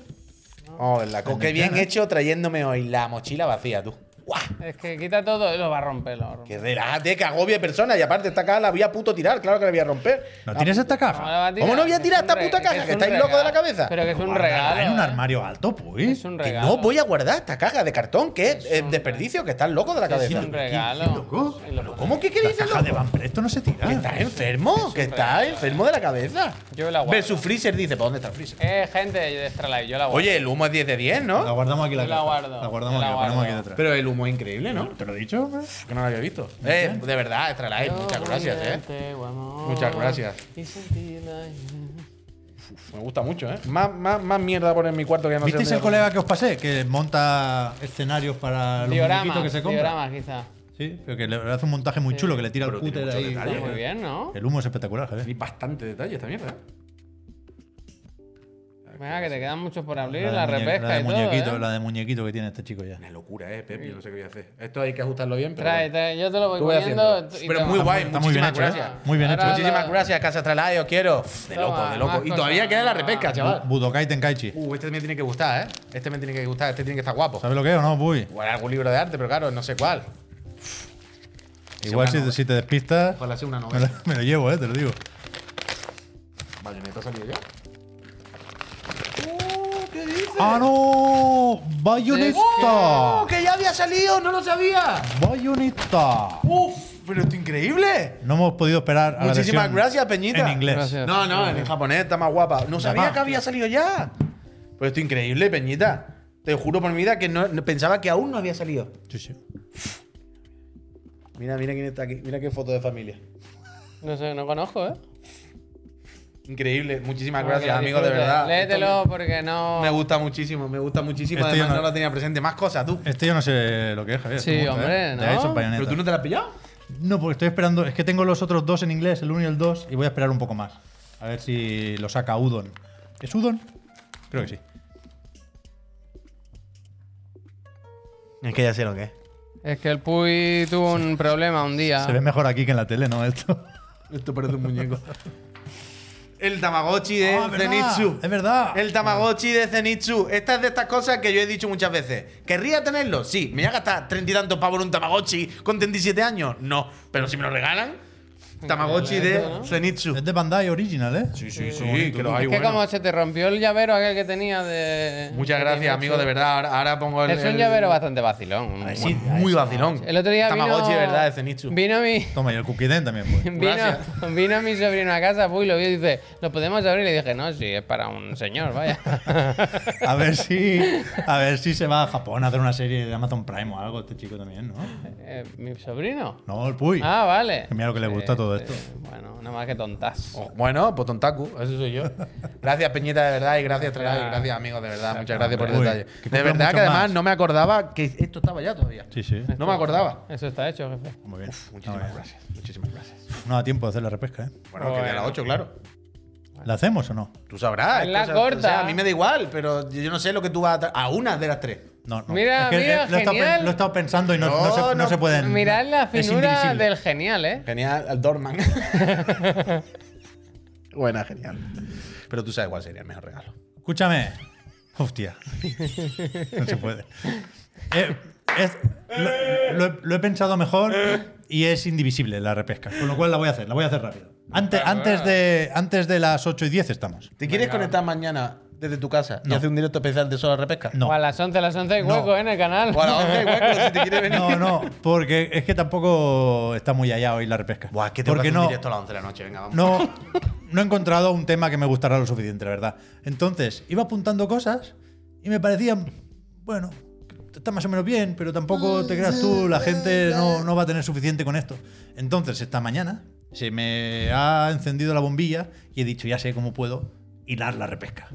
Speaker 3: Vamos a verla. Con qué bien hecho trayéndome hoy la mochila vacía, tú. ¡Guau! ah,
Speaker 1: Es que quita todo y lo va a romper. Lo va a romper.
Speaker 3: Que relájate, que agobia personas. Y aparte, esta caja la voy a puto tirar. Claro que la voy a romper.
Speaker 2: ¿No tienes esta
Speaker 1: ¿Cómo la
Speaker 2: caja?
Speaker 1: va a tirar?
Speaker 3: ¿Cómo no voy a
Speaker 1: Es
Speaker 3: tirar
Speaker 1: un
Speaker 3: esta puta
Speaker 1: rega-
Speaker 3: caja?
Speaker 1: es
Speaker 3: ¿Que
Speaker 1: un
Speaker 3: estáis locos de la
Speaker 1: regalo.
Speaker 3: cabeza?
Speaker 1: Pero que es un regalo.
Speaker 2: Guárdala en un
Speaker 1: ¿eh?
Speaker 2: armario alto, Puy.
Speaker 1: Es un
Speaker 3: Que
Speaker 1: regalo.
Speaker 3: no voy a guardar esta caja de cartón, que es, eh,
Speaker 1: un-
Speaker 3: desperdicio, que estás loco de la
Speaker 1: Es
Speaker 3: cabeza.
Speaker 1: un regalo.
Speaker 2: loco?
Speaker 1: Y lo-
Speaker 3: ¿Cómo que qué
Speaker 2: La
Speaker 3: dices,
Speaker 2: caja de
Speaker 3: loco?
Speaker 2: Van Presto no se tira.
Speaker 3: Que estás enfermo, que estás enfermo de la cabeza.
Speaker 1: Yo la guardo.
Speaker 3: Versus Freezer dice, ¿para dónde está el Freezer?
Speaker 1: Eh, gente de Astralife, yo la guardo.
Speaker 3: Oye, el humo es 10 de 10,
Speaker 2: La
Speaker 3: ¿no?
Speaker 2: guardamos aquí la
Speaker 1: Yo la
Speaker 2: caja.
Speaker 1: guardo,
Speaker 2: La guardamos
Speaker 1: yo la
Speaker 2: aquí, la ponemos aquí
Speaker 1: guardo.
Speaker 2: detrás.
Speaker 3: Pero el humo es increíble, ¿no?
Speaker 2: ¿Te lo he dicho? hombre?
Speaker 3: Que no lo había visto. Eh, de verdad, Extra Life, muchas gracias, eh. Muchas
Speaker 1: Muchas
Speaker 3: gracias. Me gusta mucho, eh. Más, más, más mierda por en mi cuarto que no sé
Speaker 2: ¿Visteis
Speaker 3: dónde
Speaker 2: el
Speaker 3: la pongo.
Speaker 2: colega que os pasé? Que monta escenarios para los muñequitos que
Speaker 1: Dioramas,
Speaker 2: se compran.
Speaker 1: dioramas quizá.
Speaker 2: Sí, pero que le hace un montaje muy chulo, que le tira el
Speaker 3: Pero tiene
Speaker 2: cúter
Speaker 3: mucho
Speaker 2: ahí.
Speaker 1: Está
Speaker 3: detalle.
Speaker 1: muy bien, ¿no?
Speaker 2: El humo es espectacular, Javier.
Speaker 3: Tiene bastante detalle esta mierda, eh.
Speaker 1: Venga, que te quedan muchos por abrir,
Speaker 2: de
Speaker 1: la,
Speaker 2: muñe-
Speaker 1: repesca
Speaker 2: la de
Speaker 1: y todo.
Speaker 2: muñequito,
Speaker 1: ¿eh?
Speaker 2: la de muñequito que tiene este chico ya.
Speaker 6: Una locura, eh, Pepi. Yo no sé qué voy a hacer. Esto hay que ajustarlo bien, pero.
Speaker 1: Trae, trae, yo te lo voy
Speaker 6: Tú voy
Speaker 1: poniendo.
Speaker 6: haciendo.
Speaker 1: y
Speaker 6: Pero
Speaker 1: te-
Speaker 6: muy guay,
Speaker 2: Está muy bien
Speaker 6: muchísimas
Speaker 2: hecho, ¿eh?
Speaker 6: gracias.
Speaker 2: Muy bien
Speaker 1: Ahora
Speaker 2: hecho.
Speaker 1: la-
Speaker 6: Muchísimas gracias, Casa
Speaker 2: eh,
Speaker 6: Tralá, os quiero. Uf, de
Speaker 1: Toma,
Speaker 6: loco, de loco.
Speaker 1: más
Speaker 6: Y todavía
Speaker 1: cosas.
Speaker 6: queda la repesca, chaval.
Speaker 2: Budokai Tenkaichi.
Speaker 6: Uh, este me tiene que gustar, ¿eh? Este me tiene que gustar, este tiene que estar guapo.
Speaker 2: ¿Sabes lo que es o no, Puy?
Speaker 6: Igual algún libro de arte, pero claro, no sé cuál.
Speaker 2: Igual si,
Speaker 6: novela.
Speaker 2: si te despistas,
Speaker 6: Ojalá sea una
Speaker 2: me
Speaker 6: novela.
Speaker 2: lo, me lo llevo, eh, te lo digo.
Speaker 6: Bayoneta ha salido ya. ¡Uh,
Speaker 2: ¡Ah, no! ¡Bayonista!
Speaker 6: ¡Oh, que ya había salido! ¡No lo sabía!
Speaker 2: ¡Bayonista!
Speaker 6: ¡Uf! ¡Pero esto es increíble!
Speaker 2: No hemos podido esperar a la
Speaker 6: Muchísimas
Speaker 2: versión
Speaker 6: gracias, Peñita.
Speaker 2: En inglés.
Speaker 1: Gracias.
Speaker 6: No, no, en japonés está más guapa. No sabía
Speaker 2: más.
Speaker 6: que había salido ya. Pero esto es increíble, Peñita. Te juro por mi vida que no, no- pensaba que aún no había salido.
Speaker 2: Sí, sí.
Speaker 6: Mira, mira quién está aquí. Mira qué foto de familia.
Speaker 1: No sé, no conozco, ¿eh?
Speaker 6: Increíble. Muchísimas
Speaker 1: No,
Speaker 6: gracias,
Speaker 1: que
Speaker 6: amigos, de
Speaker 1: disfrutes.
Speaker 6: verdad.
Speaker 1: Léetelo
Speaker 6: Esto
Speaker 1: porque no.
Speaker 6: Me gusta muchísimo, me gusta muchísimo.
Speaker 2: Este
Speaker 6: Además,
Speaker 2: yo
Speaker 6: no...
Speaker 2: no-
Speaker 6: lo tenía presente. Más cosas, tú.
Speaker 2: Este yo no sé lo que es, Javier.
Speaker 1: Sí,
Speaker 2: Te gusta,
Speaker 1: hombre,
Speaker 2: ¿eh?
Speaker 1: ¿no?
Speaker 2: Te ha hecho bayoneta.
Speaker 6: ¿Pero tú no te la has pillado?
Speaker 2: No, porque estoy esperando. Es que tengo los otros dos en inglés, el 1 y el 2, y voy a esperar un poco más. A ver si lo saca Udon. ¿Es Udon? Creo que sí.
Speaker 6: Es que ya sé lo que es.
Speaker 1: Es que el Puy tuvo un problema un día.
Speaker 2: Se ve mejor aquí que en la tele, ¿no? Esto.
Speaker 6: Esto parece un muñeco. El Tamagotchi de
Speaker 2: Ah, es verdad,
Speaker 6: Zenitsu.
Speaker 2: es verdad.
Speaker 6: El Tamagotchi de Zenitsu. Esta es de estas cosas que yo he dicho muchas veces. ¿Querría tenerlo? Sí. ¿Me voy a gastar treinta y tantos pavos en un Tamagotchi con 37 años? No. Pero si me lo regalan, Tamagotchi de Zenitsu.
Speaker 2: Es de Bandai Original, ¿eh?
Speaker 6: Sí, sí, sí.
Speaker 2: bonito.
Speaker 6: que los
Speaker 1: es
Speaker 6: hay
Speaker 1: que
Speaker 6: buenos.
Speaker 1: como se te rompió el llavero aquel que tenía de.
Speaker 6: Muchas gracias, amigo, de verdad. Ahora, ahora pongo el.
Speaker 1: Es un
Speaker 6: el-
Speaker 1: llavero bastante vacilón.
Speaker 6: Sí, muy vacilón.
Speaker 1: El otro día vino.
Speaker 6: Tamagotchi de verdad de Zenitsu.
Speaker 1: Vino mi.
Speaker 2: Toma, y el Cookie Den también, pues.
Speaker 1: Vino, vino mi sobrino a casa, Puy, lo vio y dice, ¿lo podemos abrir? Y le dije, no, sí, es para un señor, vaya.
Speaker 2: A ver si. A ver si se va a Japón a hacer una serie de Amazon Prime o algo, este chico también, ¿no?
Speaker 1: Eh, ¿Mi sobrino?
Speaker 2: No, el Puy.
Speaker 1: Ah, vale. Eh,
Speaker 2: Mira lo que le gusta todo esto.
Speaker 1: bueno, nada más que tontas.
Speaker 6: Oh, Bueno, pues Tontaku, eso soy yo. Gracias, Peñita, de verdad, y gracias, Trelay, y gracias, amigos, de verdad. Muchas gracias por el
Speaker 2: Uy,
Speaker 6: detalle.
Speaker 2: que
Speaker 6: De
Speaker 2: cumplan
Speaker 6: verdad
Speaker 2: mucho
Speaker 6: que además
Speaker 2: más.
Speaker 6: no me acordaba que esto estaba ya todavía.
Speaker 2: Sí, sí.
Speaker 6: No me acordaba.
Speaker 1: Eso está hecho, jefe.
Speaker 2: Muy bien.
Speaker 6: Muchísimas
Speaker 2: No,
Speaker 6: gracias, muchísimas gracias.
Speaker 2: No da tiempo de hacer la repesca, ¿eh?
Speaker 6: Bueno, que a las
Speaker 1: Bueno.
Speaker 6: 8, claro.
Speaker 2: ¿La hacemos o no?
Speaker 6: Tú sabrás.
Speaker 1: Es
Speaker 6: que
Speaker 1: la
Speaker 6: esa-
Speaker 1: corta.
Speaker 6: o sea, a mí me da igual, pero yo no sé lo que tú vas a... tra- A una de las tres.
Speaker 2: No, no.
Speaker 1: Mira,
Speaker 2: Es que,
Speaker 1: mira,
Speaker 2: eh, lo, he estado,
Speaker 1: genial.
Speaker 2: pen- lo he estado pensando y no,
Speaker 6: No,
Speaker 2: no, se, no
Speaker 6: no.
Speaker 2: se pueden.
Speaker 1: Mirad la
Speaker 2: es
Speaker 1: finura
Speaker 2: indivisible.
Speaker 1: del genial, ¿eh?
Speaker 6: Genial, al Dorman. Buena, genial. Pero tú sabes cuál sería el mejor regalo.
Speaker 2: Escúchame. Hostia. No se puede. Eh, es- lo, lo he- lo he pensado mejor y es indivisible la repesca. Con lo cual la voy a hacer, la voy a hacer rápido. Antes, antes, de, antes de las 8 y 10 estamos.
Speaker 6: ¿Te quieres conectar mañana desde tu casa y
Speaker 2: No.
Speaker 6: hacer un directo especial de Solo Repesca?
Speaker 2: No.
Speaker 1: O a las 11, a las 11 hay
Speaker 2: No.
Speaker 1: hueco ¿eh? en el canal.
Speaker 6: O a las 11 igual, pero si te quieres venir.
Speaker 2: No, no, porque es que tampoco está muy allá hoy la repesca.
Speaker 6: Buah, es que tengo
Speaker 2: porque
Speaker 6: que hacer un
Speaker 2: no,
Speaker 6: directo a las 11 de la noche, venga, vamos.
Speaker 2: no, no he encontrado un tema que me gustará lo suficiente, la verdad. Entonces, iba apuntando cosas y me parecían, bueno, está más o menos bien, pero tampoco te creas tú, la gente no, no va a tener suficiente con esto. Entonces, esta mañana se me ha encendido la bombilla y he dicho, ya sé cómo puedo hilar la repesca.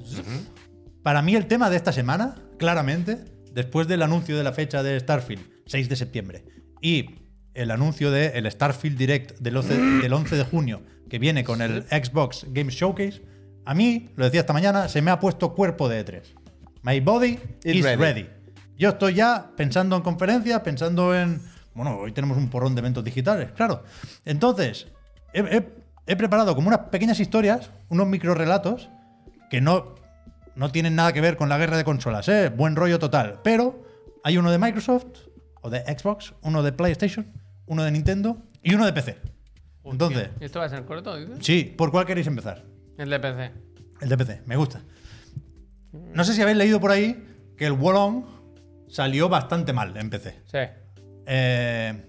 Speaker 2: Para mí el tema de esta semana, claramente, después del anuncio de la fecha de Starfield, 6 de septiembre, y el anuncio del Starfield Direct del 11, del 11 de junio, que viene con el Xbox Game Showcase, a mí, lo decía esta mañana, se me ha puesto cuerpo de E3. My body
Speaker 6: It's
Speaker 2: is,
Speaker 6: ready.
Speaker 2: ready. Yo estoy ya pensando en conferencias, pensando en... Bueno, hoy tenemos un porrón de eventos digitales, claro. Entonces, he, he- he preparado como unas pequeñas historias, unos micro relatos, que no, no tienen nada que ver con la guerra de consolas, ¿eh? Buen rollo total. Pero hay uno de Microsoft, o de Xbox, uno de PlayStation, uno de Nintendo y uno de PC. Entonces,
Speaker 1: ¿Y esto va a ser corto, dices?
Speaker 2: sí, ¿por cuál queréis empezar?
Speaker 1: El de PC.
Speaker 2: El de PC, me gusta. No sé si habéis leído por ahí que el Wolong salió bastante mal en PC.
Speaker 1: Sí.
Speaker 2: Eh,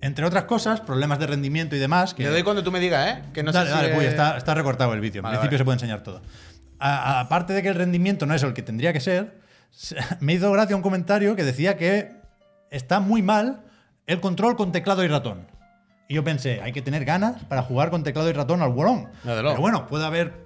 Speaker 2: entre otras cosas, problemas de rendimiento y demás. Que
Speaker 6: Le doy cuando tú me digas, ¿eh? Que no
Speaker 2: dale,
Speaker 6: sé
Speaker 2: dale,
Speaker 6: si
Speaker 2: Puy,
Speaker 6: eh,
Speaker 2: está, está recortado el vídeo. En
Speaker 6: Vale,
Speaker 2: principio
Speaker 6: vale.
Speaker 2: se puede enseñar todo. A- a- aparte de que el rendimiento no es el que tendría que ser, se- me hizo gracia un comentario que decía que está muy mal el control con teclado y ratón. Y yo pensé, hay que tener ganas para jugar con teclado y ratón al Wolong.
Speaker 6: Desde luego.
Speaker 2: Pero bueno, puede haber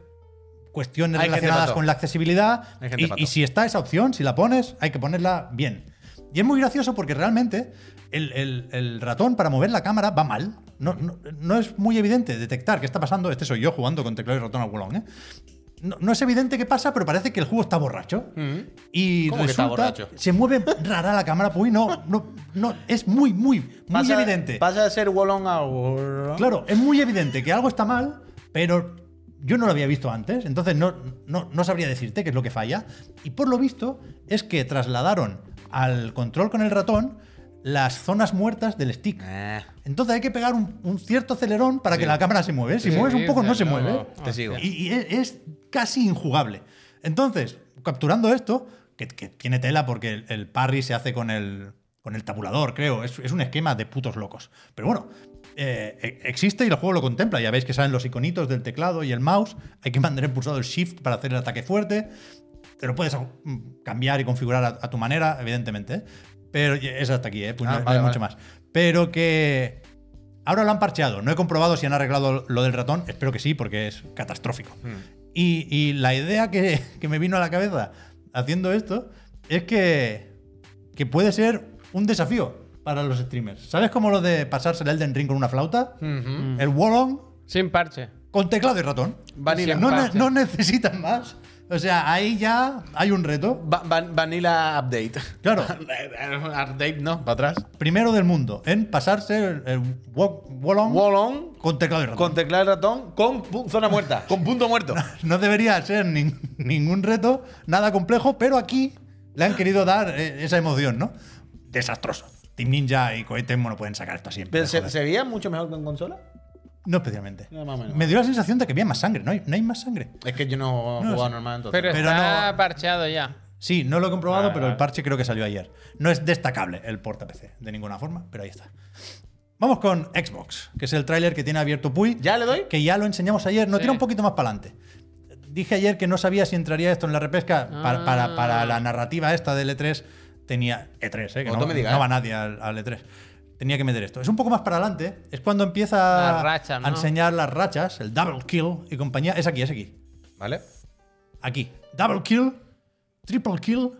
Speaker 2: cuestiones
Speaker 6: Hay gente
Speaker 2: relacionadas
Speaker 6: pato.
Speaker 2: con la accesibilidad.
Speaker 6: Hay gente
Speaker 2: Y,
Speaker 6: pato.
Speaker 2: y si está esa opción, si la pones, hay que ponerla bien. Y es muy gracioso porque realmente el, el- el ratón para mover la cámara va mal. No, no- no es muy evidente detectar qué está pasando. Este soy yo jugando con teclado y ratón al bolón, ¿eh? No, no es evidente qué pasa, pero parece que el juego está borracho. Y
Speaker 3: Mm-hmm. ¿Cómo que está
Speaker 2: resulta,
Speaker 3: borracho?
Speaker 2: se mueve rara la cámara. Pues uy, no, no, no, es muy, muy, muy
Speaker 3: Pasa-
Speaker 2: evidente.
Speaker 3: Pasa de ser Wallon a Wallon.
Speaker 2: Claro, es muy evidente que algo está mal, pero yo no lo había visto antes, entonces no, no, no sabría decirte qué es lo que falla. Y por lo visto es que trasladaron al control con el ratón las zonas muertas del stick.
Speaker 3: Eh,
Speaker 2: Entonces hay que pegar un, un cierto acelerón para que la cámara se mueva. Si
Speaker 1: Sí, Ah,
Speaker 2: mueves un poco, no se
Speaker 1: no,
Speaker 2: mueve. ¿eh?
Speaker 3: te sigo.
Speaker 2: Y, y es, es casi injugable. Entonces, capturando esto, que, que tiene tela porque el, el parry se hace con el, con el tabulador, creo. Es, es un esquema de putos locos. Pero bueno, eh, e- existe y el juego lo contempla. Ya veis que salen los iconitos del teclado y el mouse. Hay que mantener pulsado el shift para hacer el ataque fuerte. Te lo puedes mm, cambiar y configurar a, a tu manera, evidentemente. ¿eh? Pero es hasta aquí, ¿eh? Pues
Speaker 3: Ah,
Speaker 2: no- no
Speaker 3: vale,
Speaker 2: hay mucho
Speaker 3: vale.
Speaker 2: más. Pero que Ahora lo han parcheado. No he comprobado si han arreglado lo del ratón. Espero que sí, porque es catastrófico. Y, y la idea que, que me vino a la cabeza haciendo esto es que, que puede ser un desafío para los streamers. ¿Sabes cómo lo de pasarse el Elden Ring con una flauta? Mm. El Wallon
Speaker 1: Sin parche.
Speaker 2: con teclado y ratón.
Speaker 1: Vanilla.
Speaker 2: No, ne-
Speaker 1: Parche.
Speaker 2: no necesitan más. O sea, ahí ya hay un reto.
Speaker 3: va- van- vanilla update.
Speaker 2: Claro.
Speaker 3: update no, para atrás.
Speaker 2: Primero del mundo en pasarse el, el wa- Wallon
Speaker 3: Wallon
Speaker 2: con teclado y ratón.
Speaker 3: con teclado y ratón con pu- zona muerta, con punto muerto.
Speaker 2: No debería ser nin- ningún reto, nada complejo, pero aquí le han querido dar eh, esa emoción, ¿no? Desastroso. Team Ninja y Koei Tecmo no pueden sacar esto siempre.
Speaker 3: Pero se,
Speaker 2: joder.
Speaker 3: se veía mucho mejor que en consola.
Speaker 2: No especialmente.
Speaker 3: No, más o menos.
Speaker 2: Me dio la sensación de que había más sangre. No hay, no hay más sangre.
Speaker 3: Es que yo no
Speaker 2: No,
Speaker 3: jugaba
Speaker 2: sí.
Speaker 3: normal entonces.
Speaker 1: Pero,
Speaker 2: Pero
Speaker 1: está
Speaker 2: no-
Speaker 1: parcheado ya.
Speaker 2: Sí, no lo he comprobado,
Speaker 1: Vale,
Speaker 2: pero el
Speaker 1: vale.
Speaker 2: parche creo que salió ayer. No es destacable el porta PC, de ninguna forma, pero ahí está. Vamos con Xbox, que es el tráiler que tiene abierto Puy.
Speaker 3: ¿Ya le doy?
Speaker 2: Que ya lo enseñamos ayer. No,
Speaker 1: Sí.
Speaker 2: tira un poquito más para adelante. Dije ayer que no sabía si entraría esto en la repesca para, para- para
Speaker 1: Ah.
Speaker 2: la narrativa esta del E3. Tenía E3, ¿eh? que
Speaker 3: O
Speaker 2: no,
Speaker 3: tú me digas,
Speaker 2: no
Speaker 3: ¿eh?
Speaker 2: va nadie al, al E3. Tenía que meter esto. Es un poco más para adelante. Es cuando empieza
Speaker 1: Las rachas, ¿no?
Speaker 2: a enseñar las rachas, el double kill y compañía. Es aquí, es aquí.
Speaker 3: ¿Vale?
Speaker 2: Aquí. Double kill, triple kill,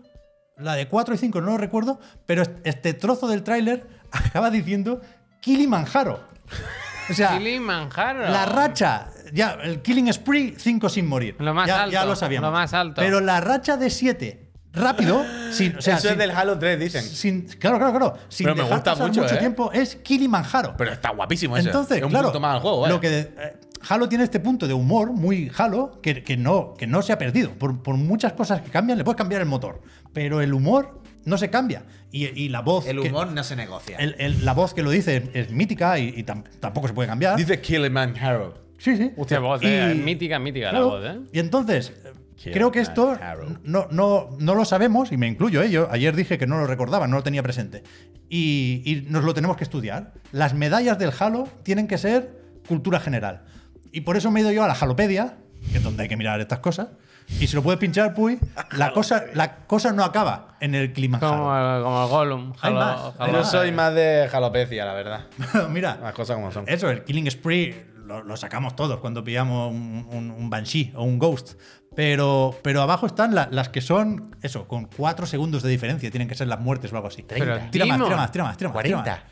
Speaker 2: la de 4 y 5, no lo recuerdo, pero est- este trozo del tráiler acaba diciendo Kilimanjaro. O sea,
Speaker 1: Kilimanjaro.
Speaker 2: la racha, ya, el killing spree, 5 sin morir.
Speaker 1: Lo más
Speaker 2: ya,
Speaker 1: alto,
Speaker 2: ya lo sabíamos.
Speaker 1: lo más alto.
Speaker 2: Pero la racha de 7, rápido, sin, o sea,
Speaker 3: Eso
Speaker 2: sin,
Speaker 3: es del Halo 3, dicen.
Speaker 2: sin- claro, claro, claro, sin
Speaker 3: Pero me
Speaker 2: dejar
Speaker 3: gusta
Speaker 2: pasar
Speaker 3: mucho, ¿eh?
Speaker 2: tiempo, es Kilimanjaro.
Speaker 3: Pero está guapísimo eso.
Speaker 2: Entonces,
Speaker 3: es un
Speaker 2: claro,
Speaker 3: punto más al juego, vaya.
Speaker 2: lo que eh, Halo tiene este punto de humor muy Halo que, que no, que no se ha perdido. Por, por muchas cosas que cambian, le puedes cambiar el motor, pero el humor no se cambia. Y, y la voz.
Speaker 3: El
Speaker 2: que-
Speaker 3: humor no se negocia.
Speaker 2: el- el- la voz que lo dice es, es mítica y, y tam- tampoco se puede cambiar.
Speaker 3: Dice Kilimanjaro.
Speaker 2: sí, sí.
Speaker 1: Hostia, voz,
Speaker 2: Y-
Speaker 1: eh, mítica, mítica
Speaker 2: claro,
Speaker 1: la voz, ¿eh?
Speaker 2: Y entonces, eh,
Speaker 3: Kill
Speaker 2: creo que
Speaker 3: my
Speaker 2: esto
Speaker 3: arrow.
Speaker 2: no, no, no lo sabemos, y me incluyo, ¿eh? yo ayer dije que no lo recordaba, no lo tenía presente. Y, y nos lo tenemos que estudiar. Las medallas del Halo tienen que ser cultura general. Y por eso me he ido yo a la Halopedia, que es donde hay que mirar estas cosas. Y si lo puedes pinchar, Puy, la cosa, la cosa no acaba en el clima.
Speaker 1: Como el, como el Gollum.
Speaker 2: Hay
Speaker 1: Jalo-
Speaker 2: más.
Speaker 1: jalo-
Speaker 3: Yo soy más de jalopecia, la verdad.
Speaker 2: Mira,
Speaker 3: Las cosas como son.
Speaker 2: Eso, el Killing Spree lo, lo sacamos todos cuando pillamos un, un- un Banshee o un Ghost. Pero, pero abajo están la- las que son, eso, con 4 segundos de diferencia. Tienen que ser las muertes o algo así.
Speaker 1: Pero,
Speaker 2: tira más,
Speaker 1: Timon.
Speaker 2: tira más, tira más, tira más. tira más.
Speaker 3: 40.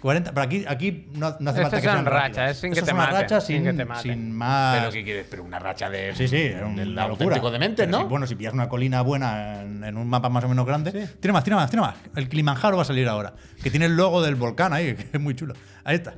Speaker 2: 40, pero aquí, aquí no, no
Speaker 1: Estas
Speaker 2: hace falta que
Speaker 1: son
Speaker 2: sean
Speaker 1: rachas,
Speaker 2: rápidas.
Speaker 1: es sin
Speaker 2: Eso
Speaker 1: que te
Speaker 2: una
Speaker 1: maten,
Speaker 2: racha
Speaker 1: sin
Speaker 2: sin,
Speaker 1: que te maten.
Speaker 2: sin más.
Speaker 3: Pero ¿qué quieres? Pero una racha de.
Speaker 2: Sí, sí, es
Speaker 3: de
Speaker 2: una locura.
Speaker 3: auténtico demente,
Speaker 2: Pero
Speaker 3: ¿no?
Speaker 2: si- bueno, si pillas una colina buena en, en un mapa más o menos grande. Tira más, tira más, tira más. El Kilimanjaro va a salir ahora. Que tiene el logo del volcán ahí, que es muy chulo. Ahí está.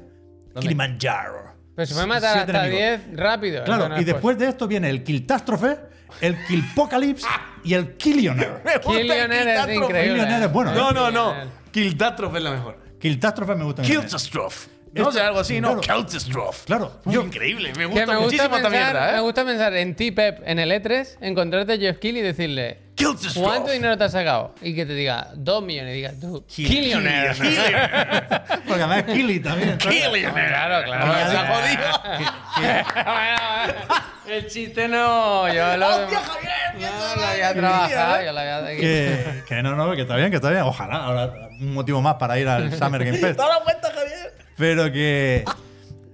Speaker 2: Kilimanjaro.
Speaker 3: Pues
Speaker 1: Pero se puede matar
Speaker 2: Siete
Speaker 1: hasta
Speaker 2: enemigos.
Speaker 1: 10 rápido.
Speaker 2: Claro,
Speaker 1: Eso no
Speaker 2: y
Speaker 1: es
Speaker 2: después de esto viene el Kiltástrofe, el Kilpocalypse y el Killionaire.
Speaker 1: posible. Killionaire es increíble.
Speaker 2: Killionaire es bueno, ¿eh?
Speaker 3: No, no,
Speaker 1: Killionaire.
Speaker 3: no. Kiltatroph es la mejor.
Speaker 2: Kiltástrofe me gusta. mucho.
Speaker 3: Kiltatroph. No sé, algo así, ¿no? Kiltatroph.
Speaker 2: Claro.
Speaker 3: Muy
Speaker 2: Yo-
Speaker 3: Increíble. Me
Speaker 1: Que
Speaker 3: gusta
Speaker 1: me gusta,
Speaker 3: muchísimo
Speaker 1: pensar,
Speaker 3: esta mierda,
Speaker 1: me
Speaker 3: ¿eh?
Speaker 1: gusta pensar en ti, Pep, en el E3, encontrarte a Jeff Kill y decirle
Speaker 3: Kiltatroph.
Speaker 1: ¿Cuánto dinero te has sacado? Y que te diga, dos millones. Y diga, tú, Killionaire.
Speaker 2: Porque además es Killy también. entonces-
Speaker 1: Claro, claro.
Speaker 2: Hombre,
Speaker 1: Se ha
Speaker 3: jodido.
Speaker 1: Bueno, bueno, el chiste no, yo lo,
Speaker 3: ¡Hostia, Javier!
Speaker 1: no,
Speaker 3: piensa
Speaker 1: lo
Speaker 3: en la
Speaker 1: había
Speaker 3: Biblia,
Speaker 1: trabajado,
Speaker 3: ¿eh?
Speaker 1: yo lo había
Speaker 2: que, que no, no, que está bien, que está bien. Ojalá, ahora un motivo más para ir al Summer Game Fest.
Speaker 3: Dale cuenta, Javier.
Speaker 2: Pero que,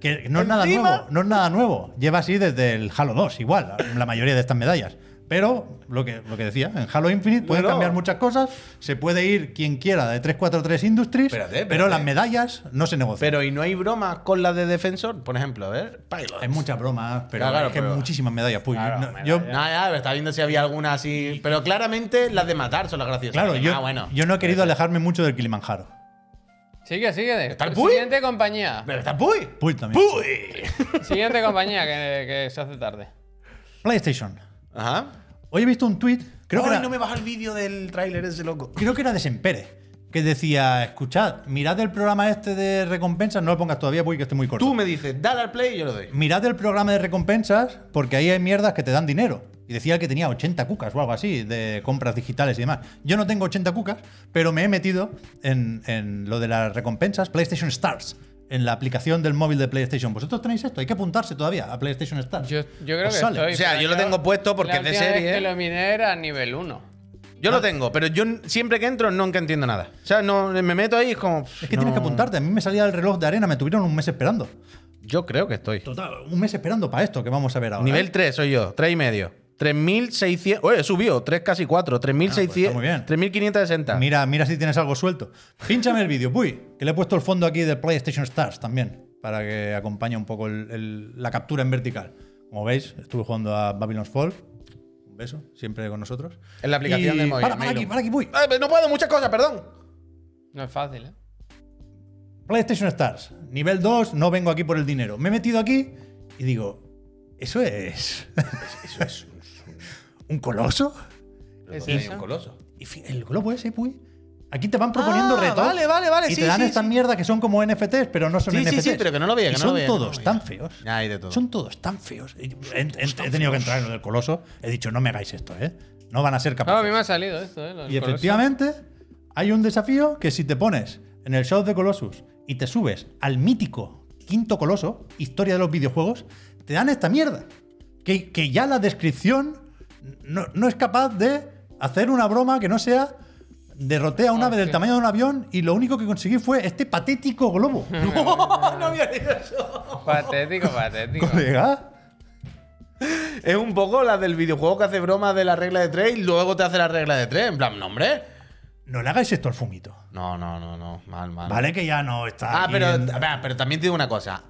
Speaker 2: que no es nada
Speaker 3: Encima-
Speaker 2: nuevo, no es nada nuevo. Lleva así desde el Halo 2, igual, la mayoría de estas medallas. Pero, lo que, lo que decía, en Halo Infinite pueden
Speaker 4: No, no.
Speaker 2: cambiar muchas cosas, se puede ir quien quiera de 343 Industries,
Speaker 3: Espérate, espérate.
Speaker 2: pero las medallas no se negocian.
Speaker 3: Pero, ¿y no hay bromas con la de Defensor? Por ejemplo, a ver,
Speaker 2: hay muchas bromas, pero
Speaker 3: Claro, claro,
Speaker 2: es que
Speaker 3: pero-
Speaker 2: muchísimas medallas. Puy.
Speaker 1: Claro,
Speaker 2: Em, No,
Speaker 1: medallas.
Speaker 2: yo-
Speaker 3: Nada, nada, pero estaba viendo si había alguna así. Pero claramente las de matar son las graciosas.
Speaker 2: claro, yo,
Speaker 3: Ah, bueno.
Speaker 2: yo no he querido alejarme mucho del Kilimanjaro.
Speaker 1: Sigue, sigue.
Speaker 3: ¿Está el Puy?
Speaker 1: Siguiente compañía.
Speaker 3: Pero está Puy.
Speaker 2: Puy también.
Speaker 3: ¡Puy!
Speaker 1: Siguiente compañía que, que se hace tarde.
Speaker 2: PlayStation.
Speaker 3: Ajá.
Speaker 2: Hoy he visto un tweet, creo, que
Speaker 3: Ay,
Speaker 2: era,
Speaker 3: no me baja el vídeo del tráiler ese loco.
Speaker 2: creo que era de Sempere, que decía, escuchad, mirad el programa este de recompensas, no lo pongas todavía, Puy, que esté muy corto.
Speaker 3: Tú me dices, dale al play y yo lo doy.
Speaker 2: mirad el programa de recompensas porque ahí hay mierdas que te dan dinero. Y decía el que tenía 80 cucas o algo así de compras digitales y demás. Yo no tengo 80 cucas, pero me he metido en, en lo de las recompensas PlayStation Stars, en la aplicación del móvil de PlayStation. ¿Vosotros tenéis esto? Hay que apuntarse todavía a PlayStation Stars.
Speaker 1: Yo, yo creo
Speaker 2: Os
Speaker 1: que
Speaker 2: sale.
Speaker 1: estoy.
Speaker 3: O sea,
Speaker 1: pero
Speaker 3: yo lo tengo puesto porque
Speaker 1: la
Speaker 3: es de
Speaker 1: última vez
Speaker 3: serie,
Speaker 1: que
Speaker 3: ¿eh?
Speaker 1: lo miné era nivel 1.
Speaker 3: Yo
Speaker 2: Ah.
Speaker 3: lo tengo, pero yo n- siempre que entro nunca entiendo nada. O sea, no, me meto ahí y es como.
Speaker 2: Es que
Speaker 3: no.
Speaker 2: tienes que apuntarte. A mí me salía el reloj de arena, me tuvieron un mes esperando.
Speaker 3: Yo creo que estoy.
Speaker 2: Total, un mes esperando para esto que vamos a ver ahora. ¿eh?
Speaker 3: Nivel 3 soy yo, 3 y medio. 3.600. Oye, subió, 3 casi 4. 3.600.
Speaker 2: Ah, pues está
Speaker 3: 3.560.
Speaker 2: Mira, mira si tienes algo suelto. Pínchame el vídeo, puy, que le he puesto el fondo aquí de PlayStation Stars también, para que acompañe un poco el- el- la captura en vertical. Como veis, estuve jugando a Babylon's Fall. Un beso, siempre con nosotros.
Speaker 3: En la aplicación
Speaker 2: Y-
Speaker 3: del móvil,
Speaker 2: Para, para aquí,
Speaker 3: Mailum.
Speaker 2: para aquí, puy.
Speaker 3: Ay, pero no puedo, muchas cosas, perdón.
Speaker 1: No es fácil, ¿eh?
Speaker 2: PlayStation Stars, nivel 2, no vengo aquí por el dinero. Me he metido aquí y digo, ¿eso es. ¿Eso es un, un coloso?
Speaker 1: ¿Es
Speaker 3: Tiene
Speaker 1: eso?
Speaker 3: un coloso.
Speaker 2: Y fi- el globo ese, puy. Aquí te van proponiendo
Speaker 3: Ah,
Speaker 2: retos.
Speaker 3: vale, vale, vale,
Speaker 2: Y
Speaker 3: sí,
Speaker 2: te dan
Speaker 3: sí,
Speaker 2: estas
Speaker 3: sí.
Speaker 2: mierdas que son como NFTs, pero no son
Speaker 3: Sí, sí,
Speaker 2: NFTs.
Speaker 3: sí, pero que no lo veía,
Speaker 2: Y
Speaker 3: que no
Speaker 2: son
Speaker 3: lo veía, que no
Speaker 2: todos
Speaker 3: lo veía.
Speaker 2: tan feos.
Speaker 3: Ya, hay de todo. Pues
Speaker 2: Son todos tan feos. Y- He, he- he tenido que entrar en lo del coloso. He dicho, no me hagáis esto, ¿eh? No van a ser
Speaker 1: No, a
Speaker 2: capaces.
Speaker 1: mí me ha salido esto, ¿eh? Lo del
Speaker 2: y
Speaker 1: coloso.
Speaker 2: efectivamente, hay un desafío que si te pones en el show de Colossus y te subes al mítico quinto coloso, historia de los videojuegos, te dan esta mierda. Que, que ya la descripción no, no es capaz de hacer una broma que no sea derrotea
Speaker 3: Oh,
Speaker 2: a un ave del
Speaker 1: Hostia.
Speaker 2: tamaño de un avión y lo único que conseguí fue este patético globo.
Speaker 3: no había leído eso.
Speaker 1: Patético, patético.
Speaker 2: Colega.
Speaker 3: Es un poco la del videojuego que hace broma de la regla de 3 y luego te hace la regla de 3. En plan, no, hombre.
Speaker 2: No le hagáis esto al fumito.
Speaker 3: No, no, no, no. Mal, mal.
Speaker 2: Vale que ya no está.
Speaker 3: Ah,
Speaker 2: aquí
Speaker 3: pero,
Speaker 2: en-
Speaker 3: a ver, pero también te digo una cosa.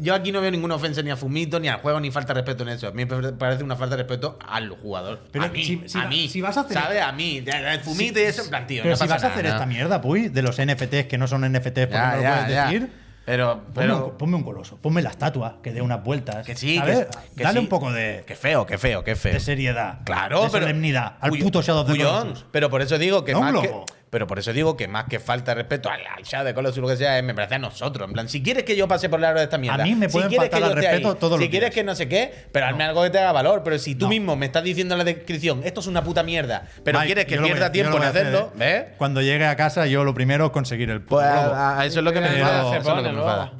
Speaker 3: Yo aquí no veo ninguna ofensa ni a Fumito, ni al juego, ni falta de respeto en eso. A mí me parece una falta de respeto al jugador.
Speaker 2: Pero
Speaker 3: a mí,
Speaker 2: si- si
Speaker 3: a
Speaker 2: va-
Speaker 3: mí.
Speaker 2: si vas a hacer-
Speaker 3: ¿Sabes? A mí. El Fumito y eso, en plan, tío,
Speaker 2: Pero
Speaker 3: no
Speaker 2: si
Speaker 3: pasa
Speaker 2: vas a hacer
Speaker 3: nada.
Speaker 2: esta mierda, puy, de los NFTs que no son NFTs porque
Speaker 3: Ya,
Speaker 2: no lo
Speaker 3: ya,
Speaker 2: puedes
Speaker 3: ya.
Speaker 2: decir.
Speaker 3: Pero,
Speaker 2: Ponme, un,
Speaker 3: pero.
Speaker 2: ponme un coloso, ponme la estatua, que dé unas vueltas.
Speaker 3: Que sí,
Speaker 2: ¿sabes?
Speaker 3: que- que
Speaker 2: Dale
Speaker 3: sí.
Speaker 2: un poco de,
Speaker 3: Qué feo, qué feo, qué feo.
Speaker 2: de seriedad.
Speaker 3: Claro,
Speaker 2: de
Speaker 3: pero.
Speaker 2: solemnidad. Al
Speaker 3: Puy-
Speaker 2: puto Shadow of the
Speaker 3: Puyón,
Speaker 2: Colossus.
Speaker 3: Pero por eso digo que
Speaker 2: No un
Speaker 3: más que.
Speaker 2: globo.
Speaker 3: Pero por eso digo que más que falta de respeto al, al Shadow de Colossus, lo que sea, eh, me parece a nosotros. En plan, si quieres que yo pase por la hora de esta mierda.
Speaker 2: mí me pueden
Speaker 3: si
Speaker 2: faltar
Speaker 3: quieres que yo
Speaker 2: al
Speaker 3: esté
Speaker 2: respeto
Speaker 3: ahí,
Speaker 2: todo lo
Speaker 3: Si
Speaker 2: que
Speaker 3: quieres
Speaker 2: quieras.
Speaker 3: que no sé qué, pero hazme algo que te haga valor. Pero si tú
Speaker 2: No.
Speaker 3: mismo me estás diciendo en la descripción, esto es una puta mierda, pero
Speaker 2: Mike,
Speaker 3: quieres que
Speaker 2: yo lo voy a-
Speaker 3: pierda
Speaker 2: yo
Speaker 3: tiempo
Speaker 2: lo
Speaker 3: en
Speaker 2: voy a hacer,
Speaker 3: hacerlo,
Speaker 2: ¿eh?
Speaker 3: ¿ves?
Speaker 2: Cuando llegue a casa, yo lo primero conseguir el
Speaker 3: Pues
Speaker 2: globo.
Speaker 3: a, a eso es lo que me
Speaker 1: Pero
Speaker 3: enfada.
Speaker 1: se
Speaker 3: eso es lo que
Speaker 1: pone
Speaker 3: me
Speaker 1: luego.
Speaker 3: enfada.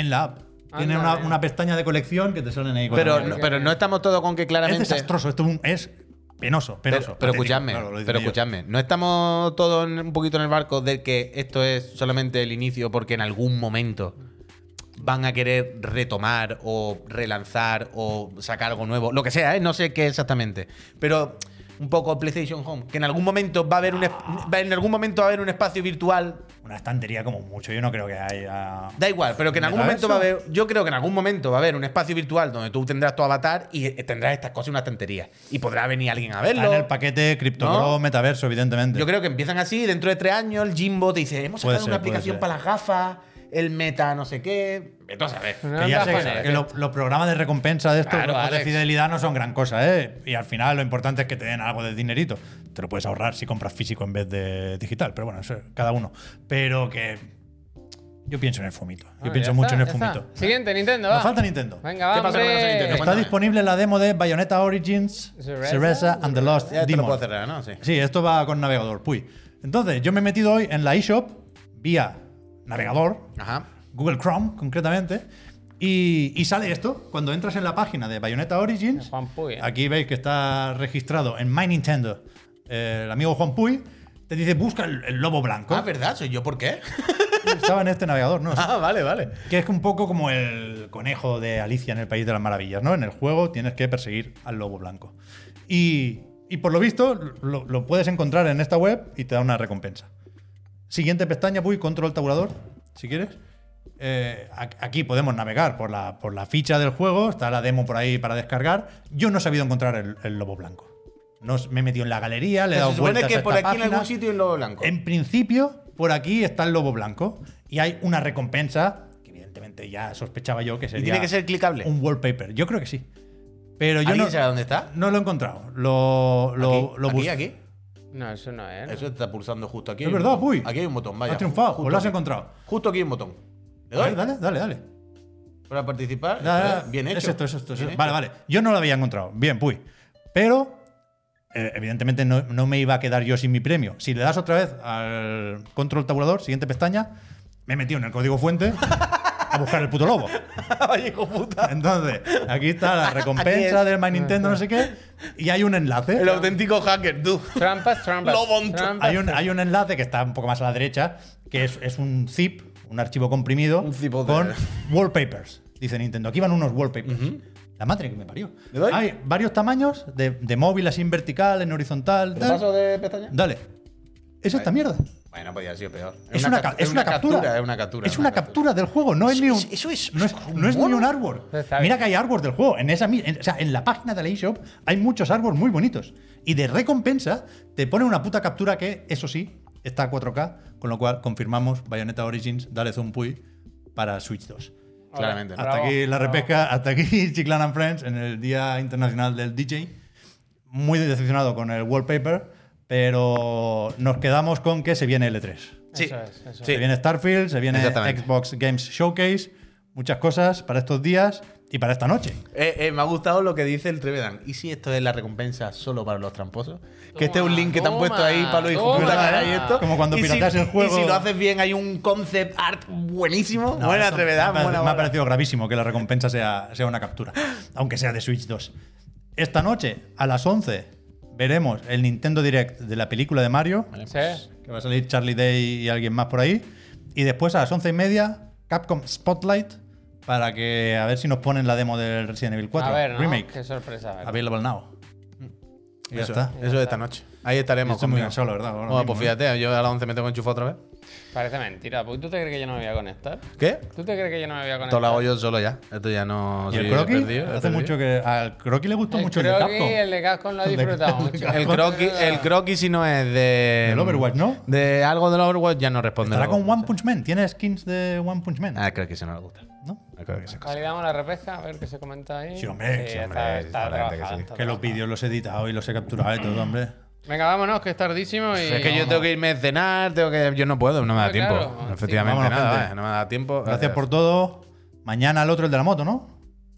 Speaker 2: En la app. Tiene
Speaker 1: Anda,
Speaker 2: una,
Speaker 1: mira.
Speaker 2: una pestaña de colección que te salen ahí. con la
Speaker 3: Pero,
Speaker 2: mierda.
Speaker 3: no- pero no estamos todos con que
Speaker 2: Este es
Speaker 3: claramente.
Speaker 2: desastroso. Esto es un- es penoso,
Speaker 3: Pero,
Speaker 2: penoso.
Speaker 3: pero
Speaker 2: patético,
Speaker 3: escuchadme,
Speaker 2: claro, lo digo
Speaker 3: pero
Speaker 2: yo.
Speaker 3: escuchadme, no estamos todos en- un poquito en el barco del que esto es solamente el inicio porque en algún momento van a querer retomar o relanzar o sacar algo nuevo, lo que sea, ¿eh? no sé qué exactamente, pero un poco PlayStation Home, que en algún momento va a haber un es- va- en algún momento va a haber un espacio virtual,
Speaker 2: Una estantería como mucho. Yo no creo que haya.
Speaker 3: da igual, pero que en algún momento va a haber, yo creo que en algún momento va a haber un espacio virtual donde tú tendrás tu avatar y eh, tendrás estas cosas en una estantería y podrá venir alguien a verlo.
Speaker 2: Está en el paquete Crypto
Speaker 3: ¿No?
Speaker 2: Pro Metaverso, evidentemente.
Speaker 3: Yo creo que empiezan así, dentro de tres años el Jimbo te dice, hemos
Speaker 2: Puede
Speaker 3: sacado una
Speaker 2: ser, puede
Speaker 3: aplicación
Speaker 2: ser.
Speaker 3: para las gafas, el meta no sé qué. Entonces, a ver.
Speaker 1: No
Speaker 2: Que ya
Speaker 1: andas
Speaker 2: sé
Speaker 1: con
Speaker 2: que,
Speaker 1: él.
Speaker 2: que lo- los programas de recompensa de estos
Speaker 3: Claro,
Speaker 2: grupos de
Speaker 3: Alex.
Speaker 2: fidelidad no son gran cosa, ¿eh? Y al final lo importante es que te den algo de dinerito. Te lo puedes ahorrar si compras físico en vez de digital, pero bueno, eso es cada uno. Pero que yo pienso en el fumito. Yo
Speaker 1: Bueno,
Speaker 2: pienso
Speaker 1: Ah, ya
Speaker 2: mucho en el
Speaker 1: está, ya
Speaker 2: fumito.
Speaker 1: está. Siguiente, Nintendo,
Speaker 2: Nos
Speaker 1: va.
Speaker 2: falta Nintendo.
Speaker 1: Venga, va,
Speaker 3: ¿Qué pasa con
Speaker 1: hombre.
Speaker 3: la serie Nintendo?
Speaker 2: Está
Speaker 3: Cuéntame.
Speaker 2: disponible la demo de Bayonetta Origins,
Speaker 1: Cereza,
Speaker 2: Cereza and the Lost
Speaker 3: Ya te lo
Speaker 2: Demon.
Speaker 3: puedo cerrar, ¿no? Sí.
Speaker 2: Sí, esto va con navegador, puy. Entonces, yo me he metido hoy en la eShop vía navegador,
Speaker 3: Ajá. Ah,
Speaker 2: Google Chrome concretamente. Y, y sale esto, cuando entras en la página de Bayonetta Origins,
Speaker 1: Juan Puy, ¿eh?
Speaker 2: aquí veis que está registrado en My Nintendo eh, el amigo Juan Puy, te dice busca el, el lobo blanco.
Speaker 3: Ah, ¿verdad? ¿Soy yo por qué?
Speaker 2: Estaba en este navegador, ¿no?
Speaker 3: Ah, vale, vale.
Speaker 2: Que es un poco como el conejo de Alicia en el País de las Maravillas, ¿no? En el juego tienes que perseguir al lobo blanco. Y, y por lo visto, lo, lo puedes encontrar en esta web y te da una recompensa. Siguiente pestaña, voy, control tabulador, si quieres. Eh, a- aquí podemos navegar por la, por la ficha del juego, está la demo por ahí para descargar. Yo no he sabido encontrar el, el lobo blanco. No, s- me he metido en la galería, le he dado
Speaker 3: Se supone
Speaker 2: vueltas
Speaker 3: que
Speaker 2: a
Speaker 3: por aquí
Speaker 2: esta
Speaker 3: en algún
Speaker 2: página.
Speaker 3: sitio hay un lobo blanco.
Speaker 2: En principio, por aquí está el lobo blanco y hay una recompensa que evidentemente ya sospechaba yo que sería
Speaker 3: y Pues tiene que ser clicable.
Speaker 2: un wallpaper. Yo creo que sí. Pero yo
Speaker 3: ¿Alguien
Speaker 2: no,
Speaker 3: sabe dónde está?
Speaker 2: no lo he encontrado. Lo, lo,
Speaker 3: aquí,
Speaker 2: lo
Speaker 3: aquí,
Speaker 2: bus-
Speaker 3: aquí.
Speaker 1: No, eso no es. ¿no?
Speaker 3: Eso está pulsando justo aquí.
Speaker 2: Es
Speaker 3: Hay un
Speaker 2: verdad,
Speaker 3: botón.
Speaker 2: uy.
Speaker 3: Aquí hay un botón, vaya.
Speaker 2: Has triunfado,
Speaker 3: Justo,
Speaker 2: pues lo has
Speaker 3: aquí.
Speaker 2: encontrado.
Speaker 3: Justo aquí hay un botón. ¿Le doy?
Speaker 2: Dale, dale, dale. dale.
Speaker 3: Para participar.
Speaker 2: Nada, nada.
Speaker 3: Bien hecho.
Speaker 2: Es esto, es esto, es
Speaker 3: Bien
Speaker 2: esto.
Speaker 3: hecho.
Speaker 2: Vale, vale. Yo no lo había encontrado. Bien, puy. Pero, eh, evidentemente, no, no me iba a quedar yo sin mi premio. Si le das otra vez al control tabulador, siguiente pestaña, me he metido en el código fuente a buscar el puto lobo.
Speaker 3: Ay, hijo puta.
Speaker 2: Entonces, aquí está la
Speaker 3: Aquí
Speaker 2: recompensa
Speaker 3: es.
Speaker 2: del My Nintendo, no sé qué. Y hay un enlace.
Speaker 3: El auténtico hacker, tú.
Speaker 1: Trampas, trampas.
Speaker 3: Lobo.
Speaker 1: trampas.
Speaker 2: Hay un, hay un enlace que está un poco más a la derecha, que es, es un zip, un archivo comprimido,
Speaker 3: Un zip de-
Speaker 2: con wallpapers, dice Nintendo. Aquí van unos wallpapers. La madre que me parió.
Speaker 3: ¿Le doy?
Speaker 2: Hay varios tamaños, de, de móvil así en vertical, en horizontal.
Speaker 3: ¿Te
Speaker 2: tal.
Speaker 3: paso de pestaña?
Speaker 2: Dale. Es esta mierda.
Speaker 3: Bueno, podía haber sido peor.
Speaker 2: Es una, ca-
Speaker 3: capt-
Speaker 2: es una captura.
Speaker 3: Es una captura.
Speaker 2: Es una captura del juego. No es ni un. Eso es. No es, no es ni un artwork.
Speaker 1: Está bien.
Speaker 2: Mira que hay artworks del juego. En, esa, mi- en- o sea, en la página de la eShop hay muchos artworks muy bonitos. Y de recompensa te pone una puta captura que, eso sí, está a 4K. Con lo cual confirmamos Bayonetta Origins, dale zoom puy para Switch 2.
Speaker 3: Claramente.
Speaker 2: Hasta
Speaker 1: Bravo,
Speaker 2: aquí la
Speaker 1: bravo.
Speaker 2: repesca, hasta aquí Chiclan and Friends en el Día Internacional del DJ. Muy decepcionado con el wallpaper, pero nos quedamos con que se viene L3.
Speaker 3: Sí.
Speaker 1: Eso es, eso
Speaker 3: Sí.
Speaker 2: Se viene Starfield, se viene
Speaker 3: Exactamente.
Speaker 2: Xbox Games Showcase, muchas cosas para estos días y para esta noche.
Speaker 3: Eh, eh, me ha gustado lo que dice el Trevedan. ¿Y si esto es la recompensa solo para los tramposos?
Speaker 1: Toma,
Speaker 3: que este es un link que te han
Speaker 1: toma,
Speaker 3: puesto ahí para los hijos de puta
Speaker 1: toma.
Speaker 3: que hará y esto.
Speaker 2: Como cuando
Speaker 3: Y si-
Speaker 2: pirateas el juego.
Speaker 3: Y si lo haces bien, hay un concept art buenísimo.
Speaker 2: No,
Speaker 3: buena
Speaker 2: esto
Speaker 3: Trevedan,
Speaker 2: me ha-
Speaker 3: buena
Speaker 2: Me ha
Speaker 3: bola.
Speaker 2: parecido gravísimo que la recompensa sea, sea una captura, aunque sea de Switch 2. Esta noche, a las 11, veremos el Nintendo Direct de la película de Mario.
Speaker 1: Sí.
Speaker 2: que va a salir Charlie Day y alguien más por ahí. Y después a las once y media, Capcom Spotlight, para que a ver si nos ponen la demo del Resident Evil 4
Speaker 1: A ver, ¿no?
Speaker 2: Remake.
Speaker 1: Qué sorpresa. ¿verdad?
Speaker 2: Available now. Y ya
Speaker 3: Mm. Eso,
Speaker 2: está.
Speaker 3: eso de esta noche. Ahí estaremos.
Speaker 2: Estoy muy
Speaker 3: conmigo.
Speaker 2: cansado, la verdad. ahora
Speaker 3: Bueno,
Speaker 2: mismo,
Speaker 3: pues
Speaker 2: ¿eh?
Speaker 3: fíjate, yo a las 11 me tengo enchufado otra vez.
Speaker 1: Parece mentira. porque ¿Tú te crees que yo no me voy a conectar?
Speaker 3: ¿Qué?
Speaker 1: ¿Tú te crees que yo no me voy a
Speaker 3: Esto
Speaker 1: conectar?
Speaker 3: lo hago yo solo ya. Esto ya no.
Speaker 2: ¿Y el
Speaker 3: sí,
Speaker 2: croquis?
Speaker 3: he perdido, he
Speaker 2: Hace
Speaker 3: perdido.
Speaker 2: mucho que. Al croquis le gustó
Speaker 1: El
Speaker 2: mucho el de
Speaker 1: croquis,
Speaker 2: Capcom.
Speaker 1: el de Capcom lo he
Speaker 2: El de-
Speaker 1: disfrutado
Speaker 2: el de
Speaker 1: mucho.
Speaker 3: El croquis, el croquis si no es de.
Speaker 2: Del Overwatch, ¿no?
Speaker 3: De algo del Overwatch ya no responde.
Speaker 2: Estará
Speaker 3: el
Speaker 2: con
Speaker 3: Overwatch.
Speaker 2: One Punch Man. Tiene skins de One Punch Man.
Speaker 3: Ah, creo que si no le gusta.
Speaker 2: ¿no?
Speaker 3: Ah, creo que sí.
Speaker 1: Validamos la repesca, a ver qué se comenta ahí. Eh,
Speaker 2: Sí, hombre, sí,
Speaker 1: está-
Speaker 3: hombre,
Speaker 1: está
Speaker 3: claramente que
Speaker 1: trabajado,
Speaker 3: sí.
Speaker 1: está
Speaker 2: Que los
Speaker 1: trabajado.
Speaker 2: vídeos los he editado y los he capturado y todo, hombre.
Speaker 1: Venga, vámonos, que es tardísimo y...
Speaker 3: Es que yo tengo que irme a cenar, tengo que. Yo no puedo, no me da
Speaker 1: Ah,
Speaker 3: tiempo.
Speaker 1: claro.
Speaker 3: Efectivamente,
Speaker 2: Sí, vámonos,
Speaker 3: nada,
Speaker 2: gente.
Speaker 3: vaya, no me da tiempo. Eh,
Speaker 2: Gracias por todo. Mañana el otro, el de la moto, ¿no?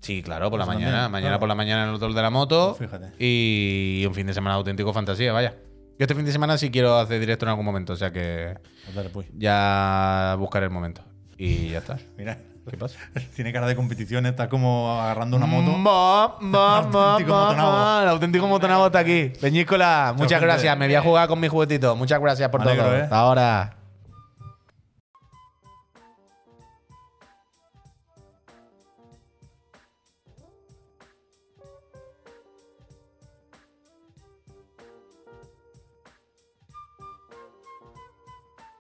Speaker 3: Sí, claro, por la
Speaker 2: Eso
Speaker 3: mañana.
Speaker 2: también,
Speaker 3: mañana
Speaker 2: claro.
Speaker 3: por la mañana en el hotel de la moto.
Speaker 2: Pues fíjate.
Speaker 3: Y un fin de semana auténtico fantasía, vaya. Yo este fin de semana sí quiero hacer directo en algún momento, o sea que
Speaker 2: Pues dale, pues.
Speaker 3: ya buscaré el momento. Y ya está.
Speaker 2: Mira.
Speaker 3: ¿Qué pasa? Mm,
Speaker 2: Tiene cara de competición, está como agarrando una moto.
Speaker 3: Ma, ma,
Speaker 2: El
Speaker 3: ma,
Speaker 2: auténtico
Speaker 3: ma,
Speaker 2: motonabo.
Speaker 3: ma. El auténtico motonabo está aquí. Peñíscola, muchas
Speaker 2: gente.
Speaker 3: gracias. Me voy a jugar con mi juguetito. Muchas gracias por
Speaker 2: Me alegro,
Speaker 3: todo.
Speaker 2: eh.
Speaker 3: Hasta ahora.